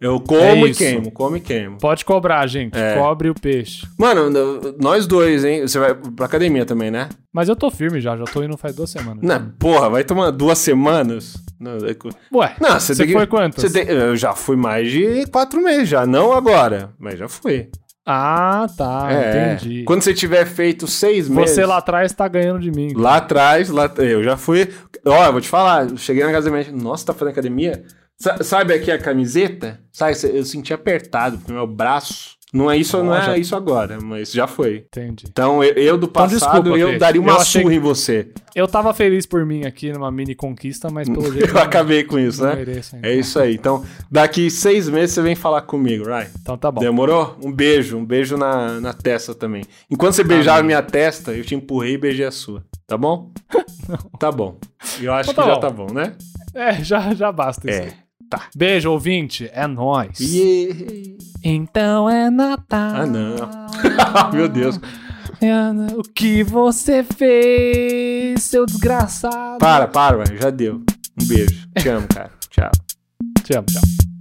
Speaker 2: eu como
Speaker 1: É
Speaker 2: e
Speaker 1: isso.
Speaker 2: queimo, como e queimo.
Speaker 1: Pode cobrar, gente.
Speaker 2: É.
Speaker 1: Cobre o peixe.
Speaker 2: Mano, n- nós dois, hein? Você vai pra academia também, né?
Speaker 1: Mas eu tô firme já, já tô indo faz duas semanas.
Speaker 2: Não, porra, vai tomar duas semanas? Não, é co-
Speaker 1: Ué,
Speaker 2: não, você
Speaker 1: você
Speaker 2: tem que.
Speaker 1: foi quantas?
Speaker 2: você tem- eu já fui mais de quatro meses já. Não agora, mas já fui.
Speaker 1: Ah, tá,
Speaker 2: É.
Speaker 1: entendi.
Speaker 2: Quando você tiver feito seis meses.
Speaker 1: Você lá atrás tá ganhando de mim.
Speaker 2: Lá atrás, lá, eu já fui. Ó, eu vou te falar, eu cheguei na casa da minha tia, nossa, tá fazendo academia? Sa- sabe aqui a camiseta? Sabe, cê- eu senti apertado, porque meu braço. Não é isso, não
Speaker 1: Ó,
Speaker 2: é
Speaker 1: já-
Speaker 2: isso agora, mas já foi.
Speaker 1: Entendi.
Speaker 2: Então, eu, eu do passado,
Speaker 1: desculpa,
Speaker 2: eu
Speaker 1: Fê.
Speaker 2: daria uma
Speaker 1: Eu achei-
Speaker 2: surra em você.
Speaker 1: Eu tava feliz por mim aqui numa mini conquista, mas pelo jeito.
Speaker 2: <laughs> Eu acabei com isso,
Speaker 1: não
Speaker 2: né?
Speaker 1: mereço ainda.
Speaker 2: É isso aí. Então, daqui seis meses você vem falar comigo, right?
Speaker 1: Então tá bom.
Speaker 2: Demorou? Um beijo, um beijo na, na testa também. Enquanto você beijava a minha testa, eu te empurrei e beijei a sua. Tá bom?
Speaker 1: <laughs>
Speaker 2: Tá bom. Eu acho
Speaker 1: Então
Speaker 2: que
Speaker 1: tá
Speaker 2: já tá bom, né?
Speaker 1: É, já, já basta isso.
Speaker 2: É.
Speaker 1: Beijo, ouvinte. É nóis.
Speaker 2: Yeah.
Speaker 1: Então é Natal.
Speaker 2: Ah,
Speaker 1: <laughs>
Speaker 2: não. <laughs> Meu Deus.
Speaker 1: Ana, O que você fez, seu desgraçado?
Speaker 2: Para, para, velho. Já deu. Um beijo. Te amo, cara. Tchau.
Speaker 1: Te amo, tchau.